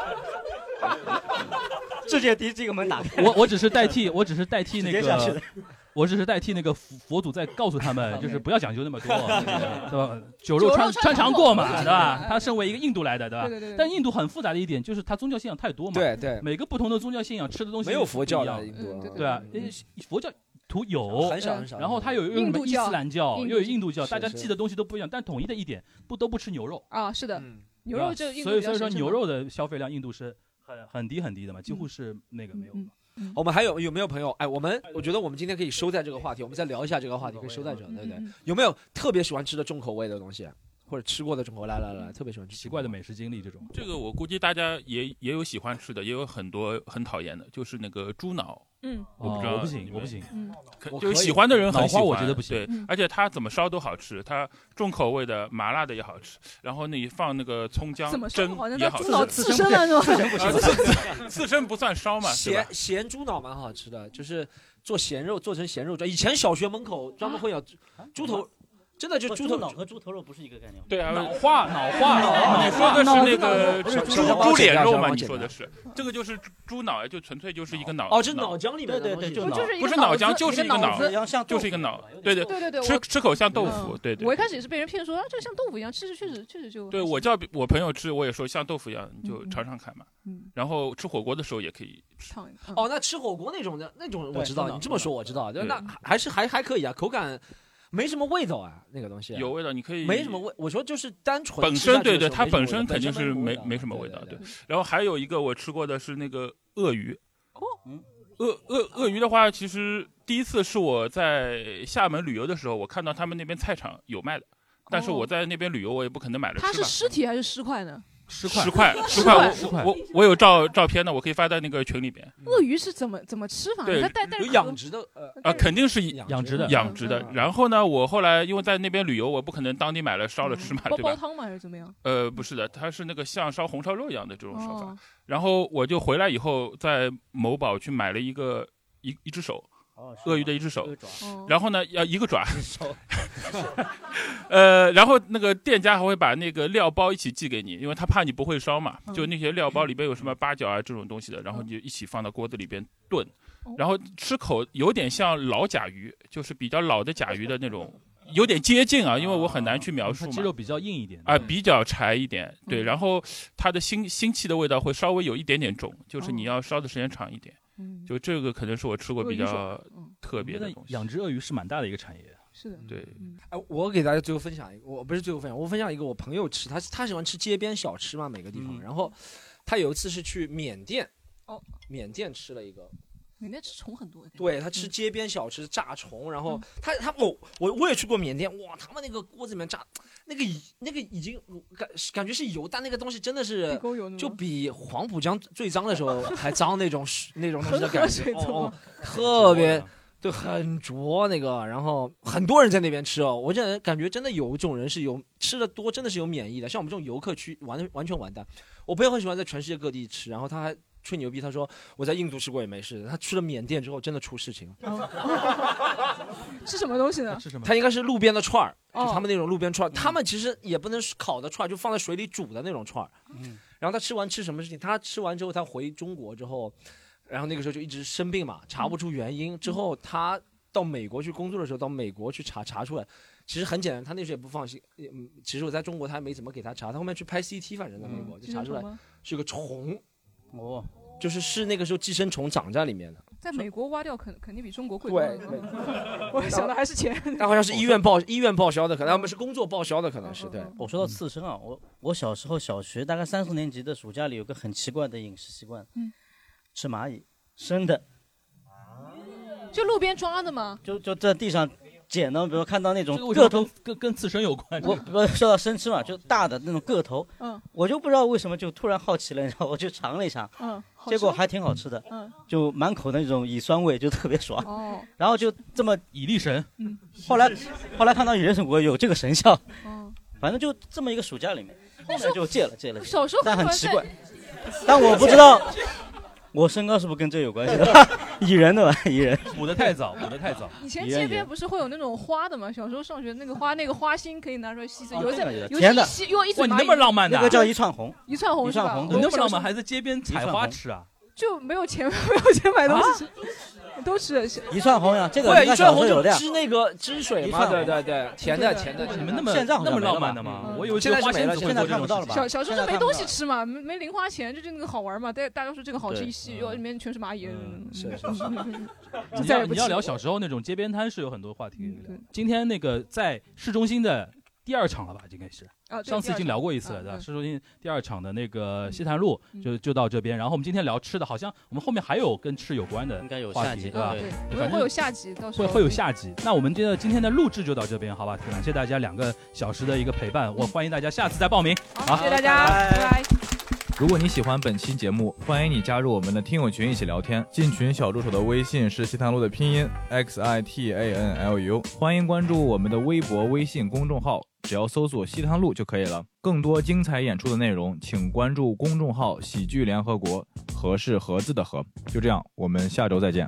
S18: 世界第一这个门打开。
S5: 我我只是代替，我只是代替那
S18: 直接下去
S5: 个
S18: 的，
S5: 我只是代替那个佛佛祖在告诉他们，就是不要讲 究那么多，对吧？酒肉
S18: 酒肉
S5: 穿
S18: 穿
S5: 穿肠
S18: 肠
S5: 过
S18: 过
S5: 嘛，
S18: 嘛
S5: 对吧？他身为一个印度来的，对吧？
S18: 对对对对
S5: 但印度很复杂的一点就是它宗教信仰太多嘛，
S4: 对对
S5: 每个不同的宗教信仰吃的东西
S4: 没有佛教的
S5: 不一样
S4: 印度啊嗯
S5: 对啊，佛教。徒有
S4: 很少很少
S5: 然后它有又有什
S3: 印
S5: 么
S3: 度
S5: 伊
S3: 教
S5: 斯兰教，
S3: 印度
S5: 又有
S3: 教
S5: 印度教，
S3: 是
S5: 大家
S3: 是
S5: 记的东西都不一样，但统一的一点，不都不吃牛肉。
S3: 啊，是的，牛
S5: 对吧
S3: 肉就印度
S5: 所以
S3: 比较
S5: 所
S3: 神
S5: 以说
S3: 圣
S5: 牛
S3: 嘛
S5: 肉的消费量印度是很很低很低的嘛，几乎是那个没有。
S4: 我们还有有没有朋友？哎，我们我觉得我们今天可以收在这个话题，我们再聊一下这个话题，可以收在这，对不对
S5: 嗯嗯？
S4: 有没有特别喜欢吃的重口味的东西，或者吃过的重口味？来来
S19: 嗯
S4: 来，特别喜欢吃奇
S5: 怪的美食经历这种。
S19: 这个我估计大家也也有喜欢吃的，也有很多很讨厌的，就是那个猪脑。
S18: 嗯
S19: 我不知
S5: 哦
S19: 道，
S5: 我不行
S19: 你们
S5: 我不行嗯
S19: 可
S5: 我可以
S19: 就是喜欢的人很喜欢，
S5: 脑花我觉得不行
S19: 对
S5: 嗯，
S19: 而且它怎么烧都好吃，它重口味的、麻辣的也好吃，然后你放那个葱姜
S4: 怎么烧
S19: 蒸
S4: 好像
S19: 也
S4: 它
S19: 好
S4: 猪
S19: 吃
S4: 脑。自身啊了是吧
S19: 自啊身不
S4: 自
S19: 行，
S4: 身不行
S19: 自自身不算烧嘛，对吧
S4: 咸？咸猪脑蛮好吃的，就是做咸肉做成咸肉以前小学门口专门会有猪猪头，
S19: 啊
S4: 真的就
S2: 不
S4: 猪
S2: 猪
S4: 头
S2: 脑和猪头肉不是一个概念。
S19: 对啊，
S2: 脑化脑化
S19: 脑你说的
S2: 脑
S19: 是那个
S2: 脑
S19: 猪
S2: 脑
S19: 猪脸肉
S4: 脑
S19: 嘛？
S4: 脑
S19: 你说的是这个就是猪猪脑呀，就纯粹就是一个脑
S4: 哦这脑浆里面的
S19: 对
S4: 东西
S19: 对
S4: 不就是一
S19: 不
S4: 个
S19: 是
S4: 脑
S19: 脑
S4: 子
S19: 浆，就是
S4: 一
S19: 一
S4: 个
S19: 个
S4: 脑
S19: 脑
S4: 子像，豆
S19: 就
S4: 腐
S19: 是一个脑，对对
S3: 对对对，
S19: 吃
S3: 我
S19: 吃口像豆腐，
S3: 嗯
S19: 对对。
S3: 我一开始也是被人骗说，啊，这个像豆腐一样，吃着确实确实就
S19: 对
S3: 还行
S19: 我叫我朋友吃，我也说像豆腐一样，你就尝尝看嘛。
S3: 嗯
S19: 然后吃火锅的时候也可以，
S3: 烫一烫
S4: 哦，那吃火锅那种的，那种我
S19: 对
S4: 知道。
S19: 猪脑
S4: 你这么说我知道，就
S19: 对
S4: 那还是还还可以啊，口感没什么味道啊，那个东西
S19: 有味道，你可以
S4: 没什么味。我说就是单纯
S19: 本
S4: 吃下去
S19: 身
S4: 的
S19: 对对，
S4: 时候
S19: 它
S4: 没什么
S19: 本
S4: 味道
S19: 身肯定
S4: 本
S19: 是
S4: 身
S19: 没
S4: 味道
S19: 没什么味道，对。然后还有一个我吃过的是那个鳄鱼，
S3: 哦
S2: 嗯，
S19: 鳄鳄鳄鱼的话，其实第一次是我在厦门旅游的时候，我看到他们那边菜场有卖的，但是
S3: 哦
S19: 我在那边旅游，我也不可能买了吃
S3: 它
S19: 吧。
S3: 是尸体还是尸块呢？
S5: 十
S19: 十块，
S3: 十
S19: 块，
S3: 块
S19: 我我我我有照照片的，我可以发在那个群里边。
S3: 鳄鱼是怎么怎么吃法呢？
S19: 对
S3: 它带带
S4: 有养殖的 呃
S19: 啊，肯定是养
S5: 殖的
S19: 养
S3: 嗯
S19: 殖的。然后呢，我后来因为在那边旅游，我不可能当地买了烧了吃嘛，
S3: 煲
S19: 对
S3: 煲
S19: 吧？
S3: 嗯汤吗？还是怎么样？
S19: 呃，不是的，它是那个像烧红烧肉一样的这种烧法。
S3: 哦
S19: 然后我就回来以后，在某宝去买了一个一一只手
S2: 哦是，吗
S19: 鳄鱼的一只手
S2: 一个爪哦，
S19: 然后呢，要一个爪， 呃，然后那个店家还会把那个料包一起寄给你，因为他怕你不会烧嘛，就那些料包里边有什么八角啊这种东西的，然后你就一起放到锅子里边炖，然后吃口有点像老甲鱼，就是比较老的甲鱼的那种，有点接近啊，因为我很难去描述嘛，
S5: 哦肌肉比较硬一点。
S19: 啊，比较柴一点，对，
S5: 嗯
S19: 然后它的腥腥气的味道会稍微有一点点重，就是你要烧的时间长一点，
S3: 嗯
S19: 就这个可能是我吃过比较
S5: 鳄鱼
S19: 特别的
S5: 那
S19: 东西。
S5: 养殖鳄鱼是蛮大的一个嗯产业。
S3: 是的，
S19: 对，
S4: 哎，我给大家最后分享一个，我不是最后分享，我分享一个我朋友吃，他他喜欢吃街边小吃嘛，每个地方。然后他有一次是去缅甸，
S3: 哦，
S4: 缅甸吃了一个，
S3: 里面吃虫很多的。
S4: 对他吃街边小吃炸虫，然后他他我我我也去过缅甸，哇，他们那个锅子里面炸那个已那个已经感感觉是油，但那个东西真的是就比黄浦江最脏的时候还脏那种那种东西的感觉，
S18: 恒河水
S4: 哦
S18: 脏
S4: 哦
S18: 吗
S4: 特别。对，很浊那个，然后很多人在那边吃哦。我这人感觉真的有一种人是有吃的多，真的是有免疫的。像我们这种游客去，完完全完蛋。我朋友很喜欢在全世界各地吃，然后他还吹牛逼，他说我在印度吃过也没事。他去了缅甸之后，真的出事情了。
S3: 哦 是什么东西呢？
S5: 是什嗯
S4: 它应该是路边的串儿，
S3: 哦
S4: 就他们那种路边串儿，他们其实也不能是烤的串儿，就放在水里煮的那种串儿。
S3: 嗯
S4: 然后他吃完吃什么事情？他吃完之后，他回中国之后，然后那个时候就一直生病嘛，查不出原因。之后他到美国去工作的时候，到美国去查查出来，其实很简单，他那时候也不放心。也嗯其实我在中国他还没怎么给他查，他后面去拍 CT，反正在美国
S3: 嗯
S4: 就查
S3: 寄生
S4: 出
S3: 虫
S4: 来
S3: 吗
S4: 是个虫，
S2: 哦，
S4: 就是是那个时候寄生虫长在里面的。
S3: 在美国挖掉肯肯定比中国贵多了。
S4: 对
S3: 嗯 我想的还是钱。
S4: 但好像是医院报
S18: 哦
S4: 医院报销的，可能他们是工作报销的，可能是对。
S2: 嗯
S4: 嗯
S2: 我说到刺身啊，我我小时候小学大概三四年级的暑假里有个很奇怪的饮食习惯，
S3: 嗯
S2: 吃蚂蚁，生的，
S3: 就路边抓的吗？
S2: 就就在地上捡的，比如看到那种
S5: 这个为什
S2: 个
S5: 么
S2: 头
S5: 跟跟跟刺身有关？
S2: 我我说到生吃嘛，就大的那种个头，
S3: 嗯
S2: 我就不知道为什么就突然好奇了，然后我就尝了一尝，
S3: 嗯，好
S2: 结果
S3: 吃
S2: 还挺好吃的，
S3: 嗯
S2: 就满口那种乙酸味，就特别爽。
S3: 哦，
S2: 然后就这么
S5: 以力神，
S3: 嗯，
S2: 后来后来看到以力神国有这个神像，
S3: 哦，
S2: 反正就这么一个暑假里面，后
S3: 那时
S2: 面
S3: 候
S2: 就戒了戒了戒了。
S3: 小时候
S2: 但很
S3: 喜欢
S2: 奇
S3: 在
S2: 怪，但我不知道我身高是不是跟这有关系的？ 蚁人的吧，蚁人
S5: 补的太早，补的 太早。
S3: 以前
S2: 蚁
S3: 街
S2: 人蚁人
S3: 边不是会有那种花的吗？小时候上学那个花，那个花心可以拿出来吸着，
S2: 哦
S3: 有一
S2: 这个有
S3: 次啊有
S2: 甜的
S3: 一吸用一
S5: 哇，
S3: 嘴
S5: 你
S3: 蚂蚁
S5: 那么浪漫的啊，
S2: 那个叫一串红，
S3: 一串红是吧？
S5: 你那么
S3: 我小
S5: 浪
S3: 时候
S5: 漫，还在街边采花吃啊？
S3: 就没有钱，没有钱买东西吃，都吃。
S18: 一串红呀，这个
S4: 对，
S18: 应该
S4: 一串
S18: 小时候
S4: 红
S18: 有
S4: 酒
S18: 的呀。
S4: 支那个支水
S18: 一
S4: 嘛，
S18: 串
S4: 对
S18: 红
S4: 对对，甜的
S18: 对
S4: 甜的。
S18: 你们那么现在好像那么没了浪漫吧的吗嗯我以为
S4: 现在
S18: 只有花
S4: 是没
S18: 仙
S4: 了，
S18: 子
S4: 现
S18: 会
S4: 在
S18: 做这
S4: 看不
S18: 种
S4: 到了
S18: 事
S4: 吧？
S18: 情
S3: 小小时候就
S18: 现在
S3: 没
S18: 看不
S3: 东
S18: 到
S3: 西吃嘛，没没零花钱，就真的好玩嘛。大大家说这个好吃，
S5: 对
S3: 一吸哟，里面全是蚂蚁。
S18: 嗯
S5: 是是
S3: 是
S5: 你
S3: 再
S5: 要
S3: 也不
S5: 你
S3: 吃嗯
S5: 要聊小时候那种街边摊是有很多话题可以聊。今天那个在市中心的第二场了吧，应该是
S1: 啊。对
S5: 上次已经聊过一次
S1: 第
S5: 了，
S1: 二场
S5: 对
S1: 嗯
S5: 吧？
S1: 嗯
S5: 市中心第二场的那
S3: 嗯
S5: 个西坛路就就到这边，然后我们今天聊吃的，好像我们后面还有跟吃有关的，应该有
S2: 下集
S5: 对吧
S2: 对？
S3: 我们
S5: 对反
S3: 啊会
S5: 正
S3: 有下集，到时
S5: 会
S3: 候
S5: 会有下集。那我们这个今天的录制就到这边，好吧？感谢大家两个小时的一个陪伴，我欢迎大家下次再报名。好，
S6: 谢谢大家，拜拜
S1: 如果你喜欢本期节目，欢迎你加入我们的听友群一起聊天。进群小助手的微信是西塘路的拼音 x i t a n l u，欢迎关注我们的微博、微信公众号，只要搜索“西塘路”就可以了。更多精彩演出的内容，请关注公众号“喜剧联合国”，和是“盒子”的“和”。就这样，我们下周再见。